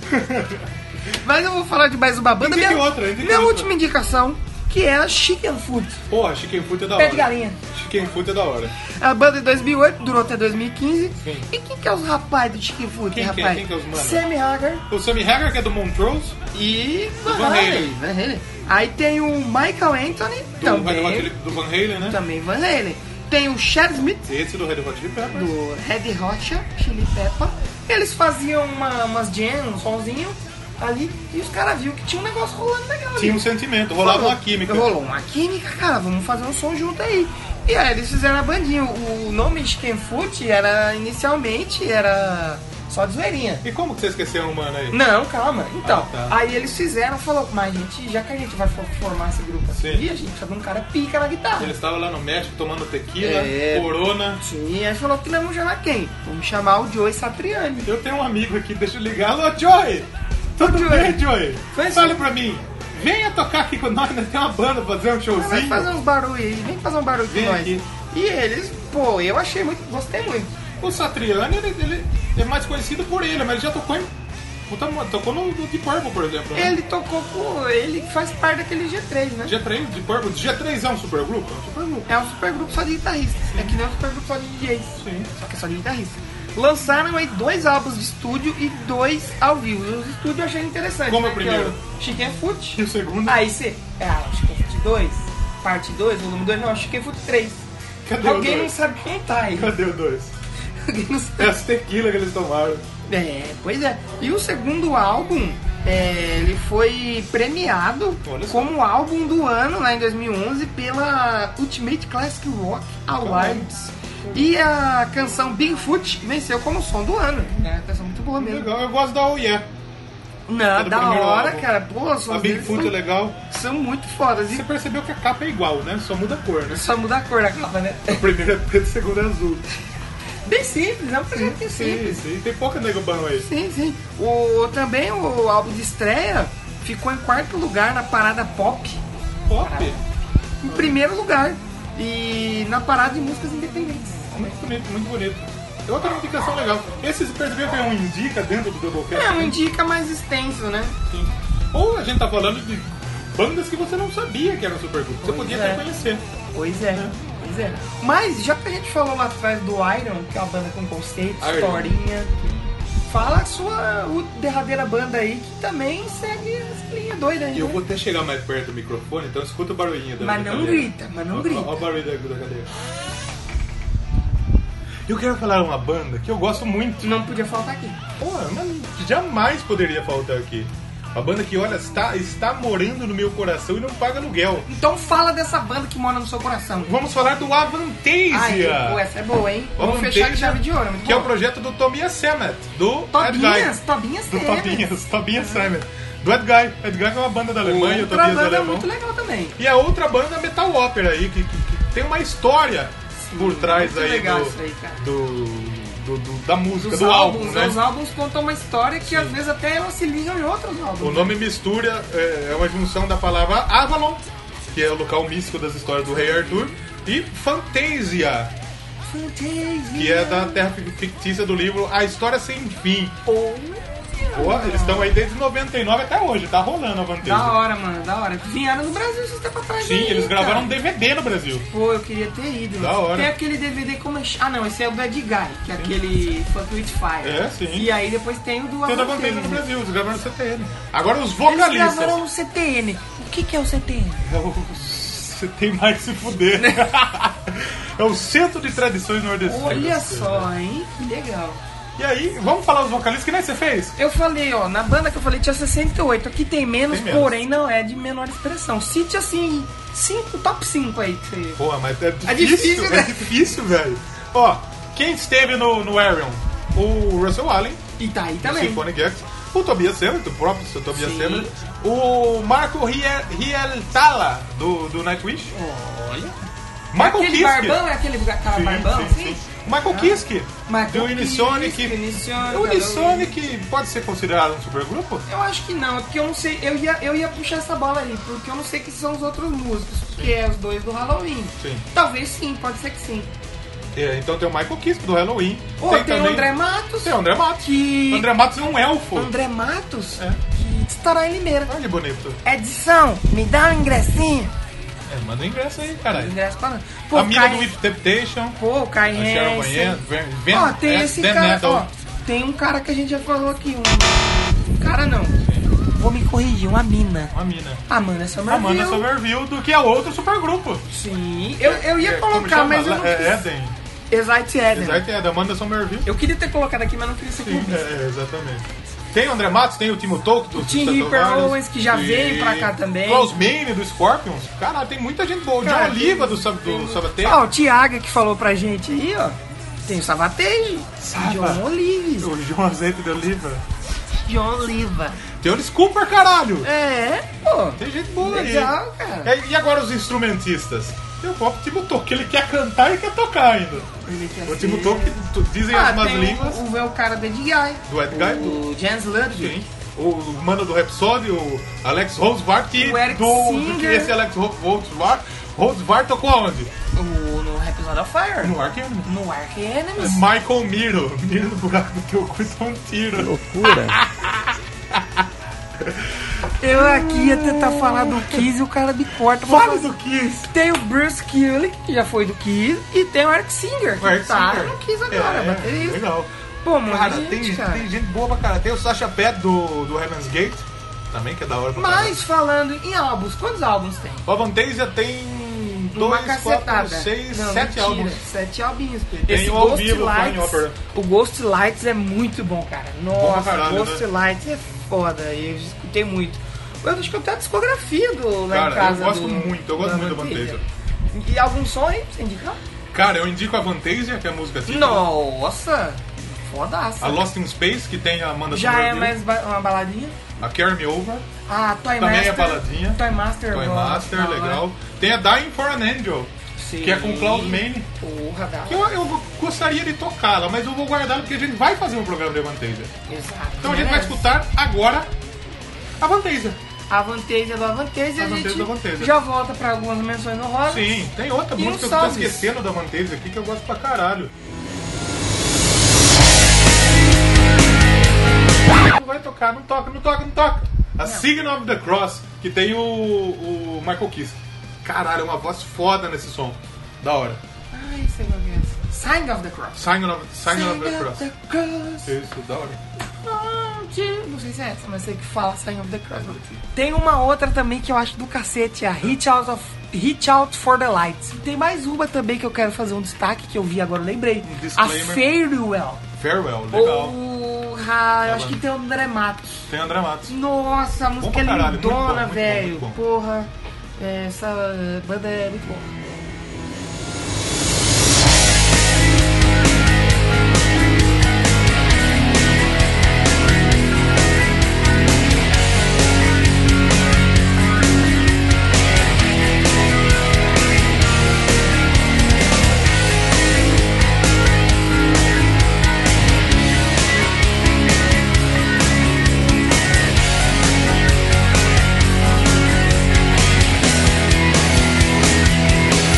[SPEAKER 1] Mas eu vou falar de mais uma banda.
[SPEAKER 2] Indique
[SPEAKER 1] minha
[SPEAKER 2] outra, indique
[SPEAKER 1] minha
[SPEAKER 2] outra.
[SPEAKER 1] última indicação, que era Chicken Food,
[SPEAKER 2] Porra, chicken foot é da
[SPEAKER 1] pé de
[SPEAKER 2] hora.
[SPEAKER 1] galinha.
[SPEAKER 2] Chicken foot é da hora.
[SPEAKER 1] A banda é em 2008, durou até 2015.
[SPEAKER 2] Sim.
[SPEAKER 1] E quem que é os rapaz do Chicken Food,
[SPEAKER 2] Quem que é?
[SPEAKER 1] rapaz?
[SPEAKER 2] Quem que é os mano?
[SPEAKER 1] Sammy Hagar.
[SPEAKER 2] O Sammy Hagar, que é do Montrose,
[SPEAKER 1] E
[SPEAKER 2] Van
[SPEAKER 1] Van
[SPEAKER 2] Halen.
[SPEAKER 1] Halen. Van Halen. Aí tem o Michael Anthony,
[SPEAKER 2] do, Red Hot
[SPEAKER 1] também,
[SPEAKER 2] Chili- do Van Halen, né?
[SPEAKER 1] também Van Halen. Tem o Chad Smith,
[SPEAKER 2] Esse do Red Hot Chili Peppers.
[SPEAKER 1] do Red Hot Chili Pepper. Eles faziam uma, umas jam, um somzinho ali, e os caras viram que tinha um negócio rolando legal ali.
[SPEAKER 2] Tinha um sentimento, rolava
[SPEAKER 1] Rolou.
[SPEAKER 2] uma química.
[SPEAKER 1] Rolou uma química, cara, vamos fazer um som junto aí. E aí eles fizeram a bandinha. O nome Chicken Foot era, inicialmente, era só de zoeirinha.
[SPEAKER 2] E como que você esqueceu um mano aí?
[SPEAKER 1] Não, calma. Então,
[SPEAKER 2] Ah, tá.
[SPEAKER 1] aí eles fizeram, falou, mas gente, já que a gente vai for- formar esse grupo
[SPEAKER 2] Sim.
[SPEAKER 1] aqui, a gente precisa de um cara pica na guitarra.
[SPEAKER 2] Ele estava lá no México tomando tequila,
[SPEAKER 1] É.
[SPEAKER 2] corona.
[SPEAKER 1] Sim, aí falou que nós vamos chamar quem? Vamos chamar o Joey Satriani.
[SPEAKER 2] Eu tenho um amigo aqui, deixa eu ligar. Alô, Joey! Tudo
[SPEAKER 1] Joey.
[SPEAKER 2] bem, Joey?
[SPEAKER 1] Faz
[SPEAKER 2] Fala
[SPEAKER 1] um-
[SPEAKER 2] pra mim, venha tocar aqui com nós, nós temos uma banda, fazer
[SPEAKER 1] Ah,
[SPEAKER 2] um
[SPEAKER 1] Vai
[SPEAKER 2] showzinho.
[SPEAKER 1] fazer uns barulhos aí, vem fazer um barulho
[SPEAKER 2] Vem
[SPEAKER 1] com nós.
[SPEAKER 2] aqui.
[SPEAKER 1] E eles, pô, eu achei muito, gostei muito.
[SPEAKER 2] O Satriani, ele, ele é mais conhecido por ele, mas ele já tocou em... puta, Tocou no no Deep Purple, por exemplo. né?
[SPEAKER 1] Ele tocou com. Ele faz parte daquele G3, né?
[SPEAKER 2] G3, Deep Purple. G3 é um supergrupo? É um supergrupo.
[SPEAKER 1] É um supergrupo só de guitarristas. É que não é um supergrupo só de DJs.
[SPEAKER 2] Sim.
[SPEAKER 1] Só que é só de guitarrista. Lançaram aí dois álbuns de estúdio e dois ao vivo. Os estúdio eu achei interessante.
[SPEAKER 2] Como
[SPEAKER 1] né,
[SPEAKER 2] é o primeiro?
[SPEAKER 1] que é o Chicken Foot.
[SPEAKER 2] E o segundo?
[SPEAKER 1] Aí você. Ah, o Chicken Foot 2, parte 2, volume 2, não, Chicken Foot 3.
[SPEAKER 2] Cadê o
[SPEAKER 1] Alguém não
[SPEAKER 2] dois?
[SPEAKER 1] sabe contar aí.
[SPEAKER 2] Cadê o dois?
[SPEAKER 1] Alguém não sabe.
[SPEAKER 2] É as tequila que eles tomaram.
[SPEAKER 1] É, pois é. E o segundo álbum, é, ele foi premiado
[SPEAKER 2] Olha só.
[SPEAKER 1] como álbum do ano lá em 2011 pela Ultimate Classic Rock Awards. E a canção Bigfoot venceu como som do ano. É uma canção muito boa mesmo.
[SPEAKER 2] Legal, eu gosto da Oh Yeah.
[SPEAKER 1] Não,
[SPEAKER 2] É do
[SPEAKER 1] da
[SPEAKER 2] primeiro
[SPEAKER 1] hora,
[SPEAKER 2] álbum.
[SPEAKER 1] cara. Pô, as
[SPEAKER 2] A
[SPEAKER 1] sons deles
[SPEAKER 2] Bigfoot é
[SPEAKER 1] são,
[SPEAKER 2] legal.
[SPEAKER 1] são muito fodas.
[SPEAKER 2] Você
[SPEAKER 1] E
[SPEAKER 2] percebeu que a capa é igual, né? Só muda a cor, né?
[SPEAKER 1] só muda a cor da capa, né?
[SPEAKER 2] A primeira é preta, a segunda é azul.
[SPEAKER 1] Bem simples, é um projeto bem simples.
[SPEAKER 2] Sim, sim. Tem pouca nego bom aí.
[SPEAKER 1] Sim, sim. O, também o álbum de estreia ficou em quarto lugar na parada pop,
[SPEAKER 2] Pop?
[SPEAKER 1] em primeiro lugar. E na parada de músicas independentes.
[SPEAKER 2] Muito bonito, muito bonito. É outra indicação legal. Esse, você percebeu que é um indica dentro do Doublecast?
[SPEAKER 1] É um indica mais extenso, né?
[SPEAKER 2] Sim. Ou a gente tá falando de bandas que você não sabia que eram supergrupo. Você
[SPEAKER 1] Pois
[SPEAKER 2] podia
[SPEAKER 1] é.
[SPEAKER 2] até conhecer.
[SPEAKER 1] Pois é, pois é. Mas já que a gente falou lá atrás do Iron, que é uma banda com conceito,
[SPEAKER 2] Iron.
[SPEAKER 1] historinha, fala a sua u- derradeira banda aí que também segue as linhas doidas, né?
[SPEAKER 2] E eu vou até chegar mais perto do microfone, então escuta o barulhinho da
[SPEAKER 1] Mas
[SPEAKER 2] da
[SPEAKER 1] não
[SPEAKER 2] cadeira.
[SPEAKER 1] grita, mas não
[SPEAKER 2] Ó,
[SPEAKER 1] grita.
[SPEAKER 2] Ó, ó o barulho da, da cadeira. Eu quero falar uma banda que eu gosto muito.
[SPEAKER 1] Não podia faltar aqui.
[SPEAKER 2] Pô, mas jamais poderia faltar aqui. Uma banda que, olha, está, está morando no meu coração e não paga aluguel.
[SPEAKER 1] Então fala dessa banda que mora no seu coração.
[SPEAKER 2] Vamos falar do Avantasia.
[SPEAKER 1] Ai, pô, essa é boa, hein? Vamos
[SPEAKER 2] Avantasia,
[SPEAKER 1] fechar com chave de ouro. muito
[SPEAKER 2] um Que é o
[SPEAKER 1] bom.
[SPEAKER 2] projeto do Tobias Sammet, do
[SPEAKER 1] Tobinhas,
[SPEAKER 2] Edguy.
[SPEAKER 1] Tobinhas
[SPEAKER 2] Do
[SPEAKER 1] tem.
[SPEAKER 2] Tobias, Tobias Sammet. Do Edguy. Edguy é uma banda da Alemanha, o
[SPEAKER 1] Outra
[SPEAKER 2] Tobias é
[SPEAKER 1] banda é
[SPEAKER 2] alemão.
[SPEAKER 1] muito legal também.
[SPEAKER 2] E a outra banda é Metal Opera aí, que, que- que tem uma história por trás
[SPEAKER 1] muito
[SPEAKER 2] aí,
[SPEAKER 1] legal
[SPEAKER 2] do,
[SPEAKER 1] isso aí, cara.
[SPEAKER 2] do, do- do- da música,
[SPEAKER 1] Os
[SPEAKER 2] do
[SPEAKER 1] álbuns,
[SPEAKER 2] álbum,
[SPEAKER 1] Os
[SPEAKER 2] né?
[SPEAKER 1] álbuns contam uma história que às vezes até elas se ligam em outros álbuns.
[SPEAKER 2] O nome mistura é, é uma junção da palavra Avalon, que é o local místico das histórias do Rei Arthur, e Fantasia, que é da terra fi- fictícia do livro A História Sem Fim. Pô, eles estão aí desde 99 até hoje, tá rolando
[SPEAKER 1] Da
[SPEAKER 2] a Fantasia.
[SPEAKER 1] hora, mano, da hora. Vieram no Brasil esses tempos atrás.
[SPEAKER 2] Sim,
[SPEAKER 1] aí,
[SPEAKER 2] eles
[SPEAKER 1] cara.
[SPEAKER 2] gravaram um DVD no Brasil.
[SPEAKER 1] Pô, eu queria ter ido.
[SPEAKER 2] Da hora.
[SPEAKER 1] Tem aquele DVD como. é ch- Ah, não, esse é o do Edgar, que é aquele Funk with Fire.
[SPEAKER 2] É, sim.
[SPEAKER 1] E aí depois tem o do
[SPEAKER 2] Toda a
[SPEAKER 1] Avantasia.
[SPEAKER 2] Fantasia no Brasil, eles gravaram no CTN. Agora os
[SPEAKER 1] Eles um-
[SPEAKER 2] vocalistas.
[SPEAKER 1] gravaram um o CTN. O que, que é o CTN?
[SPEAKER 2] É o- Você tem mais que se fuder. é o centro de tradições nordestinas.
[SPEAKER 1] Olha só, hein? Que legal.
[SPEAKER 2] E aí, vamos falar os vocalistas que nem você fez?
[SPEAKER 1] Eu falei, ó, na banda que eu falei tinha 68. Aqui tem menos,
[SPEAKER 2] Tem menos.
[SPEAKER 1] porém não é de menor expressão. Cite assim, cinco, top 5 aí que você.
[SPEAKER 2] Pô, mas é difícil,
[SPEAKER 1] É difícil,
[SPEAKER 2] é
[SPEAKER 1] né?
[SPEAKER 2] difícil, velho. Ó, quem esteve no, no Arion? O Russell Allen,
[SPEAKER 1] E tá aí
[SPEAKER 2] do
[SPEAKER 1] também.
[SPEAKER 2] Symphonic X. o Tobias Sandler, do próprio seu Tobias
[SPEAKER 9] Sim.
[SPEAKER 2] Sandler, o Marco Rie- Rieltala, do, do Nightwish,
[SPEAKER 9] Olha.
[SPEAKER 2] Michael
[SPEAKER 1] aquele
[SPEAKER 2] Kiske.
[SPEAKER 1] barbão é aquele cara
[SPEAKER 2] Sim,
[SPEAKER 1] barbão? assim? Ah.
[SPEAKER 2] sim, sim. Michael Kiske,
[SPEAKER 1] Michael
[SPEAKER 2] do Unisonic.
[SPEAKER 1] Kiske, Unisonic,
[SPEAKER 2] o Unisonic pode ser considerado um supergrupo?
[SPEAKER 1] Eu acho que não, é porque eu não sei, eu ia, eu ia puxar essa bola aí, porque eu não sei que são os outros músicos, que é os dois do Halloween.
[SPEAKER 2] Sim.
[SPEAKER 1] Talvez sim, pode ser que sim.
[SPEAKER 2] É, então tem o Michael Kiske, do Halloween.
[SPEAKER 1] Ou tem, o André Matos.
[SPEAKER 2] Tem o André Matos.
[SPEAKER 1] Que-
[SPEAKER 2] O André Matos é um elfo.
[SPEAKER 1] André Matos?
[SPEAKER 2] É.
[SPEAKER 1] Que estará em Limeira.
[SPEAKER 2] Olha que bonito.
[SPEAKER 1] Edição, me dá um ingressinho.
[SPEAKER 2] É, manda um ingresso aí, caralho.
[SPEAKER 1] Ingresso pra nós.
[SPEAKER 2] a
[SPEAKER 1] Pô,
[SPEAKER 2] mina
[SPEAKER 1] Kai,
[SPEAKER 2] do Whip Temptation.
[SPEAKER 1] pô, o Kai
[SPEAKER 2] A Sharon
[SPEAKER 1] Hansen.
[SPEAKER 2] Van- Van- Van-
[SPEAKER 1] Ó, tem
[SPEAKER 2] é,
[SPEAKER 1] esse
[SPEAKER 2] The
[SPEAKER 1] cara,
[SPEAKER 2] Metal.
[SPEAKER 1] ó, tem um cara que a gente já falou aqui, um, um cara não. Vou me corrigir, uma mina.
[SPEAKER 2] Uma mina.
[SPEAKER 1] Amanda é Somerville.
[SPEAKER 2] Amanda Somerville, do que é outro supergrupo.
[SPEAKER 1] Sim, eu, eu ia
[SPEAKER 2] É, como
[SPEAKER 1] colocar,
[SPEAKER 2] chama?
[SPEAKER 1] mas eu não
[SPEAKER 2] É
[SPEAKER 1] quis.
[SPEAKER 2] Eden.
[SPEAKER 1] Exite Eden.
[SPEAKER 2] Exato, é da Amanda Somerville.
[SPEAKER 1] Eu queria ter colocado aqui, mas não queria ser clubista.
[SPEAKER 2] É, exatamente. Tem o André Matos, tem o Timo Tolk do
[SPEAKER 1] Tim
[SPEAKER 2] dos
[SPEAKER 1] Ripper
[SPEAKER 2] Tatuagens.
[SPEAKER 1] Owens, que já veio pra cá também.
[SPEAKER 2] Klaus Mane do Scorpions. Caralho, tem muita gente boa. O John
[SPEAKER 1] Cara,
[SPEAKER 2] Oliva do, Sab- do Sabaté.
[SPEAKER 1] Ó, o Tiago que falou pra gente aí, ó. Tem o Savatage, John Olives,
[SPEAKER 2] O João Azeite do Oliva.
[SPEAKER 1] John Oliva.
[SPEAKER 2] Tem o Cooper, caralho.
[SPEAKER 1] É, pô.
[SPEAKER 2] Tem gente boa
[SPEAKER 1] Legal,
[SPEAKER 2] aí.
[SPEAKER 1] cara.
[SPEAKER 2] É, E agora os instrumentistas? Tem o próprio Timo Tolk, ele quer cantar e quer tocar ainda. O Timo Tolk, tu- dizem
[SPEAKER 1] Ah,
[SPEAKER 2] algumas
[SPEAKER 1] tem
[SPEAKER 2] línguas,
[SPEAKER 1] o, o, é o cara do Ed Guy.
[SPEAKER 2] do Ed Guy, do-
[SPEAKER 1] O Jens Ludwig.
[SPEAKER 2] Sim. O o mano do Rhapsody, o Alex Rosvart, que
[SPEAKER 1] O Eric
[SPEAKER 2] do, do que
[SPEAKER 1] Singer.
[SPEAKER 2] esse Alex Ro- Rosvart, Rosvart tocou aonde?
[SPEAKER 1] O, no Episode of Fire.
[SPEAKER 2] No Ark Enemy.
[SPEAKER 1] No Ark Enemies.
[SPEAKER 2] Michael Miro, Miro do buraco do teu cu dá um tiro.
[SPEAKER 1] Eu aqui ia tentar falar do Kiss e o cara me corta.
[SPEAKER 2] Fala do Kiss!
[SPEAKER 1] Tem o Bruce Kulick, que já foi do Kiss, e tem o Eric Singer, que
[SPEAKER 2] O Eric
[SPEAKER 1] tá
[SPEAKER 2] Singer.
[SPEAKER 1] no Kiss agora,
[SPEAKER 2] É,
[SPEAKER 1] baterista.
[SPEAKER 2] Legal.
[SPEAKER 1] Pô, mano,
[SPEAKER 2] Cara,
[SPEAKER 1] É, gente,
[SPEAKER 2] tem,
[SPEAKER 1] cara.
[SPEAKER 2] tem gente boa pra cara. Tem o Sasha Pet do, do Heaven's Gate, também, que é da hora pra caralho.
[SPEAKER 1] Mas falando em álbuns, quantos álbuns tem?
[SPEAKER 2] O Avantasia tem
[SPEAKER 1] Uma
[SPEAKER 2] 2, 4, 6,
[SPEAKER 1] Não,
[SPEAKER 2] 7
[SPEAKER 1] mentira,
[SPEAKER 2] álbuns.
[SPEAKER 1] Sete álbuns.
[SPEAKER 2] Tem
[SPEAKER 1] Esse
[SPEAKER 2] o ao
[SPEAKER 1] Ghost
[SPEAKER 2] vivo, o Flying
[SPEAKER 1] Lights,
[SPEAKER 2] Opera.
[SPEAKER 1] o Ghost Lights é muito bom, cara.
[SPEAKER 2] pra
[SPEAKER 1] Nossa,
[SPEAKER 2] caralho,
[SPEAKER 1] Ghost
[SPEAKER 2] né?
[SPEAKER 1] Lights é foda. Eu escutei muito. Eu acho que eu tenho a discografia do lá
[SPEAKER 2] Cara,
[SPEAKER 1] em casa.
[SPEAKER 2] eu gosto
[SPEAKER 1] do-
[SPEAKER 2] muito, eu gosto
[SPEAKER 1] do
[SPEAKER 2] muito do
[SPEAKER 1] Avantasia. E algum som aí pra você indicar?
[SPEAKER 2] Cara, eu indico a Avantasia, que é a música assim.
[SPEAKER 1] Nossa, fodaça.
[SPEAKER 2] A Lost in Space, que tem a Amanda
[SPEAKER 1] Já é
[SPEAKER 2] Somerville.
[SPEAKER 1] mais ba- uma baladinha.
[SPEAKER 2] A Carry Me Over,
[SPEAKER 1] Ah, Toy
[SPEAKER 2] Também é
[SPEAKER 1] Master.
[SPEAKER 2] baladinha.
[SPEAKER 1] Toy Master.
[SPEAKER 2] Toy
[SPEAKER 1] eu gosto, da
[SPEAKER 2] Master,
[SPEAKER 1] hora.
[SPEAKER 2] legal. Tem a Dying for an Angel,
[SPEAKER 1] Sim.
[SPEAKER 2] que é com o Klaus Mane.
[SPEAKER 1] Porra, da
[SPEAKER 2] Que
[SPEAKER 1] hora.
[SPEAKER 2] eu, eu gostaria de tocá-la, mas eu vou guardá-la porque a gente vai fazer um programa de Avantasia.
[SPEAKER 1] Exato.
[SPEAKER 2] Então a gente vai escutar agora a Avantasia.
[SPEAKER 1] A Avantasia do Avantasia. A
[SPEAKER 2] Avantasia
[SPEAKER 1] gente
[SPEAKER 2] é do Avantasia.
[SPEAKER 1] já volta pra algumas menções honrosas.
[SPEAKER 2] Sim, tem outra
[SPEAKER 1] E um
[SPEAKER 2] música que eu tô
[SPEAKER 1] salve.
[SPEAKER 2] esquecendo da Avantasia aqui que eu gosto pra caralho. Não vai tocar, não toca, não toca, não toca. A Sign of the Cross, que tem o, o Michael Kiske. Caralho, é uma voz foda nesse som. Da hora.
[SPEAKER 1] Ai, sei lá o que é essa. Sign of the Cross.
[SPEAKER 2] Sign of, sign of the Cross.
[SPEAKER 1] the Cross.
[SPEAKER 2] Isso, da hora.
[SPEAKER 1] Não sei se é essa, mas sei que fala Sign of the Cross. Tem uma outra também que eu acho do cacete, é a Reach Out, of, Reach Out for the Lights. Tem mais uma também que eu quero fazer um destaque, que eu vi agora, eu lembrei. a
[SPEAKER 2] Um disclaimer.
[SPEAKER 1] Farewell.
[SPEAKER 2] Farewell, legal.
[SPEAKER 1] Oh.
[SPEAKER 2] Tá
[SPEAKER 1] Porra, eu acho que tem o André Matos.
[SPEAKER 2] Tem André Matos.
[SPEAKER 1] Nossa, a música é
[SPEAKER 2] pra caralho, muito bom,
[SPEAKER 1] lindona,
[SPEAKER 2] muito bom,
[SPEAKER 1] velho.
[SPEAKER 2] muito bom.
[SPEAKER 1] Porra, essa banda é muito boa.
[SPEAKER 2] Farewell,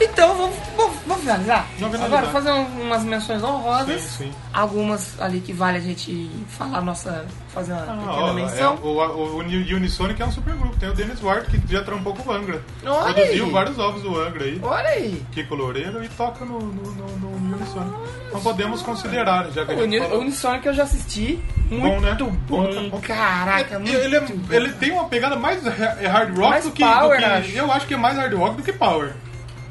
[SPEAKER 1] Então, finalizar?
[SPEAKER 2] finalizar.
[SPEAKER 1] Agora, fazer um- umas menções honrosas.
[SPEAKER 2] Sim, sim.
[SPEAKER 1] Algumas ali que vale a gente falar nossa. fazer uma
[SPEAKER 2] Ah,
[SPEAKER 1] pequena
[SPEAKER 2] ó, é,
[SPEAKER 1] menção.
[SPEAKER 2] o, o, o Uni- Unisonic é um super grupo. Tem o Dennis Ward, que já trampou com o Angra.
[SPEAKER 1] Olha aí!
[SPEAKER 2] Produziu vários ovos do Angra aí.
[SPEAKER 1] Olha aí!
[SPEAKER 2] Kiko Loureiro e toca no, no, no, no Unisonic. Então podemos considerar, já que a
[SPEAKER 1] O
[SPEAKER 2] gente
[SPEAKER 1] Uni- o
[SPEAKER 2] falou.
[SPEAKER 1] Unisonic eu já assisti. Muito
[SPEAKER 2] né?
[SPEAKER 1] bom,
[SPEAKER 2] Bom,
[SPEAKER 1] caraca, muito
[SPEAKER 2] ele, é-
[SPEAKER 1] bom.
[SPEAKER 2] ele tem uma pegada mais ha- hard rock
[SPEAKER 1] Mais
[SPEAKER 2] do que.
[SPEAKER 1] power,
[SPEAKER 2] do que-
[SPEAKER 1] acho.
[SPEAKER 2] Eu acho que é mais hard rock do que power.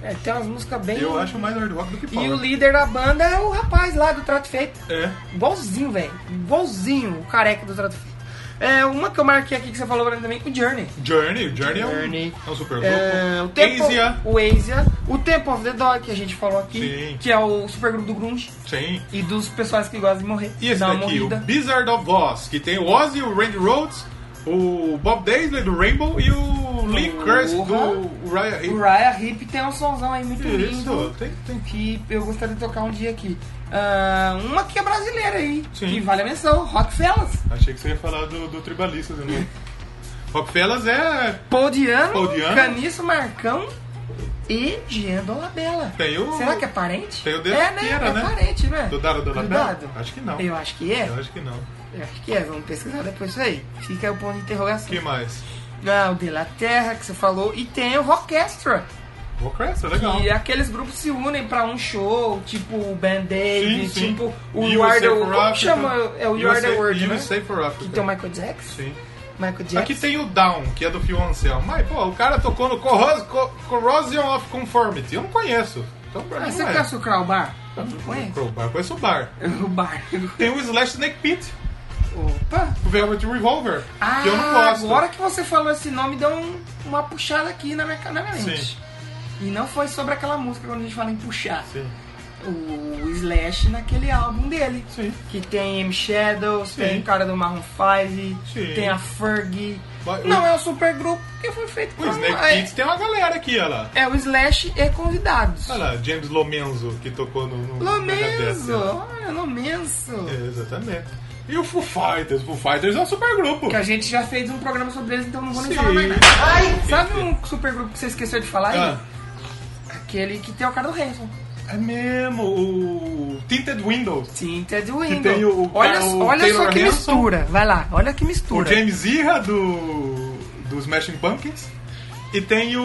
[SPEAKER 1] É, tem umas músicas bem.
[SPEAKER 2] Eu acho mais hard rock do que
[SPEAKER 1] E
[SPEAKER 2] power.
[SPEAKER 1] o líder da banda é o rapaz lá do Trato Feito.
[SPEAKER 2] É.
[SPEAKER 1] Igualzinho, velho. Igualzinho o careca do Trato Feito. É, uma que eu marquei aqui que você falou pra mim também, o Journey.
[SPEAKER 2] Journey, o Journey,
[SPEAKER 1] Journey.
[SPEAKER 2] É, um, é um super grupo.
[SPEAKER 1] É, o Tempo,
[SPEAKER 2] Asia,
[SPEAKER 1] o Asia, o Tempo of the Dog, que a gente falou aqui,
[SPEAKER 2] Sim.
[SPEAKER 1] que é o supergrupo do Grunge
[SPEAKER 2] sim.
[SPEAKER 1] e dos pessoais que gostam de morrer.
[SPEAKER 2] E esse
[SPEAKER 1] Dá uma
[SPEAKER 2] daqui, o
[SPEAKER 1] morrida.
[SPEAKER 2] Bizarre of Oz, que tem o Ozzy, o Randy Rhodes, o Bob Daisley do Rainbow e o Lee Curse do Raya
[SPEAKER 1] O Raya Hip tem um somzão aí muito lindo.
[SPEAKER 2] Isso, tem, tem.
[SPEAKER 1] que eu gostaria de tocar um dia aqui. Ah, uma que é brasileira aí,
[SPEAKER 2] Sim.
[SPEAKER 1] que vale a menção, Rockfellas.
[SPEAKER 2] Achei que você ia falar do, do Tribalistas de novo. Rockefellas é.
[SPEAKER 1] Poldiano,
[SPEAKER 2] Poldiano.
[SPEAKER 1] Caniço Marcão e Jean Dolabella.
[SPEAKER 2] Tem o-
[SPEAKER 1] Será que é parente?
[SPEAKER 2] tem o dedo
[SPEAKER 1] É, né?
[SPEAKER 2] inteiro,
[SPEAKER 1] é
[SPEAKER 2] né?
[SPEAKER 1] parente, né?
[SPEAKER 2] Do Dado da Labela?
[SPEAKER 1] Dado.
[SPEAKER 2] Acho que não.
[SPEAKER 1] Eu acho que é.
[SPEAKER 2] Eu acho que não.
[SPEAKER 1] Eu acho que é. Vamos pesquisar depois isso aí. Fica o ponto de interrogação.
[SPEAKER 2] que mais?
[SPEAKER 1] Ah, o De La Terra, que você falou. E tem o Rockestra.
[SPEAKER 2] Rockcrest, é legal.
[SPEAKER 1] E aqueles grupos se unem pra um show, tipo o Band Aid,
[SPEAKER 2] Sim, sim.
[SPEAKER 1] tipo o
[SPEAKER 2] USA
[SPEAKER 1] You Are the
[SPEAKER 2] for
[SPEAKER 1] World. Como
[SPEAKER 2] Africa.
[SPEAKER 1] chama? É o You Are the
[SPEAKER 2] USA
[SPEAKER 1] World, né?
[SPEAKER 2] USA for Africa.
[SPEAKER 1] Que tem o Michael Jackson?
[SPEAKER 2] Sim.
[SPEAKER 1] Michael Jackson.
[SPEAKER 2] Aqui tem o Down, que é do Phil Anselmo. Mas, pô, o cara tocou no Corros- Co- Corrosion of Conformity. Eu não conheço. Então, pra
[SPEAKER 1] Ah,
[SPEAKER 2] mim,
[SPEAKER 1] você
[SPEAKER 2] não é.
[SPEAKER 1] conhece o Crowbar? Não conhece?
[SPEAKER 2] Crowbar, conheço o Bar.
[SPEAKER 1] O Bar.
[SPEAKER 2] Tem o Slash Snake Pit,
[SPEAKER 1] Opa!
[SPEAKER 2] o Velvet Revolver,
[SPEAKER 1] Ah,
[SPEAKER 2] que eu não gosto.
[SPEAKER 1] agora que você falou esse nome, deu um- uma puxada aqui na minha, na minha mente.
[SPEAKER 2] Sim.
[SPEAKER 1] E não foi sobre aquela música quando a gente fala em puxar.
[SPEAKER 2] Sim.
[SPEAKER 1] O Slash naquele álbum dele.
[SPEAKER 2] Sim.
[SPEAKER 1] Que tem M Shadows,
[SPEAKER 2] Sim.
[SPEAKER 1] tem o cara do Marron 5,
[SPEAKER 2] Sim.
[SPEAKER 1] tem a Fergie.
[SPEAKER 2] Mas
[SPEAKER 1] Não
[SPEAKER 2] o-
[SPEAKER 1] é um super grupo que foi feito
[SPEAKER 2] O
[SPEAKER 1] por
[SPEAKER 2] Snake
[SPEAKER 1] uma- é,
[SPEAKER 2] Pit tem uma galera aqui, olha lá.
[SPEAKER 1] é o Slash e convidados.
[SPEAKER 2] Olha lá, James Lomenzo, que tocou no... no
[SPEAKER 1] Lomenzo!
[SPEAKER 2] no HDS.
[SPEAKER 1] Olha, Lomenzo!
[SPEAKER 2] É, exatamente. E o Foo Fighters. O Foo Fighters é um super grupo.
[SPEAKER 1] Que a gente já fez um programa sobre eles, então não vou nem
[SPEAKER 2] Sim. É.
[SPEAKER 1] falar mais nada. Sabe um supergrupo que você esqueceu de falar aí?
[SPEAKER 2] Ah,
[SPEAKER 1] Aquele que tem o cara do Hanson.
[SPEAKER 2] é mesmo, o Tinted Windows.
[SPEAKER 1] Tinted
[SPEAKER 2] Que
[SPEAKER 1] Window.
[SPEAKER 2] tem o- o
[SPEAKER 1] tá olha
[SPEAKER 2] cara- o
[SPEAKER 1] olha só
[SPEAKER 2] Taylor
[SPEAKER 1] que
[SPEAKER 2] Hanson.
[SPEAKER 1] mistura. Vai lá, olha que
[SPEAKER 2] O
[SPEAKER 1] mistura.
[SPEAKER 2] James Irra do, do Smashing Pumpkins. E tem o,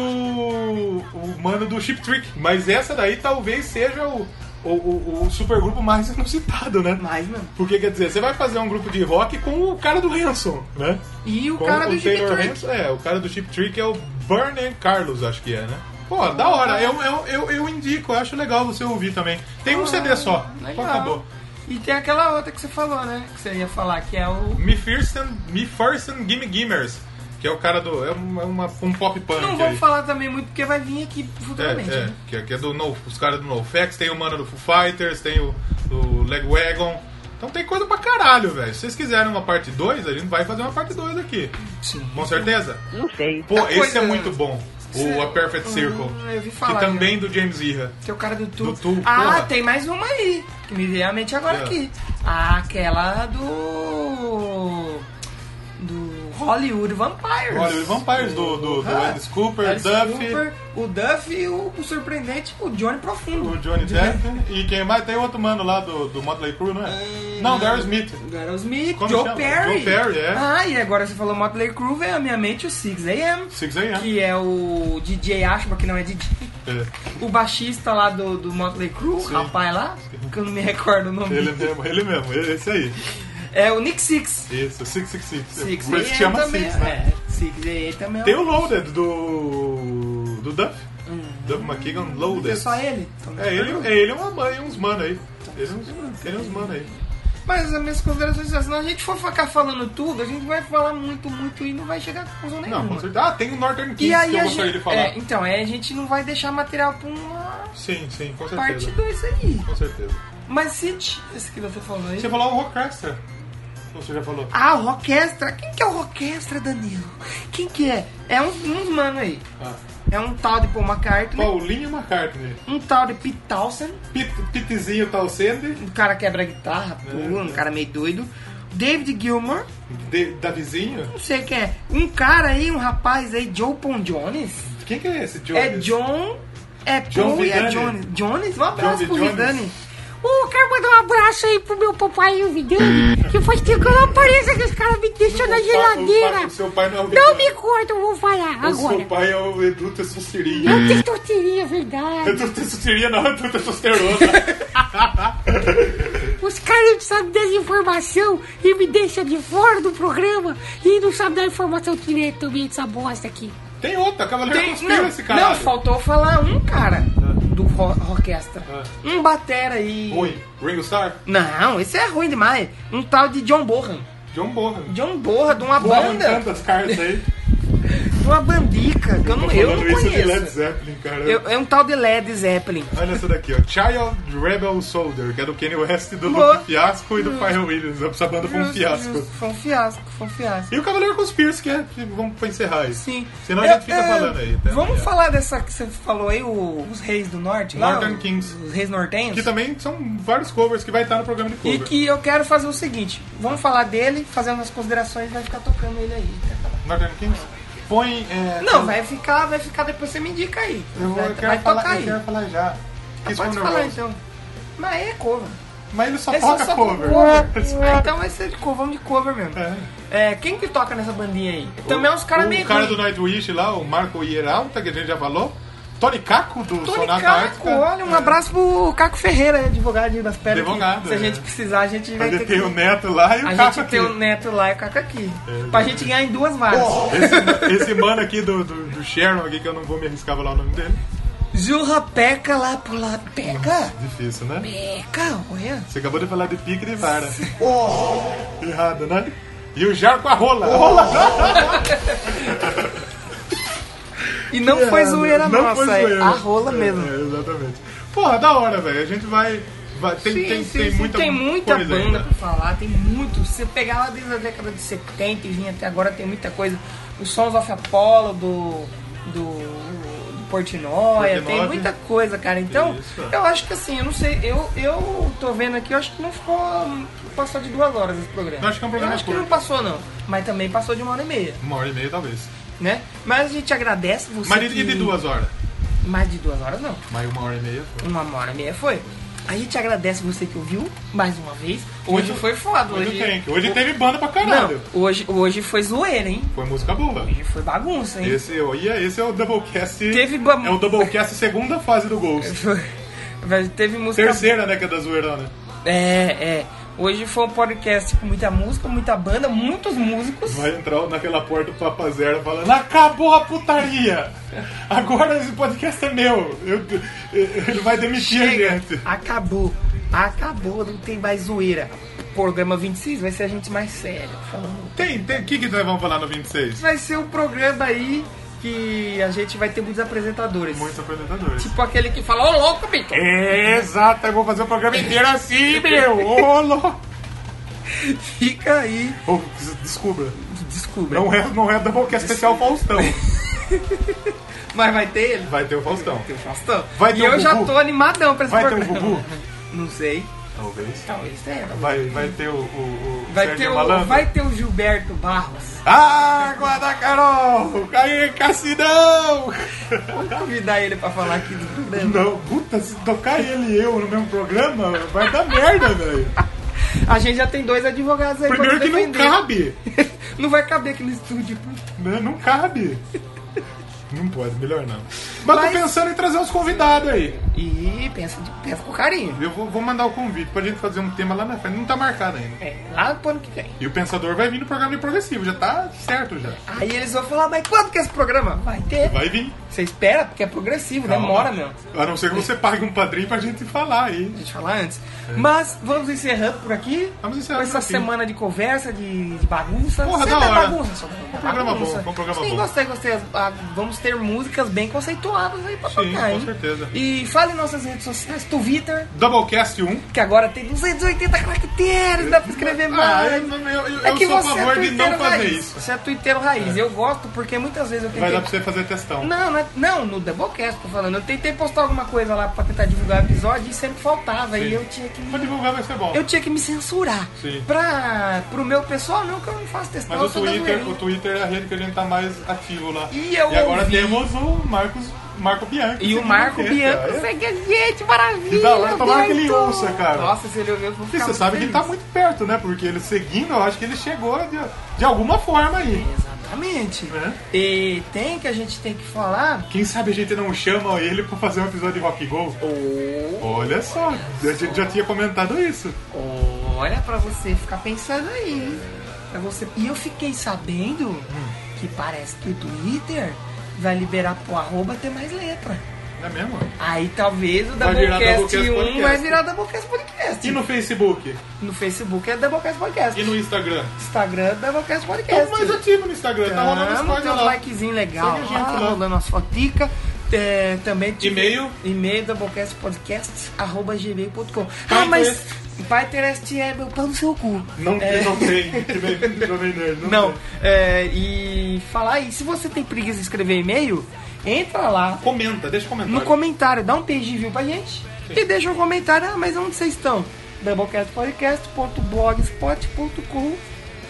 [SPEAKER 2] o mano do Chip Trick. Mas essa daí talvez seja o, o, o, o supergrupo mais inusitado, né?
[SPEAKER 1] Mais, mano.
[SPEAKER 2] Porque, quer dizer, você vai fazer um grupo de rock com o cara do Hanson, né?
[SPEAKER 1] E o
[SPEAKER 2] Com
[SPEAKER 1] cara do Jimmy
[SPEAKER 2] Taylor
[SPEAKER 1] Trick.
[SPEAKER 2] Hanson- É, o cara do Chip Trick é o Vernon Carlos, acho que é, né? Pô, da hora. Eu, eu, eu, eu indico, eu acho legal você ouvir também. Tem um CD só. Então
[SPEAKER 1] Ah, Legal.
[SPEAKER 2] acabou.
[SPEAKER 1] E tem aquela outra que você falou, né? Que você ia falar, que é o.
[SPEAKER 2] Me Firsten, Me Firsten Gimme Gimmers, que é o cara do. É uma, uma- um pop punk.
[SPEAKER 1] Não
[SPEAKER 2] aí.
[SPEAKER 1] vamos falar também muito, porque vai vir aqui
[SPEAKER 2] É,
[SPEAKER 1] futuramente.
[SPEAKER 2] é,
[SPEAKER 1] né?
[SPEAKER 2] que é, que é do no, os caras do NoFX, tem o mano do Foo Fighters, tem o do Legwagon. Então tem coisa pra caralho, velho. Se vocês quiserem uma parte 2, a gente vai fazer uma parte 2 aqui.
[SPEAKER 1] Sim.
[SPEAKER 2] Com certeza?
[SPEAKER 10] Não sei.
[SPEAKER 2] Pô,
[SPEAKER 1] Muita
[SPEAKER 2] esse
[SPEAKER 1] coisa.
[SPEAKER 2] é muito bom. O A Perfect Circle.
[SPEAKER 1] Tá Hum, eu vi
[SPEAKER 2] é. que
[SPEAKER 1] falar,
[SPEAKER 2] também do James Irra.
[SPEAKER 1] Tem o cara do Tu.
[SPEAKER 2] Do Tu,
[SPEAKER 1] ah,
[SPEAKER 2] porra.
[SPEAKER 1] tem mais uma aí. Que me veio à mente agora
[SPEAKER 2] É.
[SPEAKER 1] aqui. Ah, aquela do. Do Hollywood Vampires.
[SPEAKER 2] Olha, os Vampires do, do, do
[SPEAKER 1] Ah,
[SPEAKER 2] Alice Cooper,
[SPEAKER 1] Alice
[SPEAKER 2] Duffy,
[SPEAKER 1] Cooper, o Duff e o, o surpreendente, o Johnny Profundo.
[SPEAKER 2] o Johnny Depp. E quem mais? Tem outro mano lá do, do Motley Crue, não é? Não, Daryl Smith.
[SPEAKER 1] Garosmith,
[SPEAKER 2] Como
[SPEAKER 1] Joe
[SPEAKER 2] chama?
[SPEAKER 1] Perry.
[SPEAKER 2] Joe Perry, é.
[SPEAKER 1] Ah, e agora você falou Motley Crue, veio à minha mente o 6AM.
[SPEAKER 2] 6 a.m.
[SPEAKER 1] Que é o DJ Ashba, que não é DJ.
[SPEAKER 2] É,
[SPEAKER 1] O baixista lá do, do Motley Crue, o rapaz lá, que eu não me recordo o nome.
[SPEAKER 2] Ele
[SPEAKER 1] dele.
[SPEAKER 2] mesmo, ele mesmo, esse aí.
[SPEAKER 1] É o Nick Six.
[SPEAKER 2] Isso, 666.
[SPEAKER 1] Six
[SPEAKER 2] Por isso
[SPEAKER 1] AM
[SPEAKER 2] que chama
[SPEAKER 1] também,
[SPEAKER 2] 6, né?
[SPEAKER 1] É, Six AM também. é
[SPEAKER 2] Tem
[SPEAKER 1] um-
[SPEAKER 2] o Loaded do. do Duff. Duff McKagan
[SPEAKER 1] É
[SPEAKER 2] Loaded.
[SPEAKER 1] Hum. só ele.
[SPEAKER 2] um É ele, é ele e uma mãe, uns mano aí. Ele é uns, ele é uns mano aí.
[SPEAKER 1] Mas as minhas considerações, são, se a gente for ficar falando tudo, a gente vai falar muito, muito e não vai chegar a conclusão nenhuma.
[SPEAKER 2] Não, com certeza. Ah, tem o Northern
[SPEAKER 1] Hum. E
[SPEAKER 2] Kings que
[SPEAKER 1] aí
[SPEAKER 2] eu
[SPEAKER 1] a
[SPEAKER 2] gostaria
[SPEAKER 1] gente,
[SPEAKER 2] de falar.
[SPEAKER 1] é, então, aí a gente não vai deixar material pra uma
[SPEAKER 2] Sim, sim, com
[SPEAKER 1] parte
[SPEAKER 2] certeza.
[SPEAKER 1] 2 aí.
[SPEAKER 2] Com certeza.
[SPEAKER 1] Mas cite esse que você falou aí.
[SPEAKER 2] Você falou o Rockcaster. Você já falou.
[SPEAKER 1] Ah, o Rockestra. Quem que é o Rockestra, Danilo? Quem que é? É uns um, uns mano aí.
[SPEAKER 2] Ah.
[SPEAKER 1] É um tal de Paul McCartney,
[SPEAKER 2] Paulinho McCartney.
[SPEAKER 1] um tal de Pete Townsend,
[SPEAKER 2] Pit- tá Pitizinho Talsende.
[SPEAKER 1] um cara quebra guitarra,
[SPEAKER 2] É,
[SPEAKER 1] pula, um cara meio doido. David Gilmour,
[SPEAKER 2] de- Da vizinha.
[SPEAKER 1] não sei quem é. Um cara aí, um rapaz aí, Joe Pon Jones.
[SPEAKER 2] Quem que é esse, Joe?
[SPEAKER 1] É John É
[SPEAKER 2] John
[SPEAKER 1] Paul e é
[SPEAKER 2] Vidani.
[SPEAKER 1] Jones. Jones? Um abraço
[SPEAKER 2] John
[SPEAKER 1] pro
[SPEAKER 2] Jones.
[SPEAKER 1] Vidani.
[SPEAKER 10] Ô, quero mandar um abraço aí pro meu papai, o Vidani, que faz tempo que eu não apareço, que os caras me deixam na
[SPEAKER 2] O, pa-
[SPEAKER 10] geladeira.
[SPEAKER 2] o seu pai não é o
[SPEAKER 10] Não me corta, eu vou falar
[SPEAKER 2] O seu
[SPEAKER 10] agora.
[SPEAKER 2] pai é o Edu Testosterinha.
[SPEAKER 10] Eu tenho torteirinha, é verdade.
[SPEAKER 2] Edu Testosterinha não, Edu Testosterona.
[SPEAKER 10] Os caras não sabem das informação e me deixam de fora do programa e não sabem da informação direito também dessa bosta aqui.
[SPEAKER 2] Tem outra, Cavaleiro
[SPEAKER 1] Tem,
[SPEAKER 2] Conspira esse
[SPEAKER 1] não,
[SPEAKER 2] cara. É.
[SPEAKER 1] não, faltou falar um cara do ro orquestra. Um batera aí.
[SPEAKER 2] Ruim. Ringo Starr?
[SPEAKER 1] Não, esse é ruim demais. Um tal de John Bohan.
[SPEAKER 2] John Bonham.
[SPEAKER 1] John Bohan, de uma banda,
[SPEAKER 2] tantas cartas aí.
[SPEAKER 1] de uma bandica, que eu não, eu não
[SPEAKER 2] Falando isso de Led
[SPEAKER 1] conheço.
[SPEAKER 2] Zeppelin, cara.
[SPEAKER 1] Eu- é um tal de Led Zeppelin.
[SPEAKER 2] Olha essa daqui, ó. Child Rebel Soldier, que é do Kanye West, do
[SPEAKER 1] Boa.
[SPEAKER 2] Luke Fiasco e do Pharrell Williams. Essa banda foi um
[SPEAKER 1] Justo,
[SPEAKER 2] fiasco.
[SPEAKER 1] justo. Foi um fiasco, foi um fiasco.
[SPEAKER 2] E o Cavaleiro Conspiracy, que é... que Vamos pra encerrar isso.
[SPEAKER 1] Sim.
[SPEAKER 2] Senão a
[SPEAKER 1] Eu-
[SPEAKER 2] gente fica
[SPEAKER 1] eu- é,
[SPEAKER 2] falando aí. tá? até É.
[SPEAKER 1] Vamos
[SPEAKER 2] amanhã.
[SPEAKER 1] falar dessa que você falou aí, o- os reis do norte? lá,
[SPEAKER 2] Northern
[SPEAKER 1] o-
[SPEAKER 2] Kings.
[SPEAKER 1] Os reis nortenhos?
[SPEAKER 2] Que tá também são vários covers que vai estar no programa de cover.
[SPEAKER 1] E que eu quero fazer o seguinte: vamos falar dele, fazer umas considerações e vai ficar tocando ele aí.
[SPEAKER 2] Northern Kings? Põe... é,
[SPEAKER 1] Não, vai ficar, vai ficar, depois você me indica aí.
[SPEAKER 2] Eu, vou,
[SPEAKER 1] vai
[SPEAKER 2] eu
[SPEAKER 1] vai
[SPEAKER 2] quero falar,
[SPEAKER 1] tocar
[SPEAKER 2] eu
[SPEAKER 1] aí.
[SPEAKER 2] quero um falar já.
[SPEAKER 1] Ah, pode
[SPEAKER 2] Kiss from the
[SPEAKER 1] falar
[SPEAKER 2] Rose.
[SPEAKER 1] então. Mas aí é cover.
[SPEAKER 2] Mas ele só
[SPEAKER 1] Esse
[SPEAKER 2] toca
[SPEAKER 1] é só
[SPEAKER 2] cover.
[SPEAKER 1] Ah, então vai ser de cover, vamos de cover mesmo. É, quem que toca nessa bandinha aí? Também é uns caras meio
[SPEAKER 2] O cara
[SPEAKER 1] ruim.
[SPEAKER 2] do Nightwish lá, o Marco Hieralta, que a gente já falou. Tony Caco, do
[SPEAKER 1] Tony
[SPEAKER 2] Sonata
[SPEAKER 1] Caco,
[SPEAKER 2] Ártica.
[SPEAKER 1] olha, um abraço pro Caco Ferreira, né, advogado de das pedras. que
[SPEAKER 2] Advogado,
[SPEAKER 1] se a
[SPEAKER 2] é.
[SPEAKER 1] gente precisar, a gente vai
[SPEAKER 2] Ele
[SPEAKER 1] ter que...
[SPEAKER 2] tem o Neto lá e o
[SPEAKER 1] A
[SPEAKER 2] Caco
[SPEAKER 1] gente
[SPEAKER 2] aqui. É Oh.
[SPEAKER 1] tem o Neto lá e o Caco aqui. pra gente ganhar em duas vagas.
[SPEAKER 2] Esse, esse mano aqui do, do, do Sharon aqui, que eu não vou me arriscar a falar o nome dele.
[SPEAKER 1] Jurra peca lá pro lado. Peca?
[SPEAKER 2] Difícil, né?
[SPEAKER 1] Peca, olha.
[SPEAKER 2] Você acabou de falar de pique de vara. Errado, né? E o Jarco a rola.
[SPEAKER 1] Oh,
[SPEAKER 2] rola.
[SPEAKER 1] E não foi zoeira
[SPEAKER 2] Não
[SPEAKER 1] nossa,
[SPEAKER 2] foi
[SPEAKER 1] é
[SPEAKER 2] zoeira.
[SPEAKER 1] a rola
[SPEAKER 2] É,
[SPEAKER 1] mesmo.
[SPEAKER 2] é, exatamente. Porra, da hora, velho. A gente vai... vai- tem,
[SPEAKER 1] Sim,
[SPEAKER 2] tem,
[SPEAKER 1] sim,
[SPEAKER 2] tem
[SPEAKER 1] sim,
[SPEAKER 2] muita
[SPEAKER 1] tem muita
[SPEAKER 2] coisa
[SPEAKER 1] banda
[SPEAKER 2] ainda.
[SPEAKER 1] pra falar, tem muito. Se você pegar lá desde a década de 70 e vir até agora, tem muita coisa. Os Sons of Apollo do, do, do Portnoy, tem
[SPEAKER 2] Portnoy.
[SPEAKER 1] muita coisa, cara. Então,
[SPEAKER 2] Isso.
[SPEAKER 1] eu acho que assim, eu não sei, eu, eu tô vendo aqui, eu acho que não ficou. Passou de duas horas esse programa.
[SPEAKER 2] Eu acho que é um programa
[SPEAKER 1] Eu acho que
[SPEAKER 2] curto.
[SPEAKER 1] não passou, não. Mas também passou de uma hora e meia,
[SPEAKER 2] Uma hora e meia, talvez.
[SPEAKER 1] né? Mas a gente agradece você.
[SPEAKER 2] Mas e
[SPEAKER 1] que-
[SPEAKER 2] de duas horas?
[SPEAKER 1] Mais de duas horas, não.
[SPEAKER 2] Mas uma hora e meia foi.
[SPEAKER 1] Uma hora e meia foi. A gente agradece você que ouviu mais uma vez. Hoje
[SPEAKER 2] Hoje-
[SPEAKER 1] foi foda.
[SPEAKER 2] Hoje,
[SPEAKER 1] Hoje,
[SPEAKER 2] tem. Hoje teve banda pra caralho.
[SPEAKER 1] Não, hoje, hoje foi zoeira, hein?
[SPEAKER 2] Foi música boa.
[SPEAKER 1] Hoje foi bagunça, hein?
[SPEAKER 2] Esse, olha, esse é o Doublecast.
[SPEAKER 1] Teve É. ba-
[SPEAKER 2] É o Doublecast segunda fase do Ghost.
[SPEAKER 1] Velho, Teve música.
[SPEAKER 2] Terceira, né, que é da zoeirona.
[SPEAKER 1] É, é. Hoje foi um podcast com muita música, muita banda, muitos músicos.
[SPEAKER 2] Vai entrar naquela porta do Papa Zero falando, acabou a putaria! Agora esse podcast é meu! Eu- ele vai demitir a
[SPEAKER 1] Chega.
[SPEAKER 2] gente.
[SPEAKER 1] Acabou. Acabou, não tem mais zoeira. Programa 26 vai ser a gente mais séria. Falando.
[SPEAKER 2] Tem, tem. O que, que nós vamos falar no 26?
[SPEAKER 1] Vai ser um programa aí que a gente vai ter muitos apresentadores.
[SPEAKER 2] Muitos apresentadores.
[SPEAKER 1] Tipo aquele que fala, ô louco, Bico!
[SPEAKER 2] Exato, eu vou fazer o programa inteiro assim, meu! Ô, louco!
[SPEAKER 1] Fica aí.
[SPEAKER 2] Ô, Descubra.
[SPEAKER 1] Descubra.
[SPEAKER 2] Não é, não é Doublecast especial Faustão.
[SPEAKER 1] Mas vai ter ele?
[SPEAKER 2] Vai ter o Faustão.
[SPEAKER 1] Tem o Faustão.
[SPEAKER 2] Vai
[SPEAKER 1] e
[SPEAKER 2] ter
[SPEAKER 1] eu
[SPEAKER 2] o
[SPEAKER 1] já
[SPEAKER 2] Gugu?
[SPEAKER 1] tô animadão pra esse
[SPEAKER 2] Vai ter o
[SPEAKER 1] programa.
[SPEAKER 2] Gugu?
[SPEAKER 1] Não sei.
[SPEAKER 2] Talvez.
[SPEAKER 1] Talvez tenha.
[SPEAKER 2] Vai, vai ter o, o, o
[SPEAKER 1] né? Vai
[SPEAKER 2] Sérgio
[SPEAKER 1] ter, o,
[SPEAKER 2] Malandro?
[SPEAKER 1] vai ter o Gilberto Barros.
[SPEAKER 2] Água da Carol! Aí, Cassidão!
[SPEAKER 1] Vamos convidar ele pra falar aqui do programa.
[SPEAKER 2] Não, puta, se tocar ele e eu no mesmo programa, vai dar merda, velho.
[SPEAKER 1] A gente já tem dois advogados aí
[SPEAKER 2] Primeiro
[SPEAKER 1] pra se
[SPEAKER 2] que não
[SPEAKER 1] defender.
[SPEAKER 2] cabe,
[SPEAKER 1] não vai caber aqui no estúdio.
[SPEAKER 2] né? Não cabe. Não pode, melhor não. Mas,
[SPEAKER 1] Mas-
[SPEAKER 2] tô pensando em trazer os convidados aí.
[SPEAKER 1] E pensa, de- pensa com carinho.
[SPEAKER 2] Eu vou, vou mandar o convite pra gente fazer um tema lá na frente, não tá marcado ainda.
[SPEAKER 1] É, lá pro ano que vem.
[SPEAKER 2] E o Pensador vai vir no programa de progressivo, já tá certo já.
[SPEAKER 1] Aí eles vão falar, mas quando que é esse programa? Vai ter.
[SPEAKER 2] Vai vir.
[SPEAKER 1] Você espera, porque é progressivo,
[SPEAKER 2] Calma.
[SPEAKER 1] demora mesmo.
[SPEAKER 2] A não ser que você pague um padrinho pra gente falar aí.
[SPEAKER 1] a gente falar antes. Mas vamos encerrando por aqui.
[SPEAKER 2] Vamos encerrando
[SPEAKER 1] Com essa
[SPEAKER 2] por aqui.
[SPEAKER 1] semana de conversa, de, de bagunça.
[SPEAKER 2] Porra,
[SPEAKER 1] Sempre
[SPEAKER 2] da
[SPEAKER 1] é
[SPEAKER 2] hora.
[SPEAKER 1] bagunça, só bagunça.
[SPEAKER 2] programa bom, foi um programa
[SPEAKER 1] Sim,
[SPEAKER 2] bom.
[SPEAKER 1] gostei, gostei. As- ah, vamos ter músicas bem conceituadas aí pra
[SPEAKER 2] Sim,
[SPEAKER 1] tocar,
[SPEAKER 2] com
[SPEAKER 1] hein?
[SPEAKER 2] certeza.
[SPEAKER 1] E fale em nossas redes sociais, Twitter,
[SPEAKER 2] Doublecast 1.
[SPEAKER 1] que agora tem 280 caracteres, dá pra escrever
[SPEAKER 2] Ah,
[SPEAKER 1] mais. É
[SPEAKER 2] eu, eu, eu, eu sou a favor de não
[SPEAKER 1] twitteiro
[SPEAKER 2] fazer
[SPEAKER 1] raiz.
[SPEAKER 2] isso.
[SPEAKER 1] Você é twitteiro raiz. Eu gosto porque muitas vezes eu tentei...
[SPEAKER 2] Vai dar pra você fazer testão.
[SPEAKER 1] Não, não, é- não, no Doublecast, tô falando. Eu tentei postar alguma coisa lá pra tentar divulgar o episódio e sempre faltava. E
[SPEAKER 2] Sim.
[SPEAKER 1] eu tinha que me
[SPEAKER 2] Mas divulgar vai ser bom.
[SPEAKER 1] eu tinha que me censurar.
[SPEAKER 2] Sim.
[SPEAKER 1] Pra, pro meu pessoal, não, que eu não faço testão.
[SPEAKER 2] Mas
[SPEAKER 1] eu
[SPEAKER 2] o
[SPEAKER 1] sou da
[SPEAKER 2] Twitter,
[SPEAKER 1] zoeirinha.
[SPEAKER 2] o Twitter é a rede que a gente tá mais ativo lá.
[SPEAKER 1] tá E eu
[SPEAKER 2] agora temos o Marcos, Marco Bianchi.
[SPEAKER 1] E o Marco
[SPEAKER 2] segunda-feira,
[SPEAKER 1] Bianchi.
[SPEAKER 2] cara.
[SPEAKER 10] Isso aqui é gente maravilha.
[SPEAKER 2] Que da hora, tomara que ele
[SPEAKER 10] Beto.
[SPEAKER 2] ouça, cara.
[SPEAKER 1] Nossa, se ele ouviu, eu vou
[SPEAKER 2] Porque
[SPEAKER 1] ficar
[SPEAKER 2] você
[SPEAKER 1] muito
[SPEAKER 2] sabe que ele tá
[SPEAKER 1] feliz.
[SPEAKER 2] muito perto, né? Porque ele seguindo, eu acho que ele chegou de, de alguma forma aí.
[SPEAKER 1] Exatamente.
[SPEAKER 2] É.
[SPEAKER 1] E tem que a gente tem que falar
[SPEAKER 2] Quem sabe a gente não chama ele pra fazer um episódio de Rock Go?
[SPEAKER 1] Oh.
[SPEAKER 2] Olha só, a gente já tinha comentado isso.
[SPEAKER 1] Olha pra você ficar pensando aí. hein?
[SPEAKER 2] É.
[SPEAKER 1] Pra você... E eu fiquei sabendo que parece que o Twitter vai liberar pro arroba ter mais letra.
[SPEAKER 2] Não é mesmo?
[SPEAKER 1] Aí talvez o
[SPEAKER 2] Vai virar
[SPEAKER 1] Doublecast
[SPEAKER 2] Doublecast
[SPEAKER 1] 1
[SPEAKER 2] Podcast.
[SPEAKER 1] vai virar Doublecast Podcast.
[SPEAKER 2] E no Facebook?
[SPEAKER 1] No Facebook é Doublecast Podcast.
[SPEAKER 2] E no Instagram?
[SPEAKER 1] Instagram é Doublecast Podcast.
[SPEAKER 2] Estamos mais ativo no Instagram, tá rolando
[SPEAKER 1] Tamo,
[SPEAKER 2] história
[SPEAKER 1] tem uns
[SPEAKER 2] lá.
[SPEAKER 1] um likezinho É, legal. Ah.
[SPEAKER 2] Segue a gente
[SPEAKER 1] Lá,
[SPEAKER 2] lá.
[SPEAKER 1] rolando umas foticas. É, também tive-
[SPEAKER 2] E-mail?
[SPEAKER 1] E-mail doublecastpodcasts.gmail.com Ah,
[SPEAKER 2] Pinterest.
[SPEAKER 1] mas Pinterest é meu pau no seu cu.
[SPEAKER 2] Não
[SPEAKER 1] É.
[SPEAKER 2] tem, não tem. Jovem Jovem Nerd, não,
[SPEAKER 1] Não,
[SPEAKER 2] tem.
[SPEAKER 1] é, e falar aí, se você tem preguiça de escrever e-mail, entra lá
[SPEAKER 2] Comenta, deixa comentário.
[SPEAKER 1] no comentário, dá um page view pra gente e deixa um comentário, ah, mas onde vocês estão? doublecastpodcast.blogspot.com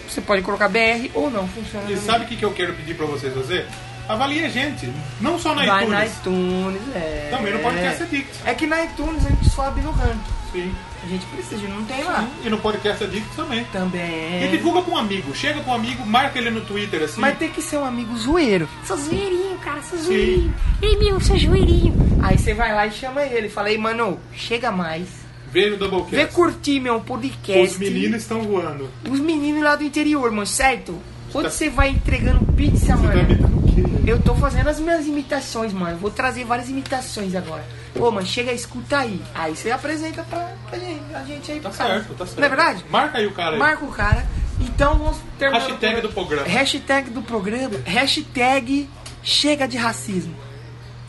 [SPEAKER 1] Você pode colocar BR ou não, funciona.
[SPEAKER 2] E
[SPEAKER 1] também.
[SPEAKER 2] sabe o que, que eu quero pedir pra vocês fazer? Avalie a gente, não só na
[SPEAKER 1] Vai
[SPEAKER 2] iTunes.
[SPEAKER 1] na iTunes, é.
[SPEAKER 2] Também no Podcast Addict.
[SPEAKER 1] É que na iTunes a gente sobe no ranking.
[SPEAKER 2] Sim.
[SPEAKER 1] A gente precisa, não tem lá.
[SPEAKER 2] E no Podcast Addict também. E
[SPEAKER 1] Também. é.
[SPEAKER 2] divulga pra um amigo. Chega pra um amigo, marca ele no Twitter, assim.
[SPEAKER 1] Mas tem que ser um amigo zoeiro.
[SPEAKER 10] Sou zoeirinho, cara, sou zoeirinho. Ei, meu, sou zoeirinho.
[SPEAKER 1] Aí você vai lá e chama ele. Fala aí, mano, chega mais.
[SPEAKER 2] Veja o Doublecast.
[SPEAKER 1] Vê curtir meu podcast.
[SPEAKER 2] é Os meninos estão voando.
[SPEAKER 1] Os meninos lá do interior, mano, certo? Quando você vai entregando pizza,
[SPEAKER 2] tá- Você tá
[SPEAKER 1] mano.
[SPEAKER 2] me dando o quê?
[SPEAKER 1] Eu tô fazendo as minhas imitações, mano. Vou trazer várias imitações agora. Ô, mano, chega, escuta aí. Aí você apresenta pra, pra gente, a gente aí
[SPEAKER 2] Tá
[SPEAKER 1] pro cara.
[SPEAKER 2] certo, tá certo.
[SPEAKER 1] Não é verdade?
[SPEAKER 2] Marca aí o cara aí.
[SPEAKER 1] Marca o cara. Então vamos terminar.
[SPEAKER 2] Hashtag
[SPEAKER 1] o
[SPEAKER 2] do programa.
[SPEAKER 1] Hashtag do programa. Hashtag chega de racismo.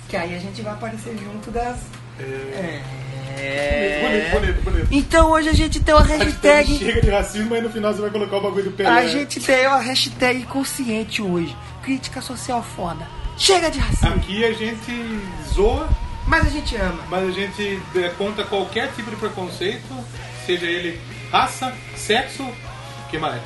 [SPEAKER 1] Que aí a gente vai aparecer junto das. É.
[SPEAKER 2] É. Bonito, bonito, bonito.
[SPEAKER 1] Então hoje a gente tem uma hashtag.
[SPEAKER 2] Chega de racismo, aí no final você vai colocar o bagulho do Pelé.
[SPEAKER 1] A gente tem uma hashtag consciente hoje. Crítica social foda. Chega de racismo.
[SPEAKER 2] Aqui a gente zoa,
[SPEAKER 1] Mas a gente ama.
[SPEAKER 2] mas a gente é, conta qualquer tipo de preconceito, seja ele raça, sexo, que mais?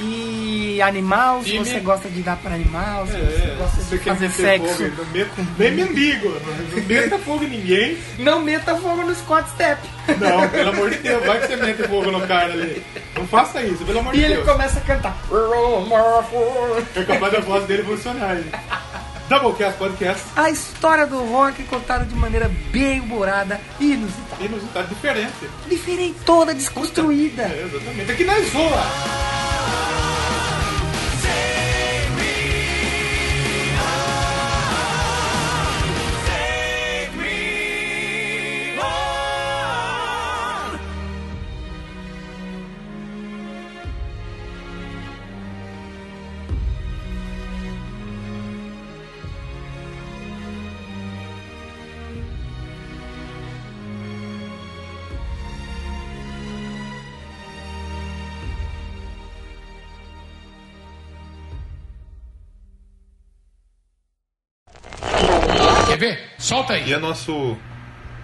[SPEAKER 1] E animal, se
[SPEAKER 2] Time.
[SPEAKER 1] você gosta de dar pra animal, se você gosta
[SPEAKER 2] se É, você
[SPEAKER 1] de fazer
[SPEAKER 2] meter
[SPEAKER 1] sexo.
[SPEAKER 2] fogo, então. não meta- nem mendigo, não meta fogo em ninguém.
[SPEAKER 1] Não meta fogo no Scott Step.
[SPEAKER 2] Não, pelo amor de Deus, vai que você mete fogo no cara ali. Não faça isso, pelo amor
[SPEAKER 1] E
[SPEAKER 2] de
[SPEAKER 1] ele
[SPEAKER 2] Deus.
[SPEAKER 1] começa a cantar.
[SPEAKER 2] É capaz da voz dele funcionar aí. Doublecast Podcast,
[SPEAKER 1] A história do rock contada de maneira bem humorada e inusitada.
[SPEAKER 2] inusitado, diferente.
[SPEAKER 1] Diferente, toda desconstruída.
[SPEAKER 2] É, exatamente. Aqui nós zoa.
[SPEAKER 11] Quer ver? Solta aí.
[SPEAKER 2] E é nosso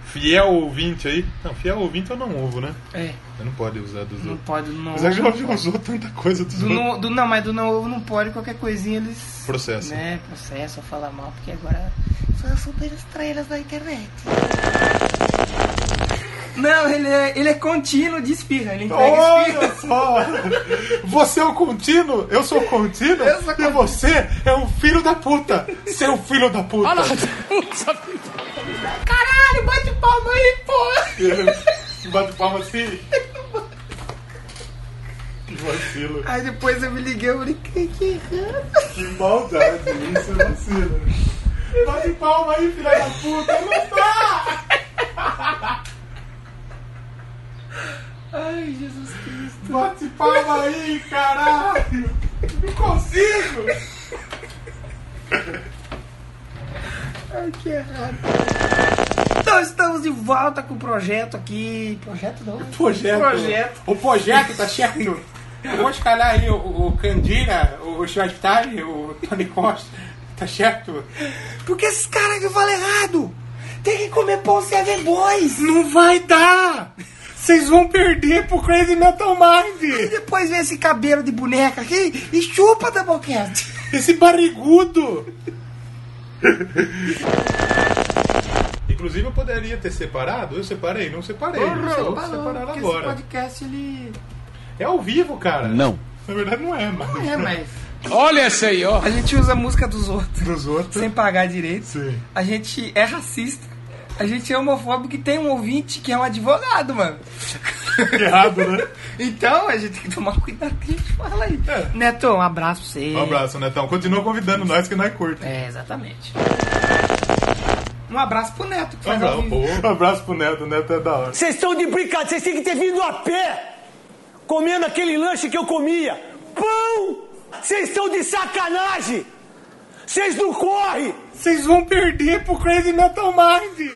[SPEAKER 2] fiel ouvinte aí. Não, fiel ouvinte eu não ovo, né?
[SPEAKER 1] É,
[SPEAKER 2] Você não pode usar dos
[SPEAKER 1] não
[SPEAKER 2] outros.
[SPEAKER 1] pode, não.
[SPEAKER 2] Mas é a gente já usou tanta coisa dos
[SPEAKER 1] Do,
[SPEAKER 2] outros.
[SPEAKER 1] no, do- não, mas do não ovo não pode, qualquer coisinha eles.
[SPEAKER 2] Processo.
[SPEAKER 1] Né, processam, falam mal, porque agora são as super estrelas da internet. Não, ele é, ele é contínuo de espirra, ele entrega espirra.
[SPEAKER 2] Olha só! Você é o contínuo, eu sou o contínuo,
[SPEAKER 1] Eu sou
[SPEAKER 2] e
[SPEAKER 1] contínuo.
[SPEAKER 2] você é um filho da puta! Seu filho da puta!
[SPEAKER 1] Caralho, bate palma aí, pô!
[SPEAKER 2] Bate palma assim. Que vacilo.
[SPEAKER 1] Aí depois eu me liguei, eu falei, que que errado.
[SPEAKER 2] Que maldade. Isso é vacilo. Bate palma aí, filha da puta. Não dá.
[SPEAKER 1] Ai, Jesus Cristo.
[SPEAKER 2] Bate palma aí, caralho. Não consigo.
[SPEAKER 1] Ai, que errado. Então estamos de volta com o projeto aqui. Projeto não. né?
[SPEAKER 2] Projeto.
[SPEAKER 1] Projeto.
[SPEAKER 2] O projeto tá chegando. Eu vou escalar aí o, o Candira, o Shortari, o Tony Costa. Tá certo?
[SPEAKER 1] Porque esses caras que falam errado. Tem que comer pão seven boys.
[SPEAKER 2] Não vai dar! Vocês vão perder pro Crazy Metal
[SPEAKER 1] E
[SPEAKER 2] Mind!
[SPEAKER 1] depois vem esse cabelo de boneca aqui e chupa da boquete.
[SPEAKER 2] Esse barrigudo! Inclusive eu poderia ter separado, eu separei, não separei.
[SPEAKER 1] Você
[SPEAKER 2] eu vou
[SPEAKER 1] falou,
[SPEAKER 2] separar
[SPEAKER 1] porque
[SPEAKER 2] agora.
[SPEAKER 1] Esse podcast ele.
[SPEAKER 2] É ao vivo, cara.
[SPEAKER 12] Não.
[SPEAKER 2] Na verdade não é, mas.
[SPEAKER 1] Não é, mas.
[SPEAKER 12] Olha essa aí, ó.
[SPEAKER 1] A gente usa a música dos outros
[SPEAKER 2] Dos outros.
[SPEAKER 1] sem pagar direitos.
[SPEAKER 2] Sim.
[SPEAKER 1] A gente é racista. A gente é homofóbico e tem um ouvinte que é um advogado, mano.
[SPEAKER 2] Errado, né?
[SPEAKER 1] Então a gente tem que tomar cuidado que a gente fala aí.
[SPEAKER 2] É.
[SPEAKER 1] Neto, um abraço pra você.
[SPEAKER 2] Um abraço, Netão. Continua convidando nós que nós curta.
[SPEAKER 1] É, exatamente. Um abraço pro Neto que
[SPEAKER 2] Um
[SPEAKER 1] faz ao
[SPEAKER 2] abraço,
[SPEAKER 1] vivo.
[SPEAKER 2] pô. Um abraço pro Neto, o Neto é da hora.
[SPEAKER 6] Vocês estão de brincadeira, vocês têm que ter vindo a pé comendo aquele lanche que eu comia. Pão! Vocês estão de sacanagem! Vocês não correm!
[SPEAKER 2] Vocês vão perder pro Crazy Metal Mind!